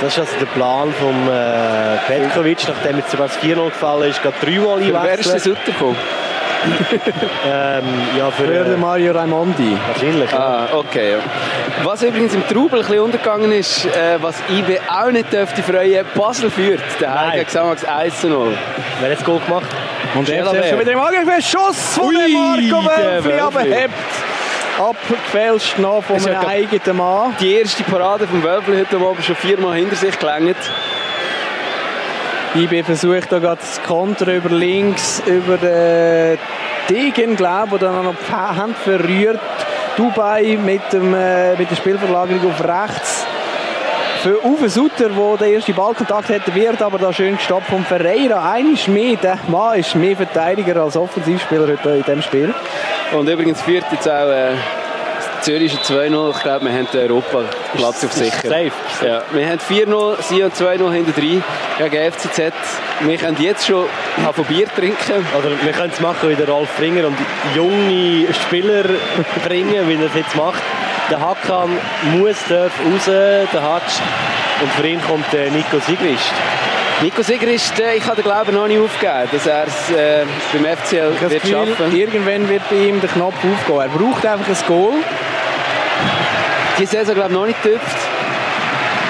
Speaker 2: Das ist also der Plan von äh, Petkovic, nachdem jetzt sogar das 4-0 gefallen ist, gerade drei Wolle
Speaker 1: Für wer ist das rausgekommen?
Speaker 2: Ähm, ja, für,
Speaker 3: Für
Speaker 2: äh,
Speaker 3: den Mario Raimondi.
Speaker 2: wahrscheinlich. ja.
Speaker 1: Ah, okay. ja. Was übrigens im Trubel ein bisschen untergegangen ist, äh, was IB auch nicht dürfte freuen, Basel führt den
Speaker 2: Nein.
Speaker 1: Heim gegen Samax 1 zu 0.
Speaker 2: Wer hat das Goal gemacht?
Speaker 3: Und der
Speaker 1: Gelabert.
Speaker 3: FC schon wieder im Angriff. Schuss von
Speaker 1: Ui,
Speaker 3: dem Marco
Speaker 1: der
Speaker 3: Wölfli
Speaker 1: Wölfli.
Speaker 3: abhebt. Abgefälscht noch von
Speaker 1: Ist ja
Speaker 3: einem eigenen Mann.
Speaker 1: Die erste Parade vom Wölfli heute Abend schon viermal hinter sich gelangt.
Speaker 3: IB versucht da gerade das Konter über links, über den Degen, glaube ich, der dann noch die Hand verrührt. Dubai mit, dem, äh, mit der Spielverlagerung auf rechts. Für Uwe Sutter, der den ersten Ballkontakt hätte, wird aber da schön gestoppt von Ferreira. Einer ist mehr, der Mann ist mehr Verteidiger als Offensivspieler heute in diesem Spiel.
Speaker 1: Und übrigens führt jetzt auch äh, das Zürische 2-0. Ich glaube, wir haben den Europaplatz
Speaker 2: Ist-
Speaker 1: auf sicher.
Speaker 2: Ist safe.
Speaker 1: Ja, wir haben 4-0, sie und 2-0 hinter 3 gegen FCZ. Wir können jetzt schon haben von Bier trinken.
Speaker 2: Oder Also, wir können es machen wie der Ralf Fringer und junge Spieler bringen, wie er es jetzt macht. Der Hakan muss, darf raus, der Hatsch. Und für ihn kommt der Nico Sigrist.
Speaker 1: Nico Sigrist, äh, ich habe den Glauben noch nicht aufgegeben, dass er es äh, beim FCL
Speaker 3: Ich habe
Speaker 1: wird
Speaker 3: das Gefühl,
Speaker 1: schaffen
Speaker 3: irgendwann wird bei ihm der Knopf aufgehen. Er braucht einfach ein Goal.
Speaker 1: Die Saison glaube ich noch nicht getüpft.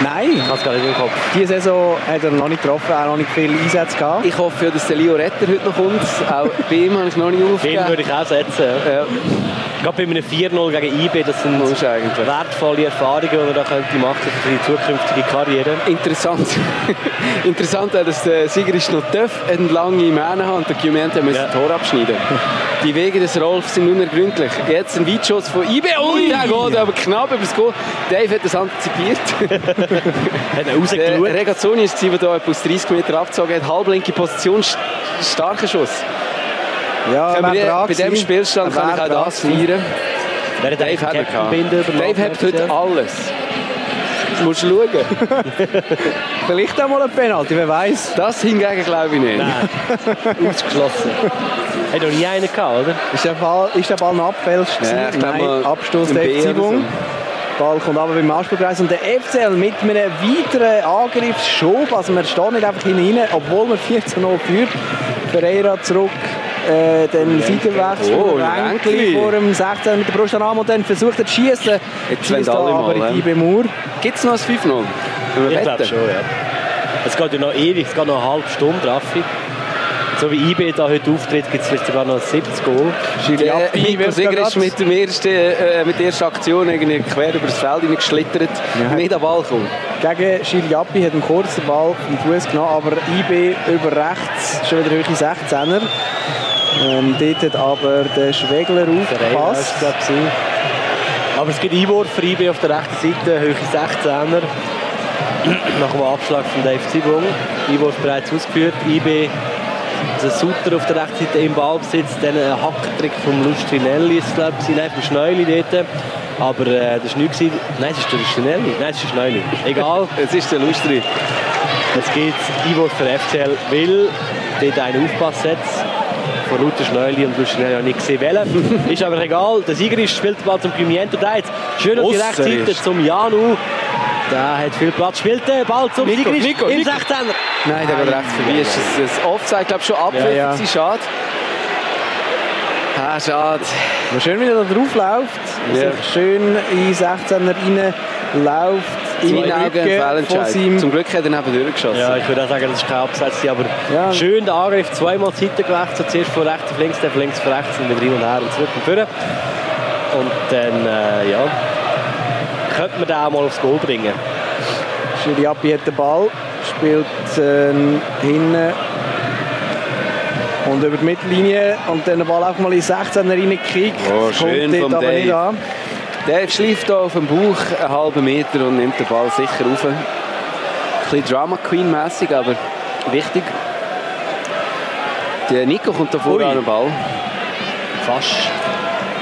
Speaker 3: Nein,
Speaker 2: Ich habe es gar nicht im Kopf.
Speaker 3: diese Saison hat er noch nicht getroffen, auch noch nicht viele Einsätze gehabt.
Speaker 1: Ich hoffe ja, dass der Leo Retter heute noch kommt. Auch bei ihm habe ich noch nicht
Speaker 2: Den
Speaker 1: aufgegeben.
Speaker 2: würde ich auch setzen. ja.
Speaker 1: Ja,
Speaker 2: Gerade bei einem 4-0 gegen IB, das sind
Speaker 1: muss eigentlich.
Speaker 2: wertvolle Erfahrungen, die er da könnte machen für die zukünftige Karriere.
Speaker 1: Interessant. [LAUGHS] Interessant auch, dass der Sigrist noch darf, eine lange Mähne hat und der Gumente muss
Speaker 2: Ja.
Speaker 1: das Tor abschneiden. Die Wege des Rolf sind unergründlich. Jetzt ein Weitschuss von IB und der geht aber knapp über das Goal. Dave hat das antizipiert.
Speaker 2: Hat ihn
Speaker 1: Der
Speaker 2: [LAUGHS] rausgeschaut.
Speaker 1: Regazzoni ist es, der da etwa aus 30 Meter abgezogen hat. Halblinke Position, st- starker Schuss.
Speaker 3: Ja,
Speaker 1: Können
Speaker 3: wär
Speaker 1: wir
Speaker 3: dran
Speaker 1: bei diesem
Speaker 3: gewesen.
Speaker 1: Spielstand kann ich
Speaker 3: Wär
Speaker 1: auch das
Speaker 3: dran gewesen.
Speaker 1: feiern.
Speaker 2: Wer hat
Speaker 1: Dave
Speaker 2: eigentlich
Speaker 1: hat
Speaker 2: die
Speaker 1: er
Speaker 2: Captain-Binde
Speaker 1: gehabt.
Speaker 2: übernommen?
Speaker 1: Dave hat heute alles. Du musst schauen.
Speaker 3: Vielleicht auch mal ein Penalty, wer weiß.
Speaker 1: Das hingegen glaube ich nicht. [LAUGHS]
Speaker 2: Nein, ausgeschlossen. Hat noch nie einen gehabt, oder?
Speaker 3: Ist der Ball, ist der Ball noch abgefälscht?
Speaker 1: Ja, ich glaube
Speaker 3: Nein,
Speaker 1: mal
Speaker 3: Abstoß
Speaker 1: im
Speaker 3: der
Speaker 1: B oder
Speaker 3: Verziehung. Ball kommt aber beim Anspielkreis und der FCL mit einem weiteren Angriffsschub. Also wir stehen nicht einfach hinein, obwohl wir 14-0 führt. Pereira zurück, äh, den Seitenwechsel,
Speaker 1: Oh,
Speaker 3: Renkli
Speaker 1: Renkli.
Speaker 3: vor dem 16 mit der Brust an Arm und dann versucht er zu schießen.
Speaker 1: Jetzt
Speaker 3: Schiesst
Speaker 1: wollen alle
Speaker 3: aber
Speaker 1: mal,
Speaker 3: in die Mauer.
Speaker 1: Gibt es noch ein 5-0? Wenn wir
Speaker 2: Ich glaube
Speaker 1: wetten?
Speaker 2: schon, ja. Es geht ja noch ewig, es geht noch eine halbe Stunde, Raffi. So wie IB da heute auftritt, gibt es vielleicht sogar noch 70 Goal.
Speaker 1: Der
Speaker 3: Schiriapi
Speaker 1: Nico
Speaker 3: wirft da
Speaker 1: Sieger ist
Speaker 3: grad-
Speaker 1: mit, dem ersten, äh, mit der ersten Aktion irgendwie quer über das Feld geschlittert.
Speaker 3: Ja.
Speaker 1: Nicht an den Ball kommen.
Speaker 3: Gegen Schiriapi hat einen kurzen Ball vom Fuß genommen, aber IB über rechts, schon wieder höhere 16er. Ähm, dort hat aber der Schwegler
Speaker 2: Pereira ist
Speaker 3: aufgepasst.
Speaker 2: es, glaub ich, gewesen. Aber es gibt Einwurf für IB auf der rechten Seite, Höhe 16er. Nach dem Abschlag von Dave Zibung. Einwurf bereits ausgeführt. IB, also Sutter auf der rechten Seite im Ballbesitz. Dann ein Hacktrick vom Lustrinelli, ist, glaube ich, nein, vom Schneuli dort. Aber äh, das war nichts. gewesen. Nein, es ist der Lustrinelli. Nein, es ist der Schneuli. Egal.
Speaker 1: Es ist der Lustri.
Speaker 2: Jetzt gibt es Ivo für FCL, weil dort einen Aufpass hat. Von Luther Schneuli und Luther Schneuli habe ich nicht gesehen, wählen. ist aber egal. Der Sieger ist, spielt den Ball zum Pimiento. Der jetzt schön auf die
Speaker 1: Ausser
Speaker 2: rechte Seite
Speaker 1: ist.
Speaker 2: zum Janu. Der hat viel Platz. Spielt den Ball zum
Speaker 1: Nico,
Speaker 2: Sieger
Speaker 1: Nico,
Speaker 2: im
Speaker 1: Nico.
Speaker 2: 16er.
Speaker 1: Nein, der geht rechts vorbei. Ist es ein Offside? Ich glaube schon abwürfig.
Speaker 3: Ja, ja.
Speaker 1: gewesen. Schade. Ah, schade.
Speaker 3: Aber schön, wie er da draufläuft.
Speaker 1: Ja.
Speaker 3: Sich schön in 16er reinläuft.
Speaker 1: In
Speaker 3: In
Speaker 1: meinen
Speaker 3: den
Speaker 1: Augen
Speaker 3: Rücken
Speaker 1: ein
Speaker 3: von
Speaker 1: Fehlentscheid.
Speaker 3: seinem-
Speaker 1: Zum Glück hat er neben durchgeschossen.
Speaker 2: Ja, ich würde auch sagen, das ist kein Abseits, aber
Speaker 3: Ja.
Speaker 2: schön der Angriff, zweimal die Seite gewechselt, zuerst von rechts auf links, dann von links auf rechts und wieder hin und her und zurück und vorne. Und dann, äh, ja, könnte man den auch mal aufs Goal bringen.
Speaker 3: Schiriapi hat den Ball, spielt ähm, hinten und über die Mittellinie und dann den Ball auch mal in 16er reingekickt.
Speaker 1: Oh,
Speaker 3: Das
Speaker 1: schön
Speaker 3: kommt dort
Speaker 1: vom
Speaker 3: aber nicht
Speaker 1: Dave.
Speaker 3: an.
Speaker 1: Der schleift hier auf dem Bauch einen halben Meter und nimmt den Ball sicher rauf. Ein bisschen Drama Queen-mässig, aber wichtig. Der Nico kommt da vorne
Speaker 2: Ui.
Speaker 1: an den Ball.
Speaker 2: Fast.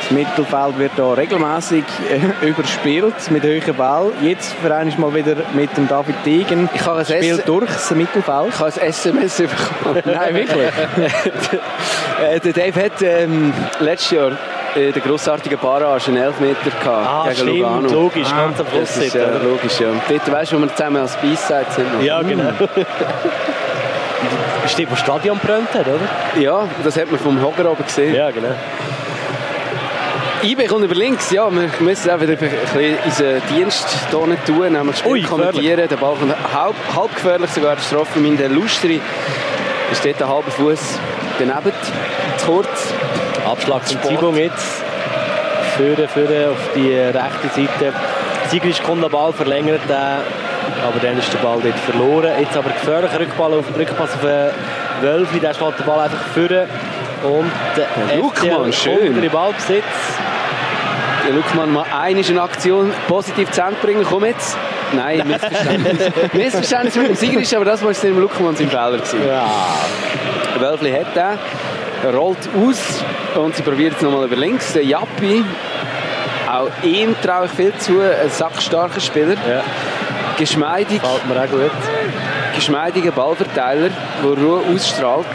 Speaker 3: Das Mittelfeld wird hier regelmäßig äh, [LAUGHS] überspielt mit hohen Ball. Jetzt für einmal mal wieder mit dem David Degen.
Speaker 1: Ich habe ein
Speaker 3: Spielt
Speaker 1: S-
Speaker 3: durchs Mittelfeld.
Speaker 1: Ich habe ein SMS
Speaker 2: [LAUGHS]
Speaker 1: bekommen.
Speaker 3: Nein, wirklich.
Speaker 1: [LAUGHS] Äh, der Dave hat ähm, letztes Jahr äh, den grossartigen Barrage einen Elfmeter gehabt
Speaker 2: Ah,
Speaker 1: gegen
Speaker 2: stimmt,
Speaker 1: Lugano.
Speaker 2: logisch, ganz am Schluss
Speaker 1: Das ist
Speaker 2: dort,
Speaker 1: ja
Speaker 2: oder?
Speaker 1: logisch, ja. Und dort, weißt du, wo wir zusammen als Beisseite sind? noch?
Speaker 2: Ja, genau. Stimmt, wo das Stadion brennt hat, oder?
Speaker 1: Ja, das hat man vom Hocker oben gesehen.
Speaker 2: Ja, genau.
Speaker 1: IB kommt über links, ja, wir müssen auch wieder ein bisschen unseren Dienst hier nicht tun, nämlich das Spiel
Speaker 2: Ui, gefährlich.
Speaker 1: kommentieren, der Ball kommt halb, halb gefährlich sogar getroffen, in der Lustri ist dort ein halber Fuß daneben, zu kurz,
Speaker 2: Abschlag zum
Speaker 1: Sport.
Speaker 2: Zibung jetzt. Führen, führen auf die eh, rechte Seite. Sigrist kommt den Ball, verlängert den. Aber dann ist der Ball dort verloren. Jetzt aber gefährlicher Rückball auf, Rückpass auf den eh, Wölfi. Der schlägt den Ball einfach führen. Und der
Speaker 1: Ja,
Speaker 2: FCL
Speaker 1: Luckmann, schön.
Speaker 2: kommt in den Ballbesitz.
Speaker 1: der Luckmann mal eine ist eine Aktion positiv zu Ende bringen, komm jetzt, nein,
Speaker 2: [LAUGHS]
Speaker 1: Missverständnis, Missverständnis mit dem Sieger ist, aber das war es dem Luckmann sein Fehler gewesen.
Speaker 2: Ja.
Speaker 1: Wölfli hat den, er rollt aus und sie probiert es nochmal über links. Der Jappi, auch ihm traue ich viel zu, ein sackstarker Spieler.
Speaker 2: ja.
Speaker 1: Geschmeidig,
Speaker 2: Gefällt mir auch gut.
Speaker 1: geschmeidiger Ballverteiler, der Ruhe ausstrahlt.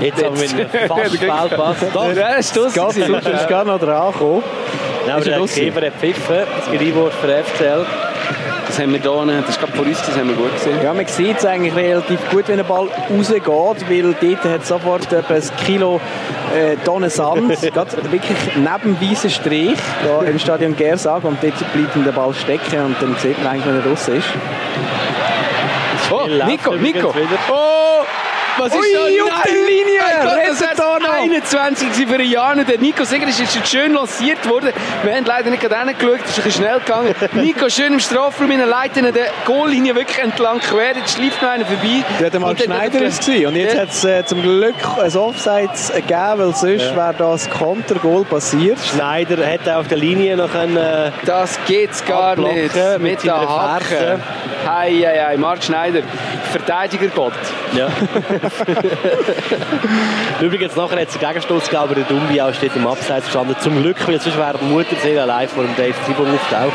Speaker 2: Jetzt aber mit einem fast [LAUGHS] Fehlpass. Doch,
Speaker 1: Ja, ist
Speaker 3: Es geht
Speaker 1: draussen.
Speaker 3: super, es ist gar noch dran gekommen.
Speaker 2: Nein, aber
Speaker 1: Ist er
Speaker 2: der
Speaker 1: draussen?
Speaker 2: Geber hat pfiffen. Es gibt Einwurf für FCL.
Speaker 1: Das haben wir da unten, das ist gerade vor uns, das haben wir gut gesehen.
Speaker 3: Ja, man sieht es eigentlich relativ gut, wenn der Ball rausgeht, weil dort hat sofort etwa ein Kilo äh,
Speaker 2: [LAUGHS]
Speaker 3: Tonnen Sand, gerade wirklich neben dem weißen Strich da im Stadion Gersag und dort bleibt ihm der Ball stecken und dann sieht man eigentlich, wenn er raus ist.
Speaker 1: Oh,
Speaker 2: Läuft
Speaker 1: Nico,
Speaker 2: übrigens
Speaker 1: Nico!
Speaker 2: wieder.
Speaker 1: Oh! Was ist
Speaker 3: Ui,
Speaker 1: so?
Speaker 3: auf der Linie!
Speaker 1: das
Speaker 3: Rettet
Speaker 1: ist
Speaker 3: da noch!
Speaker 1: 21 gewesen für Jana. Der Nico Sigrid ist jetzt schön lanciert worden. Wir haben leider nicht gerade hingeschaut, es ist ein bisschen schnell
Speaker 3: [LAUGHS]
Speaker 1: gegangen. Nico schön im Strafraum, in der Leitlinie, der Goallinie wirklich entlang quer. Jetzt schleift noch einer vorbei.
Speaker 3: Da hat einmal
Speaker 1: Und dann-
Speaker 3: Schneider es gewesen. und jetzt
Speaker 1: Ja.
Speaker 3: hat es äh, zum Glück ein Offsides gegeben, weil sonst wäre das Kontergoal passiert.
Speaker 2: Schneider hätte auf der Linie noch einen. Äh,
Speaker 1: Das geht's gar
Speaker 2: Abblocken
Speaker 1: nicht.
Speaker 3: äh,
Speaker 2: mit
Speaker 1: Mit der
Speaker 2: seiner
Speaker 1: Hacke.
Speaker 2: Ferse.
Speaker 1: Hei, hei, hei. Marc Schneider, Verteidigergott.
Speaker 2: [LAUGHS] Ja. Übrigens, nachher hat es einen Gegenstoß gegeben, aber der Dumbi auch steht im Abseits gestanden. Zum Glück, weil sonst wäre die Mutter sehr allein vor dem Dave Zibon auftaucht.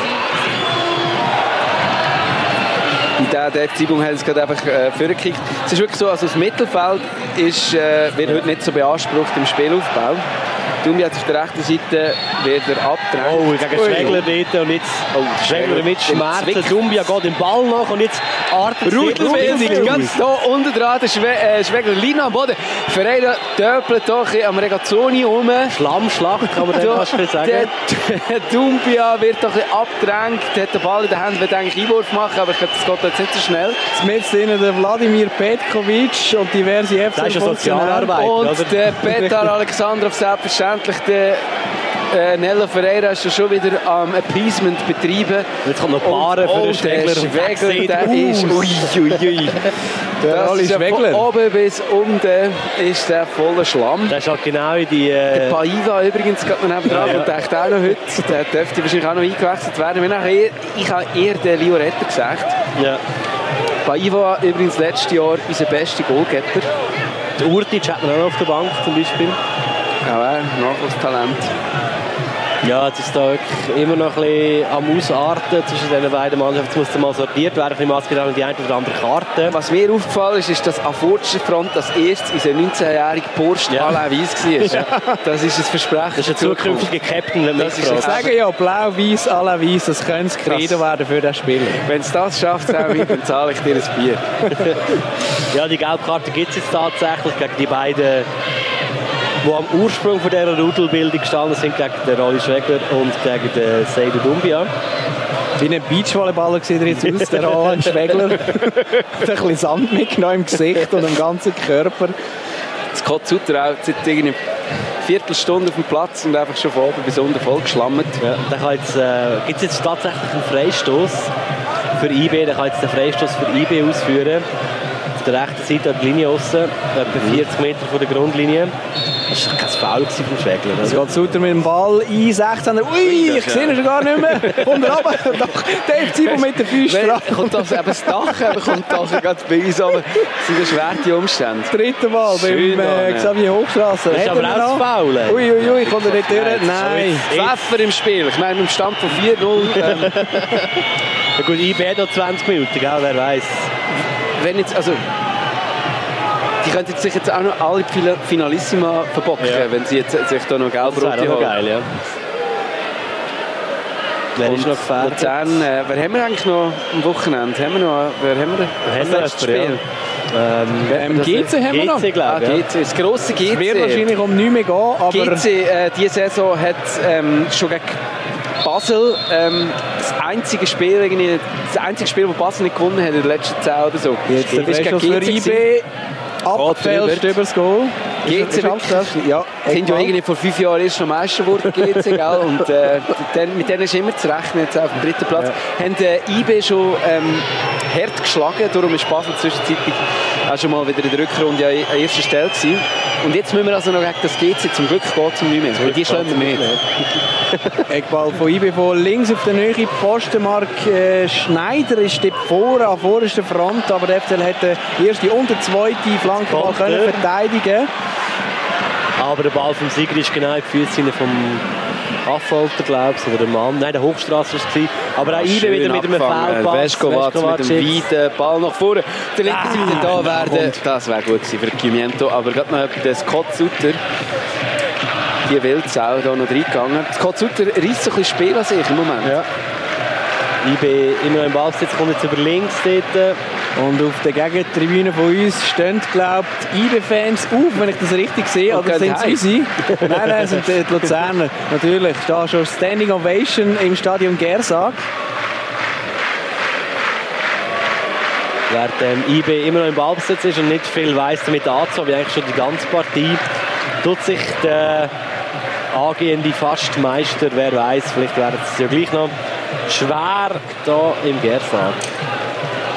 Speaker 1: Und der Dave Zibung hat es gerade einfach äh, vorgekickt. Es ist wirklich so, also das Mittelfeld ist, äh, wird heute nicht so beansprucht im Spielaufbau. Dumbi hat auf der rechten Seite wieder
Speaker 2: Oh,
Speaker 1: abgedrängt.
Speaker 2: gegen Schwegler dort und jetzt
Speaker 1: Oh,
Speaker 2: Schwegler mit Schmerzen. Dumbi geht den Ball nach und jetzt artet sich
Speaker 1: Rudelbildung,
Speaker 2: Rudelbildung.
Speaker 1: ganz da unten dran, der Schwe äh, Schwegler Lina am Boden. Ferreira döpelt hier ein bisschen am Regazzoni rum.
Speaker 2: Schlammschlacht kann man dem
Speaker 1: Ja,
Speaker 2: fast schon
Speaker 1: Der
Speaker 2: sagen.
Speaker 1: der Dumbia wird doch ein bisschen abgedrängt, hat den Ball in der Hand, will eigentlich Einwurf machen, aber ich glaube, das geht jetzt nicht so schnell.
Speaker 3: Jetzt mit drinnen der Wladimir Petkovic und diverse
Speaker 2: Das ist ja
Speaker 3: FC-Funktionäre.
Speaker 2: Sozialarbeit.
Speaker 1: Und
Speaker 2: oder?
Speaker 1: der Petar Alexandrov selbstverständlich, der äh, Nello Ferreira ist ja schon wieder am ehm, Appeasement betreiben.
Speaker 2: Jetzt kommt noch
Speaker 1: Und-
Speaker 2: Paaren für
Speaker 1: oh,
Speaker 2: den Schwegler. und
Speaker 1: Der Schwegler, der
Speaker 2: sieht
Speaker 1: ist...
Speaker 2: aus.
Speaker 1: Ui, ui, ui.
Speaker 3: Der
Speaker 1: Das
Speaker 3: Oli
Speaker 1: ist ja von
Speaker 3: Schwegler.
Speaker 1: oben bis unten ist der voller Schlamm.
Speaker 2: Der schaut genau in die... Äh,
Speaker 1: Paiva übrigens gerade neben dran
Speaker 2: Ja, ja.
Speaker 1: und denkt auch noch heute, der dürfte wahrscheinlich auch noch eingewechselt werden. Wir haben eher, ich habe eher den Lioretter gesagt.
Speaker 2: ja.
Speaker 1: Paiva übrigens letztes Jahr unser bester Goalgetter.
Speaker 2: Der Urtic hat man auch noch auf der Bank zum Beispiel.
Speaker 1: Auch er, Nachwuchstalent.
Speaker 2: Ja, jetzt ist da wirklich immer noch ein bisschen am Ausarten zwischen diesen beiden Mannschaften. Jetzt muss da mal sortiert werden, ein bisschen maßgedacht und die eine oder andere Karte.
Speaker 1: Was mir aufgefallen ist, ist, dass an vorderster Front das erste unser 19-jähriger Porsche
Speaker 2: Ja.
Speaker 1: Alain Weiss war. Das ist ein Versprechen.
Speaker 2: Das ist ein
Speaker 1: für die Zukunft.
Speaker 2: zukünftiger Captain, wenn man
Speaker 1: Das
Speaker 2: das
Speaker 1: ist
Speaker 3: Ich
Speaker 2: fragt.
Speaker 3: sage ja, blau-weiß, alle weiß, das könnte das Credo werden für den Spieler.
Speaker 1: Wenn es das schafft,
Speaker 2: [LAUGHS]
Speaker 1: Sammy, dann zahle ich dir ein Bier.
Speaker 2: Ja, die gelbe Karte gibt es jetzt tatsächlich gegen die beiden, die am Ursprung von dieser Rudelbildung gestanden sind, gegen den Rolli Schwegler und gegen den Seidu Dumbia.
Speaker 3: Wie ein Beachvolleyballer sieht er jetzt aus, der Alan Schwegler. [LAUGHS] Hat ein bisschen Sand mitgenommen im Gesicht und am ganzen Körper.
Speaker 1: Das Kot Sutter auch seit irgendwie Viertelstunde auf dem Platz und einfach schon von oben bis unten voll geschlammert.
Speaker 2: Ja, dann kann jetzt, äh, gibt es jetzt tatsächlich einen Freistoß für IB. Dann kann jetzt den Freistoß für IB ausführen. auf der rechten Seite an die Linie aussen, etwa 40 Meter von der Grundlinie. Das war kein Foul gewesen vom Schwegler.
Speaker 3: Es
Speaker 2: oder?
Speaker 3: geht Sutter mit dem Ball ein, 16 Ui, ich sehe ihn schon gar nicht mehr. Kommt er runter. [LAUGHS] Doch, Dave Zibel mit den Füßen dran.
Speaker 1: Wenn- Kommt das eben das Dach, eben kommt das gerade bei uns, aber es sind ja schwerte Umstände.
Speaker 3: Dritte Mal
Speaker 1: Schön,
Speaker 3: beim äh,
Speaker 1: Arne.
Speaker 3: Xavier Hochstrasse.
Speaker 2: Das ist
Speaker 3: Hat er
Speaker 2: aber auch
Speaker 3: noch?
Speaker 2: das Foul. ey.
Speaker 3: Ui, ui, ui, kommt er nicht durch? Nein.
Speaker 2: Jetzt.
Speaker 1: Pfeffer im Spiel, ich meine, im Stand von 4-0. Ähm,
Speaker 2: Ja, gut, IB hat noch 20 Minuten, gell? wer weiß.
Speaker 1: wenn jetzt, also, die könnten sich jetzt auch noch alle Fila- Finalissima verbocken,
Speaker 2: Ja.
Speaker 1: wenn sie jetzt, sich da noch gelb
Speaker 2: Das wäre auch noch
Speaker 1: holen.
Speaker 2: geil, ja. Wer ist
Speaker 1: Und
Speaker 2: noch gefährdet?
Speaker 1: Luzern, äh, wer haben wir eigentlich noch am Wochenende? Haben wir noch, wer haben wir als
Speaker 2: Wir haben noch
Speaker 1: letztes Spiel?
Speaker 2: jemanden, Ähm,
Speaker 1: Ähm,
Speaker 3: Das
Speaker 1: GC haben wir noch.
Speaker 2: GC, glaub ich,
Speaker 1: ah,
Speaker 2: ja.
Speaker 1: GC, das grosse
Speaker 3: Es wird
Speaker 1: GC.
Speaker 3: wahrscheinlich um 9 mehr gehen, aber...
Speaker 1: GC, äh, diese Saison hat ähm, schon gegen Basel ähm, das einzige Spiel, irgendwie- das einzige Spiel, das Basel nicht gewonnen hat in den letzten 10 oder so.
Speaker 3: Jetzt
Speaker 1: Ist
Speaker 3: der
Speaker 1: gegen
Speaker 3: Freistoß für
Speaker 1: GC gewesen.
Speaker 3: IB.
Speaker 1: Abfälscht
Speaker 3: Abfälscht über das Goal.
Speaker 1: Geht's
Speaker 3: Ist- ist
Speaker 1: ihm-
Speaker 3: abgefälscht? Ja,
Speaker 1: sind ja irgendwie vor fünf Jahren erst schon Meister geworden, GC, gell? Und äh, dann, mit denen ist immer zu rechnen, jetzt auf dem dritten Platz. Haben äh, IB schon ähm, hart geschlagen, darum ist Basel zwischenzeitlich auch schon mal wieder in der Rückrunde an an erster Stelle gewesen. Und jetzt müssen wir also noch gegen das GC, zum Glück geht es um 9 mehr, weil die schlagen wir nicht.
Speaker 3: Eckball von IB von links auf der Nähe. Postenmark äh, Schneider ist dort vorne, an vorderster Front, aber der FCL hätte die erste und die zweite Flanke mal
Speaker 2: Kommt
Speaker 3: können
Speaker 2: er.
Speaker 3: verteidigen
Speaker 2: Aber der Ball vom Sieger ist genau in die Füße hinein vom Affolter, glaube ich, oder dem Mann. Nein, der Hochstrasse war es. Aber auch IB wieder mit einem
Speaker 1: eh,
Speaker 2: Fehlpass.
Speaker 1: Veskovac mit dem
Speaker 2: jetzt.
Speaker 1: weiten Ball nach vorne. Auf der linken Seite da werden.
Speaker 2: Hund.
Speaker 1: Das wäre gut gewesen für Gimiento. Aber gerade noch der Scott Sutter. Die Wildsau da noch reingegangen. Scott Sutter reisst so ein bisschen Spiel an sich im Moment.
Speaker 3: Ja.
Speaker 2: IB immer noch im Ballbesitz, kommt jetzt über links dort.
Speaker 3: Und auf der Gegentribüne von uns stehen, glaube ich, die IB-Fans auf, wenn ich das richtig sehe.
Speaker 1: Und
Speaker 3: Oder
Speaker 1: gehen
Speaker 3: sind es unsere? nein, nein, es sind die Luzerner. Natürlich, da schon Standing Ovation im Stadion Gersag.
Speaker 2: Während ähm, IB immer noch im Ballbesitz ist und nicht viel weiss damit anzuhaben, wie eigentlich schon die ganze Partie, tut sich der angehende fast Meister, wer weiß, vielleicht wäre es ja gleich noch schwer da im Gersag.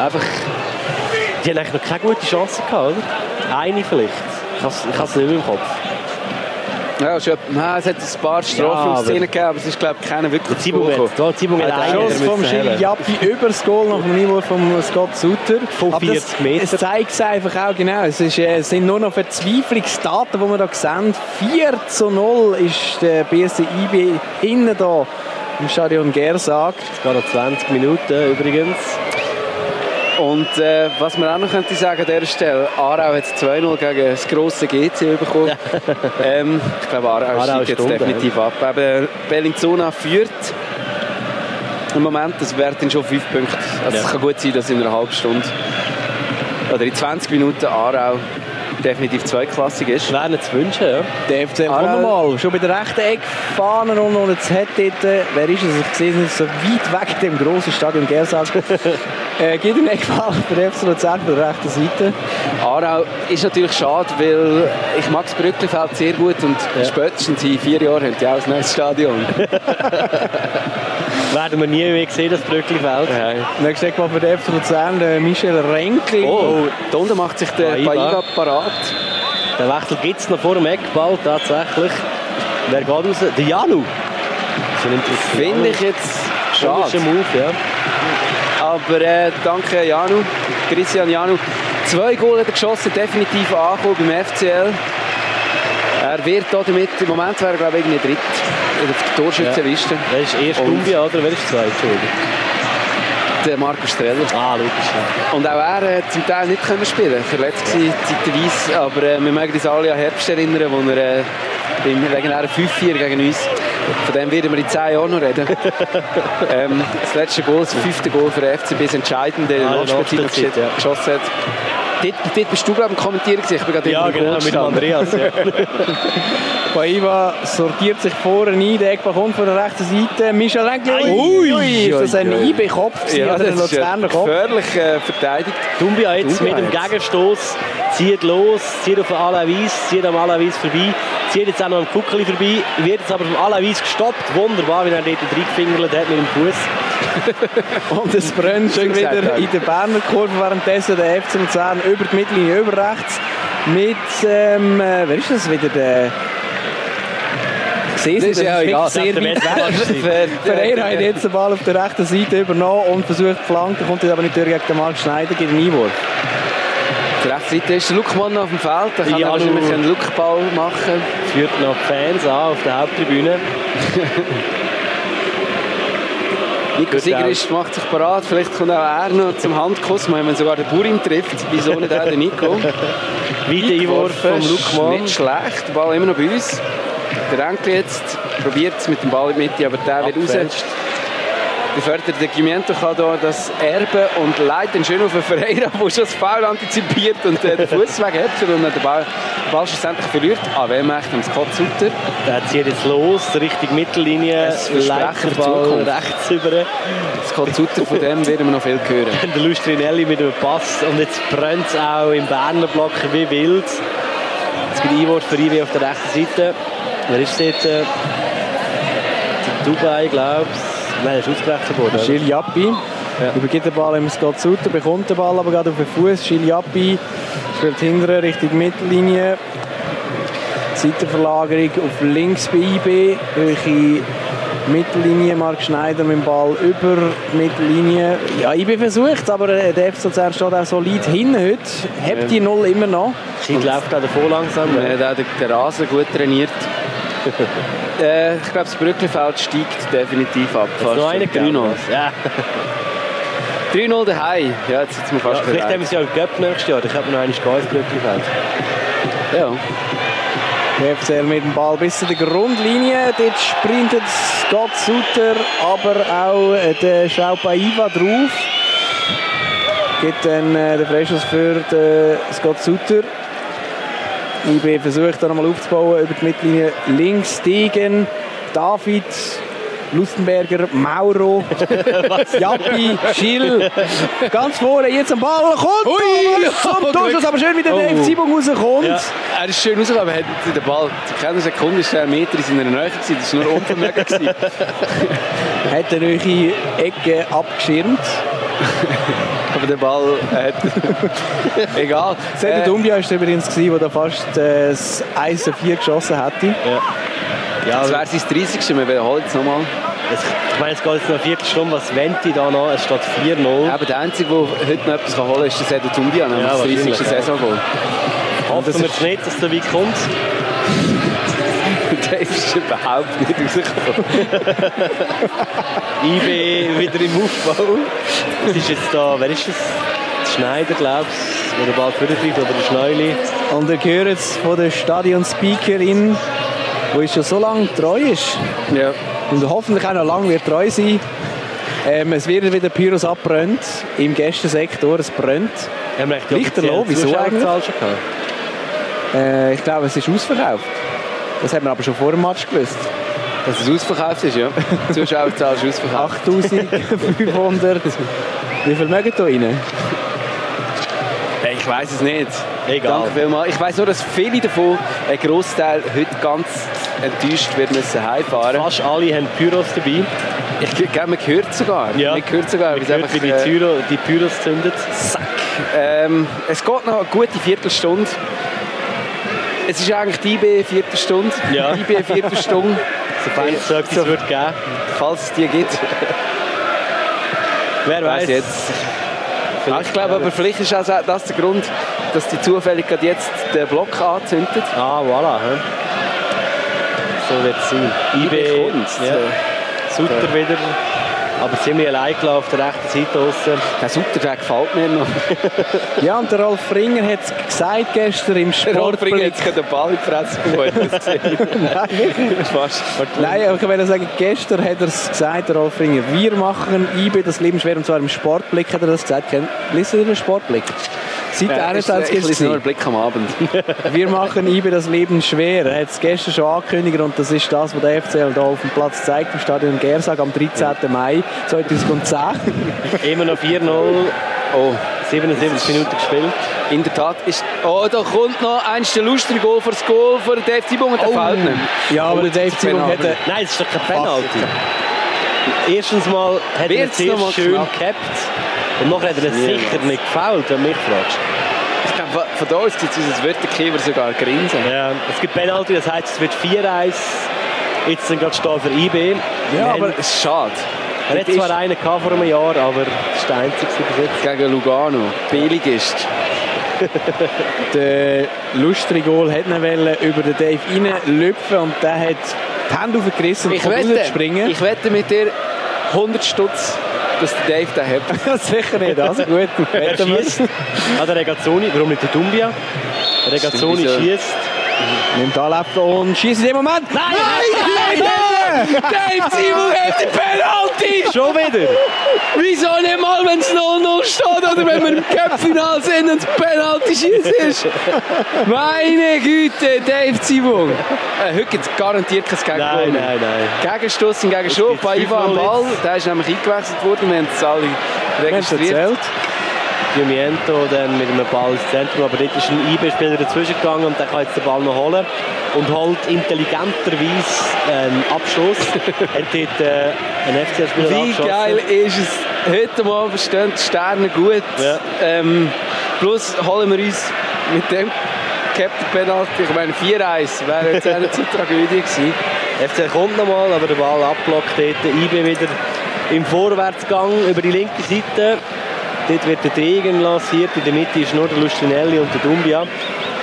Speaker 2: Einfach, die haben eigentlich noch keine gute Chance gehabt, oder? Eine vielleicht. Ich habe es nicht mehr im Kopf.
Speaker 1: Ja, schon, nein, es hat ein paar Strafraumszenen gegeben, aber es ist glaube ich keiner wirklich
Speaker 2: Die Zibung
Speaker 1: hochgekommen.
Speaker 2: hat, da die Zibung hat
Speaker 1: Ja, der
Speaker 2: eine.
Speaker 3: Schuss
Speaker 2: müssen
Speaker 3: vom Schiri
Speaker 2: haben.
Speaker 3: Jappi [LAUGHS] über das Goal nach dem Niveau von Scott Sutter.
Speaker 2: Von
Speaker 3: Aber
Speaker 2: 40 Meter.
Speaker 3: Das, es zeigt es einfach auch genau. Es, ist, äh, es sind nur noch Verzweiflungsdaten, die wir da sehen. 4 zu 0 ist der BSC IB innen da im Stadion Gersag.
Speaker 2: Es geht noch 20 Minuten übrigens.
Speaker 1: Und äh, was man auch noch könnte sagen an dieser Stelle, Aarau hat 2-0 gegen das grosse GC bekommen. ähm, ich glaube, Aarau,
Speaker 2: Aarau
Speaker 1: steigt
Speaker 2: ist
Speaker 1: jetzt
Speaker 2: unten,
Speaker 1: definitiv ab. Aber Bellinzona führt im Moment, das wären schon 5 Punkte. Also
Speaker 2: Ja.
Speaker 1: Es kann gut sein, dass in einer halben Stunde oder in 20 Minuten Aarau definitiv zweiklassig ist.
Speaker 2: Es wäre nicht zu wünschen, ja.
Speaker 3: Der FCL
Speaker 1: Ah,
Speaker 3: kommt
Speaker 1: nein.
Speaker 3: nochmal. Schon bei der rechten Eckfahne und und jetzt hat dort, äh, wer ist es? Ich sehe es nicht so weit weg, dem grossen Stadion [LAUGHS] Gersag. äh, gibt einen Eckfahne für den FC Luzern von der rechten Seite.
Speaker 1: Aarau ist natürlich schade, weil ich mag das Brückenfeld sehr gut und spätestens in vier Jahren haben die auch ein neues Stadion.
Speaker 2: Werden wir nie mehr sehen, das Brückli-Feld.
Speaker 3: Nächstes Eckball für den FC Luzern, der Michel Renkli.
Speaker 1: Oh, da unten macht sich der
Speaker 2: Paiva.
Speaker 1: Paiva parat.
Speaker 2: Den Wechsel gibt es noch vor dem Eckball tatsächlich. Wer geht raus? Der Janu. So nimmt das
Speaker 1: Finde ich jetzt
Speaker 2: Komischer
Speaker 1: schade.
Speaker 2: Move, ja.
Speaker 1: Aber äh, danke Janu, Christian Janu. Zwei Goal hat er geschossen, definitiv angekommen beim FCL. Er wird da damit, im Moment wäre er glaube ich irgendwie dritt auf der Torschützenliste.
Speaker 2: Der ist erst
Speaker 1: Und-
Speaker 2: Dumbia, oder? Wer ist zweit? Entschuldigung.
Speaker 1: Der Markus Streller.
Speaker 2: Ah, logisch. ja.
Speaker 1: Und auch er äh, zum Teil nicht können spielen, verletzt gewesen, zeitweise. Aber äh, wir mögen uns alle an Herbst erinnern, wo er äh, beim legendären 5-4 gegen uns, von dem werden wir in 10 Jahren noch
Speaker 2: [LAUGHS]
Speaker 1: reden. ähm, das letzte Goal, das fünfte Goal für den FCB, das entscheidende, der
Speaker 2: Ah,
Speaker 1: in der
Speaker 2: in der
Speaker 1: Nachspielzeit noch
Speaker 2: Nachspielzeit, ja.
Speaker 1: gesch- geschossen hat. Dort, dort bist du, glaube ich, am Kommentieren gewesen. Ich bin gerade
Speaker 2: Ja,
Speaker 1: hinter dem
Speaker 2: genau,
Speaker 1: Goal
Speaker 2: mit
Speaker 1: gestanden.
Speaker 2: Andreas. Ja.
Speaker 3: Paiva sortiert sich vorne ein, der Eckball kommt von der rechten Seite. Michel Renkli,
Speaker 1: Ui,
Speaker 3: ui, ui, ist das ein
Speaker 1: ui, ui.
Speaker 3: Eibe-Kopf gewesen,
Speaker 1: Ja,
Speaker 3: oder ein
Speaker 1: das ist äh,
Speaker 3: Luzerner Kopf?
Speaker 1: gefährlich äh, verteidigt.
Speaker 2: [LAUGHS] Dumbia jetzt
Speaker 1: Dumbia
Speaker 2: mit dem
Speaker 1: jetzt.
Speaker 2: Gegenstoß zieht los, zieht auf den Alavis, zieht am Alavis vorbei, zieht jetzt auch noch am Kuckeli vorbei, wird jetzt aber vom Alavis gestoppt. Wunderbar, wie er dort reingefingert hat mit dem Fuß.
Speaker 3: Und es brennt
Speaker 1: Schön
Speaker 3: schon wieder
Speaker 1: gesagt, Dani.
Speaker 3: in der Berner Kurve, währenddessen der FC Luzern über die Mittellinie, über rechts, mit, ähm, äh, wer ist das wieder, der... Gesehen,
Speaker 1: Das ist ja egal.
Speaker 3: sehr
Speaker 2: Das
Speaker 3: weit
Speaker 2: hat der
Speaker 3: weg.
Speaker 2: Beste
Speaker 3: Pereira hat jetzt den Ball auf der rechten Seite übernommen und versucht die Flanke, kommt jetzt aber nicht durch gegen den Marc Schneider, gegen den Einwurf.
Speaker 1: Auf der rechten Seite ist der Lukmann auf dem Feld. Da kann
Speaker 2: Ja,
Speaker 1: er wahrscheinlich
Speaker 2: du.
Speaker 1: einen Lukball machen.
Speaker 2: Führt noch die Fans an auf der Haupttribüne.
Speaker 1: Nico
Speaker 2: Gut,
Speaker 1: Sigrist macht sich parat. Vielleicht kommt auch er noch zum Handkuss. Wir haben sogar den Burim trifft. Wieso nicht auch den [LAUGHS] Nico?
Speaker 2: Weiter Einwurf vom Lukmann.
Speaker 1: Nicht schlecht. Der Ball immer noch bei uns. Der Enkel jetzt probiert es mit dem Ball in die Mitte, aber der wird raus.
Speaker 2: Abgefälscht.
Speaker 1: Der förderte Gimento kann hier das Erbe und leitet ihn schön auf den Ferreira, der schon das Foul antizipiert und äh, den Fuß weghäppelt und dann den Ball, den Ball schlussendlich verliert. Ah, wer macht am Scott Sutter?
Speaker 2: Der zieht jetzt los, Richtung Mittellinie.
Speaker 1: Es versprechen
Speaker 2: leitet den
Speaker 1: für die
Speaker 2: Ball
Speaker 1: Zukunft.
Speaker 2: rechts über.
Speaker 1: Scott Sutter, von dem werden wir noch viel hören.
Speaker 2: Dann der Lustrinelli mit einem Pass. Und jetzt brennt es auch im Berner Block wie wild. Jetzt gibt Einwurf für IW auf der rechten Seite. Wer ist dort? äh, Dubai, glaube ich. Nein, er ist ausgerechnet worden. oder?
Speaker 3: Gilles Jappi übergibt den Ball im Scott Sutter, bekommt den Ball aber gerade auf den Fuß. Gilles Jappi spielt hinten Richtung Mittellinie. Seitenverlagerung auf links bei IB. Höhe Mittellinie, Marc Schneider mit dem Ball über die Mittellinie. Ja, IB versucht, aber äh, der FC Luzern steht auch solid hin heute. Hebt die Null immer noch.
Speaker 2: Zeit läuft auch davor langsam.
Speaker 1: Man hat auch den, den Rasen gut [LAUGHS] trainiert. äh, ich glaube, das Brückenfeld steigt definitiv ab. Fast
Speaker 2: Noch einer
Speaker 1: 3-0.
Speaker 2: Gaunas. Ja.
Speaker 1: 3-0 daheim. Ja, jetzt sind wir
Speaker 2: Ja,
Speaker 1: fast
Speaker 2: vielleicht
Speaker 1: bereit.
Speaker 2: haben wir es ja im Cup nächstes Jahr. Da könnte man noch einen Geissglück gefällt.
Speaker 1: ja.
Speaker 3: Der FCL mit dem Ball bis zu der Grundlinie. Dort sprintet Scott Sutter, aber auch äh, der Schaupaiva drauf. Gibt dann äh, den Freischuss für den eh, Scott Sutter. IB versucht da nochmal aufzubauen über die Mittellinie. Links Degen, David, Lustenberger,
Speaker 1: [LAUGHS]
Speaker 3: Mauro, Jappi, Schill. Ganz vorne, jetzt am Ball. Kommt!
Speaker 1: Ui!
Speaker 3: Zum Torschuss, aber schön, wie der
Speaker 1: [LAUGHS] Oh.
Speaker 3: Dave Simon rauskommt.
Speaker 2: Ja.
Speaker 1: Er ist schön rausgekommen, er hat den Ball. Zu keiner Sekunde war er einen Meter in seiner Nähe. gewesen. Das war nur Unvermögen. [LAUGHS] gewesen.
Speaker 3: hat er euch in Ecke abgeschirmt.
Speaker 1: Aber der Ball hat. [LAUGHS] Egal. Äh,
Speaker 3: Seid
Speaker 2: Äh.
Speaker 1: um-
Speaker 3: Dumbia war übrigens, der da fast äh, das 1 4 geschossen hätte.
Speaker 1: das wäre sein 30. Wir wiederholen es nochmal.
Speaker 2: Es, ich meine, es geht jetzt noch eine Viertelstunde. Was wendet die da noch? Es steht 4-0.
Speaker 1: Aber der Einzige, der heute noch etwas holen kann, ist der Sedu Tumbia. nämlich
Speaker 2: Ja,
Speaker 1: das 30.
Speaker 2: wahrscheinlich, ja.
Speaker 1: Saisongoal. [LAUGHS]
Speaker 2: Hoffen wir es nicht, dass es so weit kommt.
Speaker 1: Der ist überhaupt nicht rausgekommen.
Speaker 2: IB wieder im Aufbau. Es ist jetzt da, wer ist es? Der Schneider, glaube ich, der den Ball vortreibt oder der Schneuli.
Speaker 3: Und ihr hört es von der Stadion-Speakerin, die ist schon so lange treu ist
Speaker 1: Ja.
Speaker 3: und hoffentlich auch noch lange wird treu sein. Ähm, es werden wieder Pyros abbrennt im Gästensektor, es brennt.
Speaker 2: Haben wir echt die
Speaker 3: Lichterloh,
Speaker 2: offizielle
Speaker 3: wieso eigentlich?
Speaker 2: Zuschauerzahl schon gehabt?
Speaker 3: Äh, ich glaube, es ist ausverkauft. Das haben wir aber schon vor dem Match gewusst.
Speaker 1: Dass es ausverkauft ist,
Speaker 2: [LAUGHS]
Speaker 1: ja. Die Zuschauerzahl ist ausverkauft.
Speaker 2: [LAUGHS]
Speaker 3: 8500. Wie viel mögen da rein?
Speaker 1: Hey, ich weiß es nicht.
Speaker 2: Egal.
Speaker 1: Danke vielmals. Ich weiß nur, dass viele davon, ein Großteil, heute ganz enttäuscht wird müssen heimfahren.
Speaker 2: Fast alle haben Pyros dabei.
Speaker 1: Ich glaube, man hört sogar. Man hört sogar.
Speaker 2: Man
Speaker 1: weil es
Speaker 2: hört, wie die,
Speaker 1: einfach, äh,
Speaker 2: Pyro, die Pyros zündet.
Speaker 1: ähm, es geht noch eine gute Viertelstunde. Es ist eigentlich die IB Viertelstunde.
Speaker 2: Ja.
Speaker 1: Die IB
Speaker 2: [LAUGHS]
Speaker 1: Viertelstunde,
Speaker 2: Sofern es so etwas
Speaker 1: So.
Speaker 2: wird geben.
Speaker 1: falls es die gibt.
Speaker 2: Wer
Speaker 1: Weiss
Speaker 2: weiß.
Speaker 1: jetzt. Ah, ich glaube, aber vielleicht ist also das der Grund, dass die zufällig gerade jetzt den Block anzündet.
Speaker 2: Ah, voilà. hä? So wird es sein.
Speaker 1: IB
Speaker 2: IB,
Speaker 1: kommt.
Speaker 2: ja, Sutter wieder. Aber ziemlich allein gelassen auf der rechten Seite draussen. [LAUGHS]
Speaker 1: Der Sutter, der gefällt mir noch.
Speaker 3: Ja, und der Rolf Fringer hat es gesagt gestern im
Speaker 1: [LAUGHS] Der Rollbringer
Speaker 3: Sportblick.
Speaker 1: hat gerade den Ball in die Fresse [LAUGHS] geholt. Das sehe ich. Fast.
Speaker 3: Nein, aber ich will sagen, gestern hat er es gesagt, der Rolf Fringer. Wir machen IB das Leben schwer, und zwar im Sportblick hat er das gesagt. Kennt- Liest ihr den Sportblick? Seit
Speaker 1: Ja, ist, äh,
Speaker 3: 21
Speaker 1: ich
Speaker 3: ist es
Speaker 1: lese nur einen
Speaker 3: nicht.
Speaker 1: Blick am Abend.
Speaker 3: Wir machen IB das Leben schwer. Er hat es gestern schon angekündigt und das ist das, was der FCL hier auf dem Platz zeigt, im Stadion Gersag am 13. Mai 2010.
Speaker 2: Immer noch 4-0.
Speaker 1: Oh,
Speaker 2: 77 Minuten gespielt.
Speaker 1: in der Tat ist... Oh, da kommt noch eins der lustige Goal für das Goal Oh. für den FC Bung und der fällt nicht.
Speaker 3: Ja, aber der Dave Zimmer
Speaker 1: Penalty.
Speaker 3: hat...
Speaker 2: Nein, es ist doch kein Penalty. Erstens mal hat er es
Speaker 1: Wird's
Speaker 2: sehr
Speaker 1: noch mal
Speaker 2: schön
Speaker 1: knapp?
Speaker 2: gehabt. Und nachher hat er es
Speaker 1: Niemals.
Speaker 2: sicher nicht gefällt, wenn du mich fragst.
Speaker 1: Ich glaube, von- von da aus gibt es unseren Wörterkieber sogar grinsen.
Speaker 2: Ja, es gibt Penalty, das heißt, es wird 4-1. Jetzt sind gerade stehen für IB. Wir haben-
Speaker 1: es ist schade.
Speaker 2: er hat
Speaker 1: Dort
Speaker 2: zwar einen gehabt vor einem Jahr, aber das ist der einzige bis jetzt.
Speaker 1: ist gegen Lugano. Billig ist.
Speaker 3: Der Lustrigol hat ihn wollen über den eh, Dave reinlüpfen und der hat die Hände aufgerissen und
Speaker 1: Ich
Speaker 3: von
Speaker 1: wette,
Speaker 3: springen. [LAUGHS]
Speaker 1: ich wette mit dir 100 Stutz, dass der Dave den hat.
Speaker 3: Sicher nicht, also gut.
Speaker 2: Er
Speaker 3: wetten wir.
Speaker 2: schießt. Ah, der Regazzoni, warum nicht der Dumbia? Der Regazzoni
Speaker 1: Stimmt, wieso?
Speaker 2: schießt.
Speaker 3: Nimmt Anlauf und schießt in dem Moment. Nein,
Speaker 1: nein, nein! Dave Simon hat den Penalty!
Speaker 2: Schon wieder!
Speaker 1: Wieso nicht mal, wenn es 0-0 steht oder wenn wir im Cup-Final sind und das penalty schieß ist? Meine Güte, Dave Simon! Äh, heute gibt es garantiert kein Gegentor.
Speaker 2: Nein,
Speaker 1: mehr.
Speaker 2: nein, nein.
Speaker 1: Gegenstoss und gegen Schub bei
Speaker 2: gibt's
Speaker 1: Ivan
Speaker 2: fünfmal
Speaker 1: Ball. Der ist nämlich eingewechselt worden. Wir haben es alle registriert.
Speaker 3: erzählt.
Speaker 2: Pimiento dann mit einem Ball ins Zentrum, aber dort ist ein IB-Spieler dazwischen gegangen und der kann jetzt den Ball noch holen und holt intelligenterweise einen
Speaker 1: [LAUGHS]
Speaker 2: Abschluss. er hat dort äh, einen FCR-Spieler
Speaker 1: Wie
Speaker 2: abgeschossen.
Speaker 1: geil ist es? Heute Morgen stehen die Sterne gut.
Speaker 2: Ja.
Speaker 1: Ähm, plus holen wir uns mit dem Captain Penalty. Ich meine, 4-1 wäre jetzt
Speaker 3: [LAUGHS]
Speaker 1: eine Tragödie gewesen.
Speaker 2: FCR kommt nochmal, aber der Ball abblockt dort, der IB wieder im Vorwärtsgang über die linke Seite. Dort wird der Degen lanciert, in der Mitte ist nur der Lustrinelli und der Dumbia.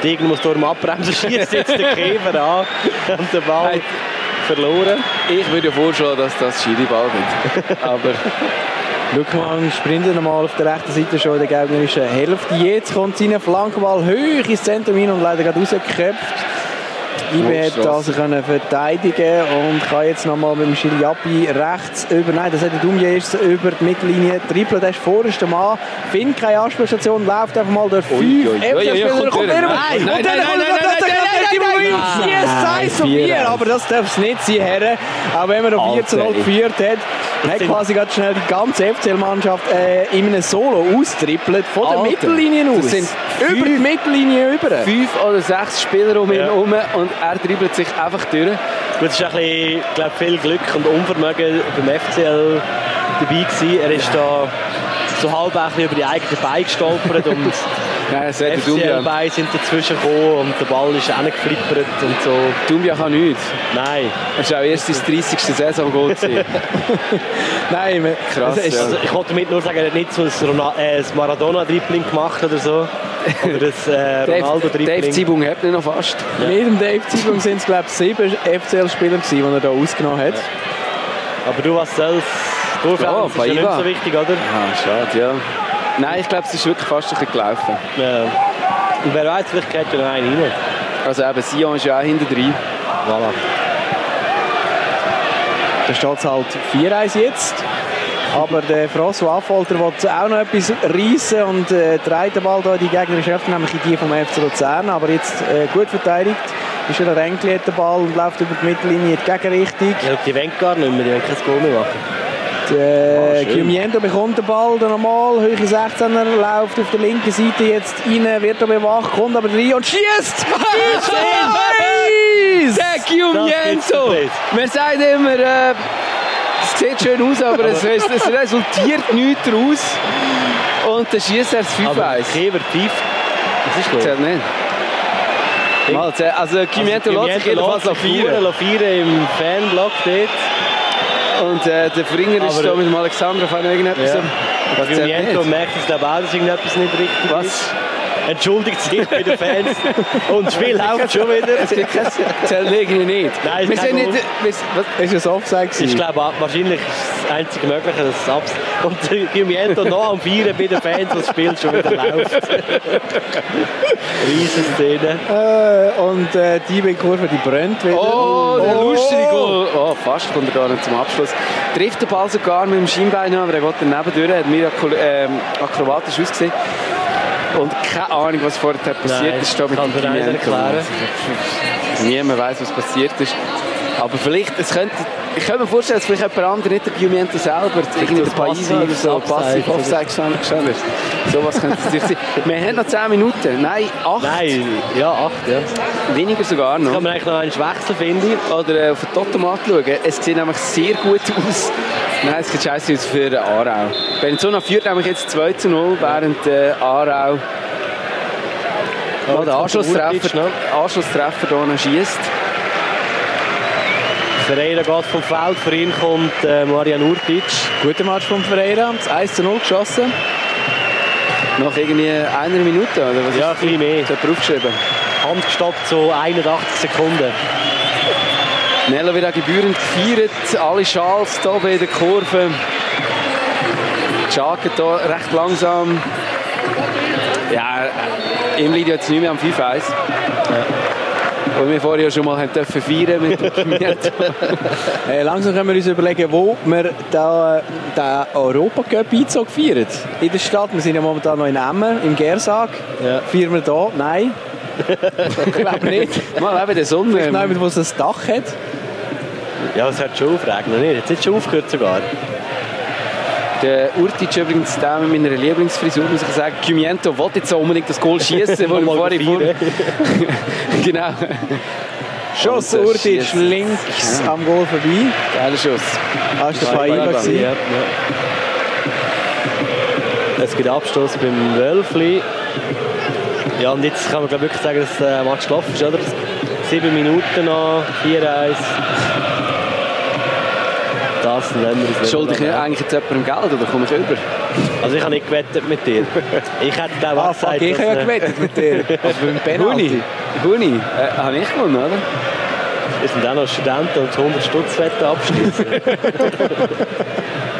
Speaker 2: Degen muss
Speaker 1: [LAUGHS]
Speaker 2: darum abbremsen, schießt jetzt den Käfer an und den Ball
Speaker 1: Nein.
Speaker 2: verloren.
Speaker 1: Ich würde ja vorschlagen, dass das Schiri-Ball wird.
Speaker 3: [LAUGHS]
Speaker 1: Aber
Speaker 3: Lückmann sprintet nochmal auf der rechten Seite schon in der gegnerischen Hälfte. Jetzt kommt seine Flankball hoch ins Zentrum hin und leider gerade rausgeköpft. Ibe hat
Speaker 1: Hochstrasse.
Speaker 3: also können verteidigen und kann jetzt nochmal mit dem Schiriapi rechts über, nein, das hat der Dumje erst über die Mittellinie trippelt, der ist vorerster Mann, findet keine Anspielstation, läuft einfach mal durch fünf
Speaker 1: ui, ui, ui,
Speaker 3: FC-Spieler,
Speaker 1: kommt
Speaker 3: kommt
Speaker 1: durch.
Speaker 3: wieder
Speaker 1: Nein, nein,
Speaker 3: und dann
Speaker 1: nein,
Speaker 3: kommt
Speaker 1: nein, nein, nein, nein, nein, nein,
Speaker 3: Yes,
Speaker 1: nein,
Speaker 3: 1 zu
Speaker 1: vier
Speaker 3: 4,
Speaker 1: eins.
Speaker 3: aber das darf es nicht sein, Herren, auch wenn man noch 4 zu 0
Speaker 1: Alter, ey.
Speaker 3: geführt hat, hat
Speaker 2: sind-
Speaker 3: quasi ganz schnell die ganze FCL-Mannschaft äh, in einem Solo austrippelt, von der
Speaker 1: Alter,
Speaker 3: Mittellinie
Speaker 1: das
Speaker 3: aus,
Speaker 1: sind
Speaker 3: über die Mittellinie über.
Speaker 1: fünf oder sechs Spieler um ihn
Speaker 2: Ja.
Speaker 1: herum und er dribbelt sich einfach durch.
Speaker 2: Gut, es war ein bisschen, glaub, viel Glück und Unvermögen beim FCL dabei. Gewesen. Er ist da so halb ein bisschen über die eigenen Beine
Speaker 1: [LAUGHS]
Speaker 2: gestolpert und
Speaker 1: Nein, das hat der Dumbia.
Speaker 2: FCL-Beine sind dazwischen gekommen und der Ball ist reingeflippert und so.
Speaker 1: Dumbia kann nichts.
Speaker 2: Nein,
Speaker 1: Es war auch erst das 30. Saison-Goal.
Speaker 3: [LAUGHS]
Speaker 1: gewesen.
Speaker 3: Nein, man-
Speaker 1: Krass,
Speaker 3: es ist-
Speaker 1: ja.
Speaker 2: also ich wollte damit nur sagen, er hat nicht so ein, Rona- äh, ein Maradona-Dribbling gemacht oder so. Oder ein äh,
Speaker 1: [LAUGHS] Dave, Dave
Speaker 2: Ronaldo-Dribbling.
Speaker 1: Zibung hat ihn noch fast.
Speaker 3: Mit dem Dave
Speaker 1: [LAUGHS]
Speaker 3: Zeitpunkt sind es, glaube ich, sieben FCL-Spieler, gewesen, die er da ausgenommen hat.
Speaker 2: Aber du, was soll's? Durchfällen ist ja nicht
Speaker 1: Paiva.
Speaker 2: so wichtig, oder?
Speaker 1: Ah, schade, ja. Nein, ich glaube, es ist wirklich fast ein bisschen gelaufen.
Speaker 2: Äh, und wer weiß, vielleicht geht ja noch einer rein.
Speaker 1: Also eben, Sion ist ja auch hinter drin.
Speaker 2: Voilà.
Speaker 3: Da steht es halt 4-1 jetzt. Aber der François Affolter will auch noch etwas reissen und äh, dreht den Ball hier in die gegnerische Hälfte, nämlich in die vom FC Luzern. Aber jetzt äh, gut verteidigt. Ist der Renkli hat den Ball und läuft über die Mittellinie in die Gegenrichtung.
Speaker 2: Ja, die wollen gar nicht mehr, die wollen kein Goal mehr machen.
Speaker 3: Der
Speaker 1: Ah, schön.
Speaker 3: Gimiento Äh, bekommt den Ball dann nochmal. Höhe 16er läuft auf der linken Seite jetzt rein, wird er bewacht, kommt aber rein und schießt!
Speaker 1: Schießt! Der
Speaker 2: gibt's doch
Speaker 1: Giumiento!
Speaker 2: nicht.
Speaker 1: Man sagt immer, äh, es sieht schön aus, aber es, res- es resultiert [LAUGHS] nichts daraus. Und dann schießt er das
Speaker 2: Aber
Speaker 1: 5-1.
Speaker 2: Kiewer pfeift. Das ist los.
Speaker 1: Zählt nicht. Mal, zählt- also Gimiento lässt sich jedenfalls noch feiern.
Speaker 2: feiern im Fanblock dort.
Speaker 1: Und äh, der Fringer ist
Speaker 2: Aber-
Speaker 1: da mit dem Alexander von irgendetwas.
Speaker 2: Ja.
Speaker 1: am- Das zählt
Speaker 2: Pimiento
Speaker 1: nicht.
Speaker 2: merkt es glaube ich auch, dass irgendetwas nicht richtig
Speaker 1: Was?
Speaker 2: ist. Entschuldigt sich bei
Speaker 1: [LAUGHS]
Speaker 2: den Fans. Und das Spiel läuft schon wieder.
Speaker 1: Zählt irgendwie nicht.
Speaker 2: Nein, ist
Speaker 1: wir
Speaker 2: kein
Speaker 1: sind
Speaker 2: Goal.
Speaker 1: nicht. Wir, was,
Speaker 3: Ist es Offside
Speaker 2: Ich
Speaker 3: gewesen?
Speaker 2: glaube, wahrscheinlich ist das einzige Mögliche, dass es abs... Und [LAUGHS] Pimiento noch am Feiern bei den Fans, was das Spiel schon wieder läuft.
Speaker 1: [LAUGHS]
Speaker 2: Riesenszene.
Speaker 3: Äh, und äh, die IB-Kurve, die brennt wieder.
Speaker 1: Oh, der
Speaker 3: Oh.
Speaker 1: lustige Goal. Oh, fast kommt er gar nicht zum Abschluss. Trifft den Ball sogar mit dem Scheinbein, noch, aber er geht daneben durch. Hat mirakulö- ähm, akrobatisch ausgesehen. Und keine Ahnung, ah, was vorher passiert
Speaker 2: Nein,
Speaker 1: ist. da mit
Speaker 2: kann
Speaker 1: dem
Speaker 2: dir einer
Speaker 1: Pimiento.
Speaker 2: erklären.
Speaker 1: Niemand weiß, was passiert ist. Aber vielleicht, es könnte, ich könnte mir vorstellen, dass vielleicht jemand anderes, nicht der Pimiento selber, irgendwie der
Speaker 2: das
Speaker 1: Paisi
Speaker 2: Passiv-
Speaker 1: oder so,
Speaker 2: Abseits
Speaker 1: passiv
Speaker 2: oder-
Speaker 1: Offside gestanden gestanden ist. So was könnte es natürlich sein. Wir haben noch 10 Minuten. Nein, 8.
Speaker 2: Nein, ja, acht, ja.
Speaker 1: Weniger sogar noch.
Speaker 2: Kann man eigentlich noch einen Wechsel finden?
Speaker 1: oder äh, auf den Totem anschauen. Es sieht nämlich sehr gut aus. Nein, es gibt scheiße aus für Aarau. Benzona führt nämlich jetzt 2 zu 0, während äh, Aarau oh, den Anschlusstreffer,
Speaker 2: ne?
Speaker 1: Anschlusstreffer hier schießt.
Speaker 2: Ferreira geht vom Feld, für ihn kommt äh, Marian Urtic.
Speaker 3: Guter Match von Ferreira, das 1 zu 0 geschossen.
Speaker 1: Nach irgendwie einer Minute, oder was
Speaker 2: Ja, ein
Speaker 1: ist
Speaker 2: bisschen mehr.
Speaker 1: das? Hat er aufgeschrieben.
Speaker 2: Handgestoppt, so 81 Sekunden.
Speaker 1: Nella wird auch gebührend gefeiert. Alle Schals hier bei der Kurve. Schaken hier recht langsam. Ja, im liegt jetzt nicht mehr am 5-1. Wo wir vorher schon mal haben dürfen feiern mit dem Miet.
Speaker 3: Äh, langsam können wir uns überlegen, wo wir da, äh, den Europa-Cup-Einzug feiern. In der Stadt, wir sind ja momentan noch in Emmen, im Gersag.
Speaker 2: Ja.
Speaker 3: Feiern wir da? Nein. ich glaube nicht.
Speaker 1: Mal eben der
Speaker 3: Vielleicht noch
Speaker 1: Sonne.
Speaker 3: jemand, der ein Dach hat.
Speaker 2: Ja, es hat schon aufregend, nicht? Jetzt hat es schon aufgehört sogar.
Speaker 1: Der Urtic übrigens der mit meiner Lieblingsfrisur, muss ich sagen. Cumiento wollte jetzt auch unbedingt das Goal schießen, wo ihm
Speaker 2: Mal
Speaker 1: vorher
Speaker 2: feiern.
Speaker 1: [LAUGHS] Genau.
Speaker 3: Schuss,
Speaker 1: Und er
Speaker 3: Urtic,
Speaker 1: schiesst.
Speaker 3: links am Goal vorbei.
Speaker 1: Geiler Schuss.
Speaker 3: Das war der
Speaker 1: Zwei
Speaker 3: Faiba.
Speaker 1: Faiba.
Speaker 2: Ja,
Speaker 3: gewesen.
Speaker 2: ja. Es gibt Abstoß beim Wölfli. Ja, und jetzt kann man glaub, wirklich sagen, dass äh, der Match gelaufen ist, oder? Sieben Minuten noch, 4-1. Das nennen wir uns
Speaker 1: Schuldig
Speaker 2: nicht.
Speaker 1: eigentlich jetzt jemandem Geld oder komme ich über?
Speaker 2: Also ich habe nicht gewettet mit dir. Ich hätte den
Speaker 3: Ah, fuck, ich habe ja
Speaker 2: äh,
Speaker 3: gewettet mit dir. Aber beim Penalty.
Speaker 1: Huni, Huni, äh, habe ich gewonnen, oder?
Speaker 2: Wir sind auch noch Studenten und 100 Stutz wetten [LAUGHS] abschließen.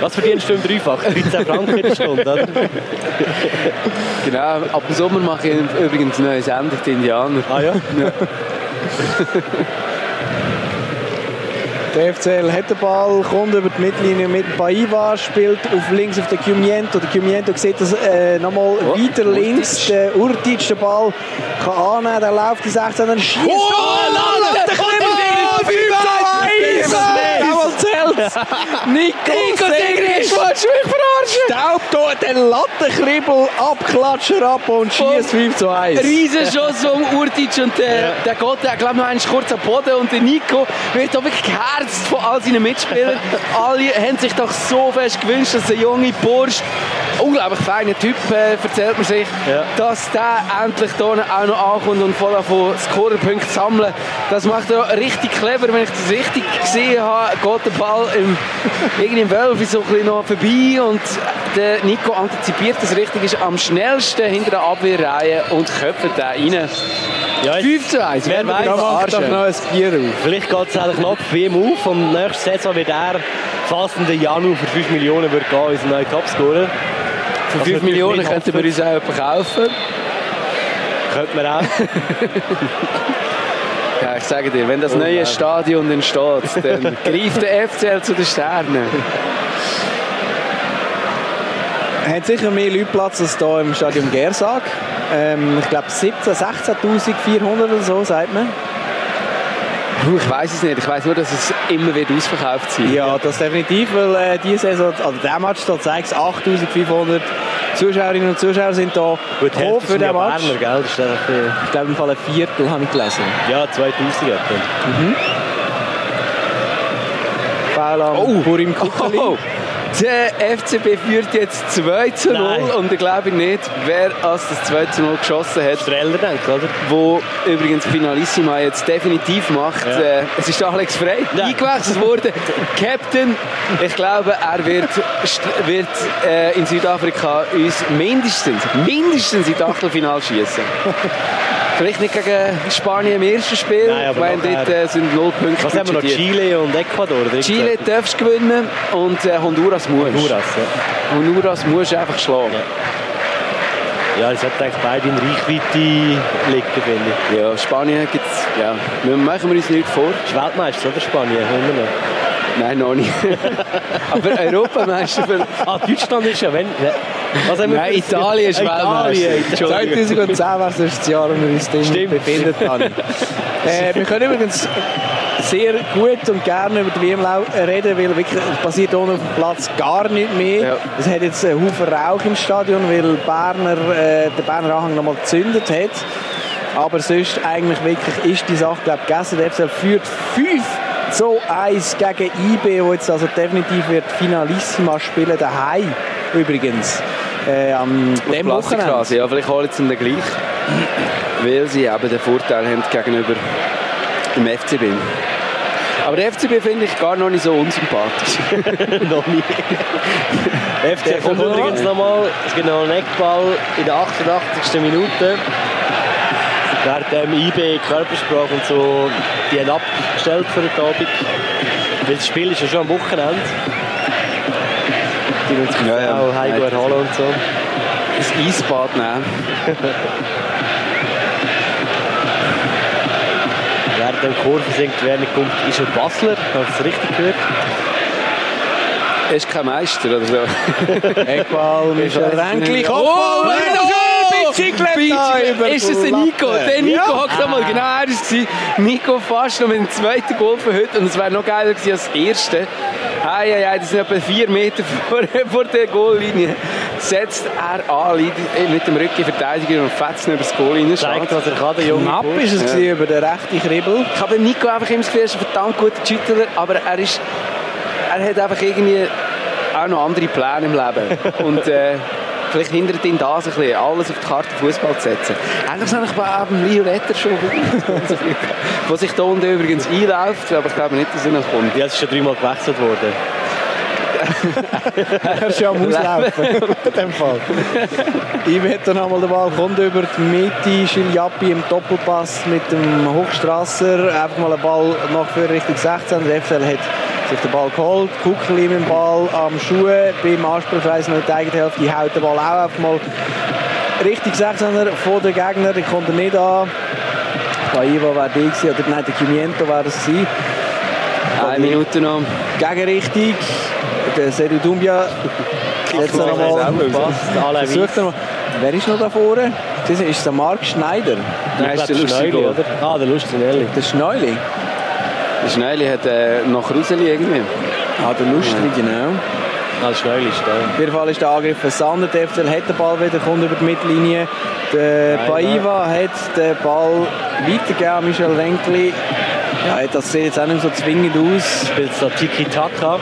Speaker 2: Was verdienst du im Dreifach? 13 Franken in der Stunde, oder?
Speaker 1: Genau, ab dem Sommer mache ich übrigens eine neue Sendung, die Indianer.
Speaker 2: Ah ja?
Speaker 3: Der FCL hat den Ball, kommt über die Mittellinie mit dem Paiva, spielt auf links auf den Cumiento. Der Cumiento sieht das äh, nochmal
Speaker 1: Oh,
Speaker 3: weiter
Speaker 1: Urtic.
Speaker 3: links. Der Urtic den Ball kann annehmen, der läuft die 16, dann schießt
Speaker 2: Oh, Latte!
Speaker 3: Der Klimmer
Speaker 2: Oh,
Speaker 3: gegen 5
Speaker 2: fünf, eins! [LAUGHS]
Speaker 3: zählt's! Nico Segris, willst du mich verarschen? Staubt dort den Lattenkribbel, Abklatscher ab und schießt 5 zu 1.
Speaker 1: Riesenschuss vom Urtic und der, der geht, der glaube noch einen kurz am Boden und der Nico wird da wirklich geherzt von all seinen [LAUGHS] Mitspielern. Alle haben sich doch so fest gewünscht, dass der junge Bursch, unglaublich feiner Typ, äh, erzählt man sich,
Speaker 2: Ja.
Speaker 1: dass der endlich hier auch noch ankommt und voll von Scorerpunkten sammeln. Das macht er richtig clever, wenn ich das richtig gesehen habe, geht der Ball im, irgendwie im Wölfi so ein bisschen noch vorbei und der Nico antizipiert das richtig, ist am schnellsten hinter der Abwehrreihe und köpft den rein.
Speaker 2: Ja, jetzt-
Speaker 1: 5 zu 1, wer
Speaker 2: Wer
Speaker 1: weiß,
Speaker 2: weiß,
Speaker 3: Da macht doch noch ein Bier auf.
Speaker 2: Vielleicht geht es eigentlich noch bei ihm auf und nächste Saison wird er fast in den Janu für 5 Millionen wird gehen, unseren neuen Topscorer.
Speaker 1: Für 5 Millionen könnten wir uns auch jemanden kaufen.
Speaker 2: Könnte man auch.
Speaker 1: Ja, ich sage dir, wenn das neue Stadion entsteht, dann greift der FCL zu den Sternen.
Speaker 3: hat sicher mehr Leute Platz als hier im Stadion Gersag. Ähm, ich glaube 17, 16.400 oder so, sagt man.
Speaker 1: Puh, Ich weiß es nicht, ich weiß nur, dass es immer wird ausverkauft sein
Speaker 3: Ja, das definitiv, weil äh, diese Saison, also der Match da zeigt es 8.500 Zuschauerinnen und Zuschauer sind da.
Speaker 2: [LAUGHS] Gut, die
Speaker 3: Hoch
Speaker 2: Hälfte
Speaker 3: für
Speaker 2: sind ja
Speaker 3: den Match.
Speaker 2: Berner, gell? Das ist einfach,
Speaker 3: Ich glaube im Fall ein Viertel habe ich gelesen.
Speaker 2: äh, ja, 2000 etwa.
Speaker 3: Foul am
Speaker 1: Oh.
Speaker 3: Burim Kukeli.
Speaker 1: Oh, der FCB führt jetzt 2 zu 0
Speaker 2: Nein.
Speaker 1: und ich glaube nicht, wer als das 2 zu 0 geschossen hat,
Speaker 2: Streller denkt, oder?
Speaker 1: wo übrigens Finalissima jetzt definitiv macht.
Speaker 2: Ja.
Speaker 1: Äh, es ist Alex Frey
Speaker 2: Ja.
Speaker 1: eingewechselt worden. Captain, ich glaube, er wird, st- wird äh, in Südafrika uns mindestens, mindestens in Achtelfinal schießen. Vielleicht nicht gegen Spanien im ersten Spiel.
Speaker 2: Nein, aber
Speaker 1: ich meine,
Speaker 2: nachher.
Speaker 1: dort äh, sind null Punkte.
Speaker 2: Was haben wir noch?
Speaker 1: budgetiert.
Speaker 2: Chile und Ecuador? oder?
Speaker 1: Chile darfst du gewinnen und äh, Honduras musst.
Speaker 2: Honduras, ja.
Speaker 1: Honduras musst du einfach schlagen.
Speaker 2: Ja, es hat eigentlich beide in Reichweite liegen, finde ich.
Speaker 1: Ja, Spanien gibt es. Ja. Wir- Machen wir uns nicht vor.
Speaker 2: Ist Weltmeister, oder? Spanien, immer noch.
Speaker 1: Nein, noch
Speaker 2: [LAUGHS]
Speaker 1: nicht. Aber Europameister für.
Speaker 2: Ah, Deutschland ist ja, wenn... Was haben wir
Speaker 1: Nein,
Speaker 2: für-
Speaker 1: Italien ist
Speaker 2: Italien,
Speaker 1: Weltmeister.
Speaker 2: Entschuldigung.
Speaker 3: 2010 war es das Jahr, wo wir uns drin
Speaker 2: Stimmt.
Speaker 3: befinden. Dani. äh, wir können übrigens sehr gut und gerne über die WM lau- reden, weil wirklich es passiert ohne auf dem Platz gar nichts mehr.
Speaker 1: Ja.
Speaker 3: Es hat jetzt einen Haufen Rauch im Stadion, weil Berner, äh, der Berner Anhang nochmal gezündet hat. Aber sonst eigentlich wirklich ist die Sache glaub, ich, gegessen. Der FCL führt 5 zu 1 gegen IB, wo jetzt also definitiv wird Finalissima spielen, daheim übrigens. Äh, am
Speaker 1: Auf
Speaker 3: dem Wochenende.
Speaker 1: Plastikstraße. Ja, vielleicht holen sie ihn dann gleich. weil sie eben den Vorteil haben gegenüber dem FCB. Aber den FCB finde ich gar noch nicht so unsympathisch.
Speaker 2: noch nie. FC kommt
Speaker 1: Verlora.
Speaker 2: übrigens nochmal, es gibt noch einen Eckball in der 88. Minute. Während dem IB Körpersprache und so, die haben abgestellt für den Abend. Weil das Spiel ist ja schon am Wochenende. Die Nou, müssen sich
Speaker 1: Ja, ja.
Speaker 2: auch heim
Speaker 1: Nein, das
Speaker 2: erholen und so.
Speaker 1: Das Eisbad nehmen.
Speaker 2: Während dem Kurve singt, wer nicht kommt, ist ein Basler. Hast du es richtig gehört?
Speaker 1: Er ist kein Meister oder [LAUGHS] so.
Speaker 3: Eckball, Michel Ränkli,
Speaker 1: Oh,
Speaker 3: Kopfball,
Speaker 1: nein,
Speaker 3: Ränkli,
Speaker 1: oh,
Speaker 3: Bicicleta über
Speaker 1: Bicicleta. Ist es der
Speaker 3: Latte.
Speaker 1: Nico? Der Nico
Speaker 3: Ja.
Speaker 1: hockt nochmal. Genau, er war es. Nico fast noch mit dem zweiten Goal von heute. Und es wäre noch geiler gewesen als das erste. Ei, ei, ei, das sind etwa vier Meter [LAUGHS] vor, vor der Goallinie. Setzt er an, liegt mit dem Rücken Verteidiger und fetzt ihn über das Goal rein.
Speaker 2: Zeigt,
Speaker 1: Schade.
Speaker 2: was er kann, der junge
Speaker 3: Knapp
Speaker 2: Bursch.
Speaker 3: ist es
Speaker 1: Ja.
Speaker 3: gewesen über den rechten Kribbel.
Speaker 1: Ich habe Nico einfach immer das Gefühl, er ist ein verdammt guter Schüttler, aber er ist, er hat einfach irgendwie auch noch andere Pläne im Leben. Und äh, vielleicht hindert ihn das ein bisschen, alles auf die Karte Fußball zu setzen. Ähnlich ist es eigentlich bei dem Leo Retter schon, [LAUGHS] der sich da unten übrigens einläuft, aber ich glaube nicht, dass er noch kommt.
Speaker 2: Ja, es ist schon dreimal gewechselt worden.
Speaker 3: Er ist ja [LAUGHS] am Auslaufen. In dem Fall. Ich werde noch einmal den Ball kommt über die Mitte. Schiljapi im Doppelpass mit dem Hochstrasser. Einfach mal einen Ball nach vorne Richtung 16. Der FCL hat sich den Ball geholt. Kuckeli mit dem Ball am Schuh. Beim Anspielkreis noch in der eigenen Hälfte. Die haut den Ball auch einfach mal Richtung 16er von den Gegner. Die kommt er nicht an. Paiva wäre die gewesen. Oder nein, der Kimiento wäre es gewesen.
Speaker 1: Eine Minute noch.
Speaker 3: Gegenrichtung. Der Seru Dumbia jetzt noch mal
Speaker 2: Passt, alle
Speaker 3: versucht. Er mal. Wer ist noch da vorne? Das ist der Marc Schneider,
Speaker 1: Nein, ist der lustige
Speaker 2: Schneuli,
Speaker 1: Goal.
Speaker 2: oder? Ah, der Lustinelli.
Speaker 3: der Schneuling.
Speaker 1: Der Schneuli hat äh, noch Ruseli irgendwie.
Speaker 3: Ah, der Lustli, genau.
Speaker 2: Ah, der Schneuli ist da.
Speaker 3: Auf jeden Fall ist der Angriff versandet. Der FCL hat den Ball wieder, kommt über die Mittellinie. Der
Speaker 2: Nein,
Speaker 3: Paiva hat den Ball weitergegeben an Michel Renkli. Ja, das sieht jetzt auch nicht so zwingend aus.
Speaker 2: Spielt es da Tiki-Taka.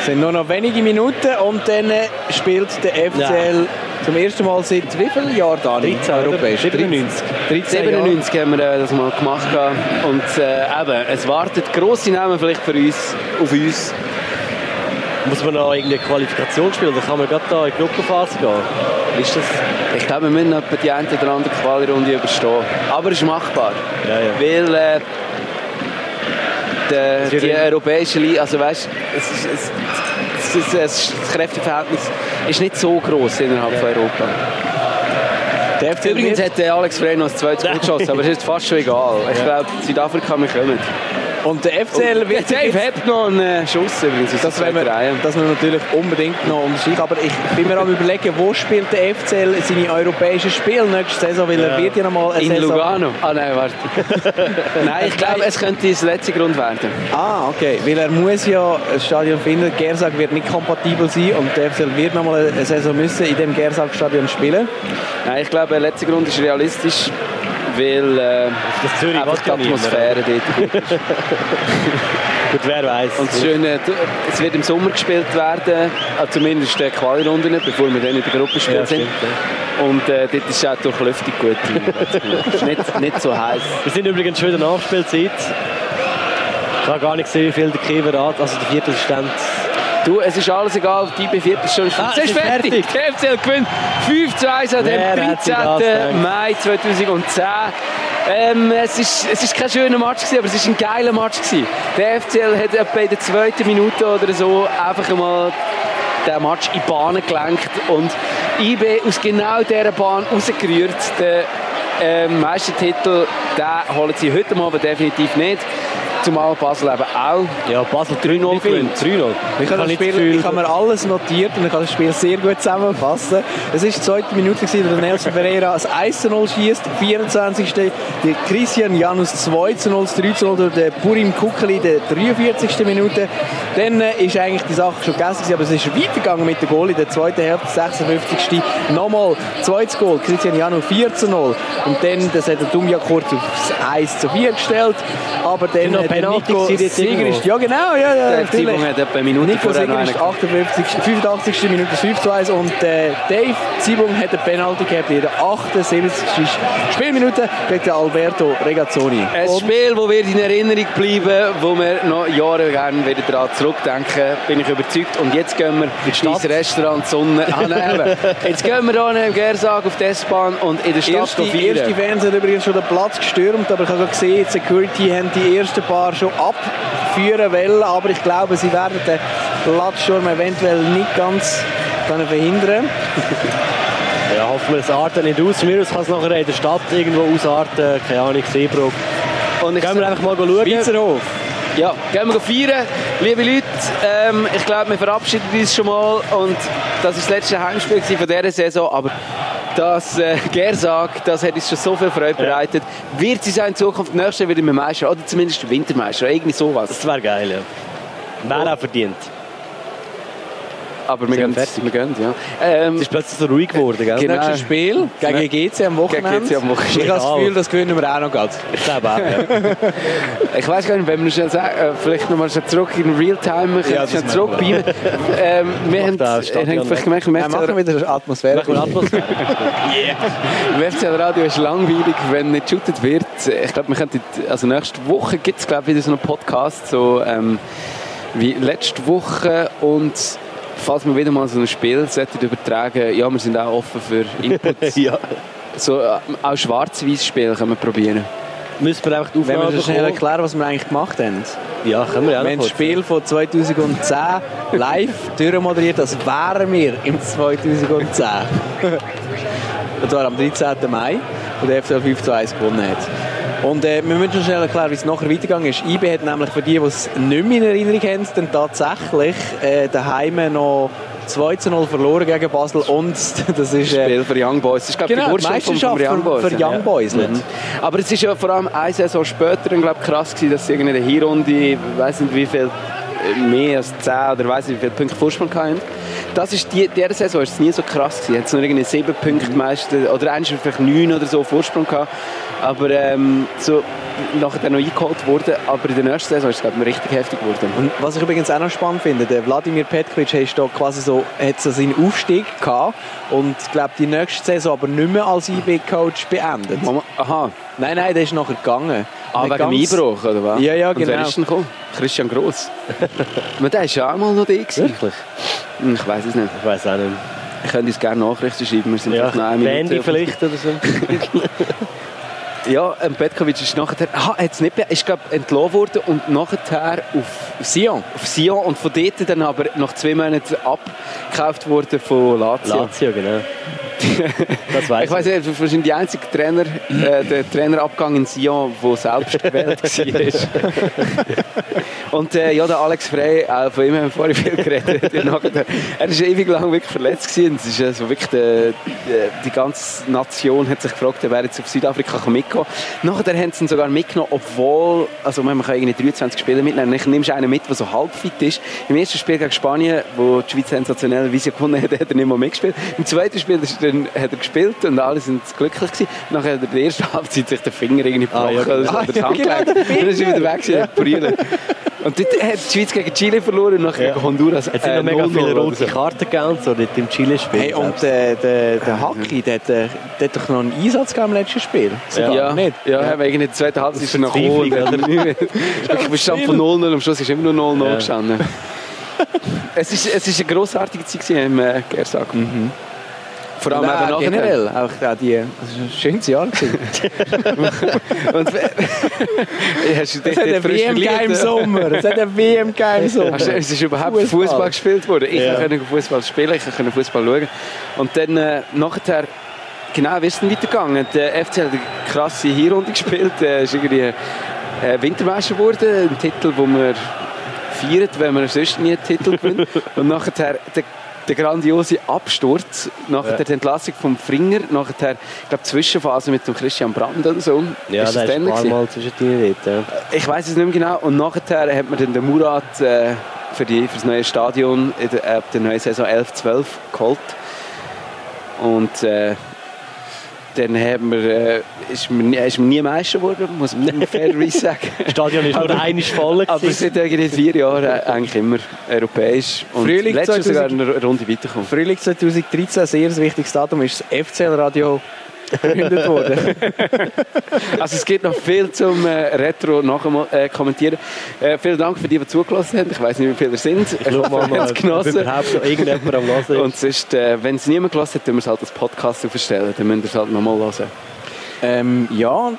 Speaker 3: Es sind nur noch wenige Minuten und dann äh, spielt der FCL zum ersten Mal seit wie vielen Jahren da?
Speaker 2: 13, oder? 97.
Speaker 3: 13 Jahre.
Speaker 1: 97 haben wir äh, das mal gemacht. gehabt. Und äh, eben, es wartet grosse Namen vielleicht für uns, auf uns.
Speaker 2: Muss man noch irgendeine Qualifikation spielen? Dann kann man gerade da in die Gruppenphase gehen. Ist das?
Speaker 1: Ich glaube, wir müssen etwa die eine oder andere Quali-Runde überstehen. Aber es ist machbar.
Speaker 2: Ja, ja.
Speaker 1: Weil äh, der-
Speaker 2: wird
Speaker 1: die
Speaker 2: in-
Speaker 1: europäische Liga, also weißt es ist, es, es ist, es ist, das Kräfteverhältnis ist nicht so groß innerhalb von Europa.
Speaker 3: Der FCL
Speaker 1: Übrigens
Speaker 3: wird-
Speaker 1: hat der Alex Frey noch das zweite Gut geschossen, aber es ist fast schon egal. Ich glaube, Südafrika, wir kommen.
Speaker 3: Und der FCL
Speaker 1: Der
Speaker 3: wird sich jetzt-
Speaker 1: Dave hat noch einen äh, Schuss übrigens aus
Speaker 3: Das
Speaker 1: der
Speaker 3: wollen wir,
Speaker 1: zweiten Reihe.
Speaker 3: das müssen wir natürlich unbedingt noch unterstreichen. Aber ich bin mir am überlegen, wo spielt der FCL seine europäischen Spiele nächste Saison, weil er
Speaker 2: Ja.
Speaker 3: wird ja noch mal eine
Speaker 1: In
Speaker 3: Saison...
Speaker 1: Lugano? Ah nein, [LAUGHS] warte. nein, ich glaube, es könnte das letzte Grund werden.
Speaker 3: Ah, okay. Weil er muss ja ein Stadion finden. Gersag wird nicht kompatibel sein und der FCL wird noch mal eine Saison müssen in dem Gersag-Stadion spielen.
Speaker 1: Nein, ich glaube, der letzte Grund ist realistisch, weil äh,
Speaker 2: Das Zürich
Speaker 1: einfach
Speaker 2: will
Speaker 1: die
Speaker 2: ja niemand.
Speaker 1: Atmosphäre dort gut ist.
Speaker 2: Gut, wer weiß.
Speaker 1: Und das Schöne, du- es wird im Sommer gespielt werden, äh, zumindest die Quali-Runden, bevor wir dann in der Gruppe spielen
Speaker 2: ja,
Speaker 1: sind.
Speaker 2: stimmt, ja.
Speaker 1: Und äh, dort ist es auch durch Lüftung
Speaker 2: [LAUGHS]
Speaker 1: gut. Es ist nicht, nicht so heiß.
Speaker 2: Wir sind übrigens schon wieder in der Nachspielzeit. Ich habe gar nicht gesehen, wie viel der Kiewer hat. Also der Viertelstand.
Speaker 1: Du, es ist alles egal, die IB Viertel ist schon
Speaker 2: Ah,
Speaker 1: Es ist fertig. Der FCL gewinnt 5 zu 1 an
Speaker 2: Wer
Speaker 1: dem
Speaker 2: hätte das gedacht?
Speaker 1: 13. Mai 2010. Ähm, es war ist, es ist kein schöner Match, gewesen, aber es war ein geiler Match. Gewesen. Der FCL hat etwa in der zweiten Minute oder so einfach einmal den Match in die Bahnen gelenkt und IB aus genau dieser Bahn rausgerührt. Den ähm, Meistertitel den holen sie heute Abend definitiv nicht. Zumal Basel eben auch.
Speaker 2: Ja, Basel 3-0
Speaker 1: Wie viel?
Speaker 2: gewinnt. 3-0.
Speaker 3: Ich habe, das
Speaker 2: nicht das
Speaker 3: Spiel,
Speaker 2: Gefühl-
Speaker 3: ich habe mir alles notiert und ich kann das Spiel sehr gut zusammenfassen. Es ist die zweite Minute, gewesen, wo der Nelson Pereira das 1-0 schießt, 24. Der Christian Janus 2-0, das 3-0 durch den Purim Kukeli in der 43. Minute. Dann äh, ist eigentlich die Sache schon gegessen, gewesen, aber es ist weitergegangen mit dem Goal in der zweiten Hälfte, 56. Nochmal, zweites Goal, Christian Janu 14-0. Und dann, das hat der Dumja kurz aufs 1-4 gestellt, aber dann
Speaker 2: Genau,
Speaker 3: äh, der
Speaker 2: Penalty
Speaker 3: Nico
Speaker 2: war jetzt
Speaker 3: Sieger
Speaker 2: irgendwo.
Speaker 3: ist, ja genau, ja, ja,
Speaker 1: Der
Speaker 3: natürlich.
Speaker 1: Simon hat etwa eine Minute
Speaker 3: Nico
Speaker 1: vorher noch
Speaker 3: Seger
Speaker 1: einen
Speaker 3: ist 58, 85. Minute 5 zu 1 und äh, Dave Zibung hat eine Penalty gehabt in der 78. Spielminute gegen den Alberto Regazzoni.
Speaker 1: Ein
Speaker 3: Und
Speaker 1: Spiel, das wird in Erinnerung bleiben, wo wir noch Jahre gerne wieder daran zurückdenken, bin ich überzeugt. Und jetzt gehen wir ins Restaurant Sonne
Speaker 2: [LAUGHS]
Speaker 1: annehmen. Jetzt gehen wir hier im Gersag auf die S-Bahn und in der Stadt
Speaker 3: erste,
Speaker 1: feiern.
Speaker 3: erste Fans hat übrigens schon den Platz gestürmt, aber ich habe gesehen, die Security haben die ersten paar schon abführen wollen, aber ich glaube, sie werden den Platzsturm eventuell nicht ganz können verhindern.
Speaker 2: Ja, hoffen wir, es artet nicht aus. Mir kann es nachher in der Stadt irgendwo ausarten. Keine Ahnung, Seebruck.
Speaker 1: und ich
Speaker 2: Gehen wir einfach mal schauen.
Speaker 3: Schweizerhof.
Speaker 1: Ja, gehen wir feiern. Liebe Leute, ähm, ich glaube, wir verabschieden uns schon mal. Und das war das letzte Heimspiel gewesen von dieser Saison. Aber das äh, Gersag, das hat uns schon so viel Freude bereitet. Wird sie sein in Zukunft nächstes Jahr wieder mit Meister oder zumindest Wintermeister, irgendwie sowas.
Speaker 2: Das wäre geil, ja. Wäre auch verdient.
Speaker 1: Aber wir
Speaker 2: Sind
Speaker 1: gehen,
Speaker 2: wir fertig?
Speaker 1: wir gehen, ja. Ähm,
Speaker 2: Es ist plötzlich so ruhig geworden, gell?
Speaker 1: Genau.
Speaker 3: Nächstes Spiel gegen GC am Wochenende.
Speaker 1: Gegen GC am Wochenende.
Speaker 3: Ich habe das Gefühl, das gewinnen wir auch noch ganz.
Speaker 2: Ich glaube auch, ja.
Speaker 1: ich weiß gar nicht, wenn wir noch schnell sagen, äh, vielleicht nochmal schnell zurück in Realtime, wir können
Speaker 2: Ja, das
Speaker 1: schnell
Speaker 2: machen
Speaker 1: zurück beamen. ähm, wir haben,
Speaker 2: Macht auch
Speaker 1: ihr habt
Speaker 2: Stadion
Speaker 1: vielleicht gemerkt, wir
Speaker 3: Wir
Speaker 1: haben
Speaker 3: machen wieder Atmosphäre.
Speaker 2: Machen wir Atmosphäre.
Speaker 1: Im FCL Radio ist langweilig, wenn nicht geshootet wird. Ich glaube, wir könnten, also nächste Woche gibt es glaube ich wieder so einen Podcast, so ähm, wie letzte Woche und falls wir wieder mal so ein Spiel sollten übertragen, ja, wir sind auch offen für Inputs.
Speaker 2: ja.
Speaker 1: so, äh, auch schwarz-weiß Spiel können wir probieren.
Speaker 2: Müssen wir einfach die
Speaker 3: Wenn wir
Speaker 2: Aufnahme
Speaker 3: das schnell
Speaker 2: bekommen.
Speaker 3: erklären, was wir eigentlich gemacht haben.
Speaker 2: Ja, können wir ja
Speaker 3: Wir haben
Speaker 2: noch
Speaker 3: das
Speaker 2: kurz.
Speaker 3: Spiel von 2010 live durchmoderiert. Das wären wir im 2010. Und zwar am 13. Mai, wo der FCL 5 zu 1 gewonnen hat. Und äh, wir müssen schnell erklären, wie es nachher weitergegangen ist. IB hat nämlich für die, die es nicht mehr in Erinnerung haben, dann tatsächlich äh, daheim noch 2 zu 0 verloren gegen Basel. Und [LAUGHS] das ist... Äh,
Speaker 1: Spiel für Young Boys. Das ist glaube ich
Speaker 3: Genau,
Speaker 1: die Wurzel vom, vom
Speaker 3: Meisterschaft
Speaker 1: Young
Speaker 3: für-
Speaker 1: Boys.
Speaker 3: für Young
Speaker 1: ja.
Speaker 3: Boys, nicht?
Speaker 1: Mhm. Aber es ist ja vor allem eine Saison später dann, glaub, ich, krass gewesen, dass sie in der Hinrunde, ich weiß nicht wie viel, äh, mehr als 10 oder weiß nicht wie viele Punkte Vorsprung hatten. Das ist die, diese Saison ist es nie so krass gewesen. Hat es nur irgendwie sieben Punkte meistens oder eins vielleicht neun oder so Vorsprung gehabt. Aber ähm, so nachher dann noch eingeholt worden. Aber in der nächsten Saison ist es glaube ich richtig heftig geworden.
Speaker 3: Und was ich übrigens auch noch spannend finde, der Wladimir Petkovic hat da quasi so, hat so seinen Aufstieg gehabt und glaube die nächste Saison aber nicht mehr als IB-Coach beendet.
Speaker 1: Mama, aha,
Speaker 3: Nein, nein, der ist nachher gegangen.
Speaker 1: ah,
Speaker 3: Nicht
Speaker 1: wegen dem
Speaker 3: ganz-
Speaker 1: Einbruch oder was?
Speaker 3: Ja, ja,
Speaker 1: Und wer
Speaker 3: genau.
Speaker 1: ist denn gekommen? Christian Gross. [LAUGHS] Aber der war ja auch mal noch da. gewesen.
Speaker 2: Wirklich?
Speaker 1: Hm, Ich weiß es nicht.
Speaker 2: Ich weiß auch nicht.
Speaker 1: Ich könnte uns gerne Nachrichten schreiben. Wir sind
Speaker 2: Ja,
Speaker 1: vielleicht noch eine Minute
Speaker 2: Bandy
Speaker 1: auf-
Speaker 2: vielleicht
Speaker 1: [LAUGHS]
Speaker 2: oder so.
Speaker 1: Ja, ähm, Petkovic ist nachher... Ah, er hat's nicht be- ist, glaube entlassen worden und nachher auf,
Speaker 3: Sion.
Speaker 1: auf Sion und von dort dann aber nach zwei Monaten abgekauft worden von Lazio.
Speaker 2: Lazio, genau. Das weiß
Speaker 1: Ich weiß nicht, das ist wahrscheinlich der einzige Trainer, äh, der Trainerabgang in Sion, der selbst gewählt [LAUGHS] war. Und äh, ja, der Alex Frey, äh, von ihm haben wir vorhin viel geredet. [LAUGHS] Der nachher- er war ewig lang wirklich verletzt. Gewesen. Es ist, äh, so wirklich der, der- die ganze Nation hat sich gefragt, wer jetzt auf Südafrika kann mitkommen kann. Nachher haben sie ihn sogar mitgenommen, obwohl, also man kann irgendwie 23 Spieler mitnehmen. Ich nimmst einen mit, der so halbfit ist. Im ersten Spiel gegen Spanien, wo die Schweiz sensationell Visio gewonnen hat, [LAUGHS] hat er nicht mehr mitgespielt. Im zweiten Spiel das ist dann, hat er gespielt und alle sind glücklich gewesen. Nachher hat er in der ersten Halbzeit sich den Finger irgendwie
Speaker 2: Ah,
Speaker 1: gebrochen
Speaker 2: ja,
Speaker 1: oder so,
Speaker 3: genau.
Speaker 1: oder das
Speaker 3: Ah, ja,
Speaker 1: Handgelenk.
Speaker 3: genau, der
Speaker 1: Dann ist er wieder weg gewesen, hat brüllt. Und dort hat die Schweiz gegen Chile verloren und nachher
Speaker 2: Ja.
Speaker 1: gegen Honduras.
Speaker 2: Es sind
Speaker 1: äh,
Speaker 2: noch mega
Speaker 1: 0-0
Speaker 2: viele
Speaker 1: oder
Speaker 2: rote
Speaker 1: so.
Speaker 2: Karten gegeben, und so dort im Chile-Spiel.
Speaker 3: Hey, und äh, der, der Hacki, der, hat, äh, der hat doch noch einen Einsatz gehabt im letzten Spiel. Sogar,
Speaker 1: Ja,
Speaker 3: nicht?
Speaker 1: ja, ja. wegen der zweiten Halbzeit ist er noch
Speaker 2: Verzweiflung,
Speaker 1: gekommen. und hat [LAUGHS] nicht mehr- Wirklich Bestand von 0-0, am Schluss ist immer nur 0-0
Speaker 2: Ja.
Speaker 1: gestanden. es war ist, es ist eine grossartige Zeit gewesen im äh, Gersag.
Speaker 2: Mhm.
Speaker 1: Vor allem
Speaker 3: Nein,
Speaker 1: eben nachher.
Speaker 3: generell. Auch, auch die, das war ein schönes
Speaker 1: [LAUGHS]
Speaker 3: Jahr. gewesen.
Speaker 1: Und, [LAUGHS] äh, hast du dich
Speaker 3: Es hat
Speaker 1: dort
Speaker 3: eine
Speaker 1: frisch
Speaker 3: WM gegeben im
Speaker 1: verliebt?
Speaker 3: Sommer. Es hat eine WM
Speaker 1: [LAUGHS]
Speaker 3: gegeben im Sommer.
Speaker 1: Hast du- Es ist überhaupt Fußball,
Speaker 3: Fußball.
Speaker 1: gespielt worden. Ich
Speaker 2: Ja.
Speaker 1: konnte Fußball spielen, ich konnte Fußball schauen. Und dann äh, nachher, genau, wie ist es denn weitergegangen? Der FC hat eine krasse Hinrunde gespielt. Äh, ist irgendwie äh, Wintermeister geworden. Ein Titel, den man feiert, wenn man sonst nie einen Titel gewinnt.
Speaker 2: [LAUGHS]
Speaker 1: Und nachher der, der grandiose Absturz, nachher
Speaker 2: Ja.
Speaker 1: die Entlassung von Fringer, nachher, ich glaube, die Zwischenphase mit dem Christian Brand und so.
Speaker 2: Ja,
Speaker 1: Ist
Speaker 2: da
Speaker 1: das
Speaker 2: ist ein
Speaker 1: dann
Speaker 2: paar
Speaker 1: gewesen?
Speaker 2: Mal zwischen dir dort. Ja.
Speaker 1: Ich weiß es nicht mehr genau. Und nachher hat man dann den Murat äh, für, die, für das neue Stadion in der, äh, der neuen Saison 11-12 geholt. Und äh, dann haben wir, äh, ist, man, nie- ist man nie Meister geworden, muss man fairerweise sagen.
Speaker 2: Das Stadion ist nur
Speaker 1: Aber-
Speaker 2: einmal voll.
Speaker 1: Aber
Speaker 2: gewesen.
Speaker 1: seit irgendwie vier Jahren äh, eigentlich immer europäisch. Und
Speaker 3: Frühling
Speaker 1: letztes Jahr sogar
Speaker 3: 2000
Speaker 1: eine Runde weitergekommen.
Speaker 3: Frühling 2013, sehr ein wichtiges Datum, ist das FCL-Radio gegründet worden.
Speaker 1: [LAUGHS] Also es gibt noch viel zum äh, Retro nachkommentieren. Äh, kommentieren. äh, vielen Dank für die, die zugelassen haben. Ich weiß nicht, wie viele es sind. [LAUGHS] Ich,
Speaker 2: Ich schau mal,
Speaker 1: hoffe, ihr
Speaker 2: mal
Speaker 1: habt's
Speaker 2: ob überhaupt noch irgendjemand am Lassen ist.
Speaker 1: Und sonst, äh, wenn es niemand gelassen hat, tun wir es halt als Podcast aufstellen. Dann müsst ihr es halt nochmal hören.
Speaker 3: ähm, ja,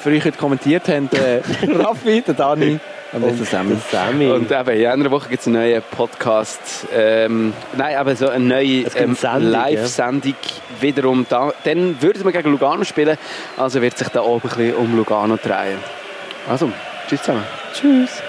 Speaker 3: für euch heute kommentiert haben äh, [LAUGHS] Raffi, der Dani und jetzt der Sammy.
Speaker 2: Der Sammy.
Speaker 1: Und eben, in einer Woche gibt es einen neuen Podcast. Ähm, nein, aber so eine neue
Speaker 2: Es gibt
Speaker 1: ähm,
Speaker 2: Sendung,
Speaker 1: Live-Sendung. Wiederum da. Dann würden wir gegen Lugano spielen. Also wird sich da oben ein bisschen um Lugano drehen. Also, tschüss zusammen.
Speaker 3: Tschüss.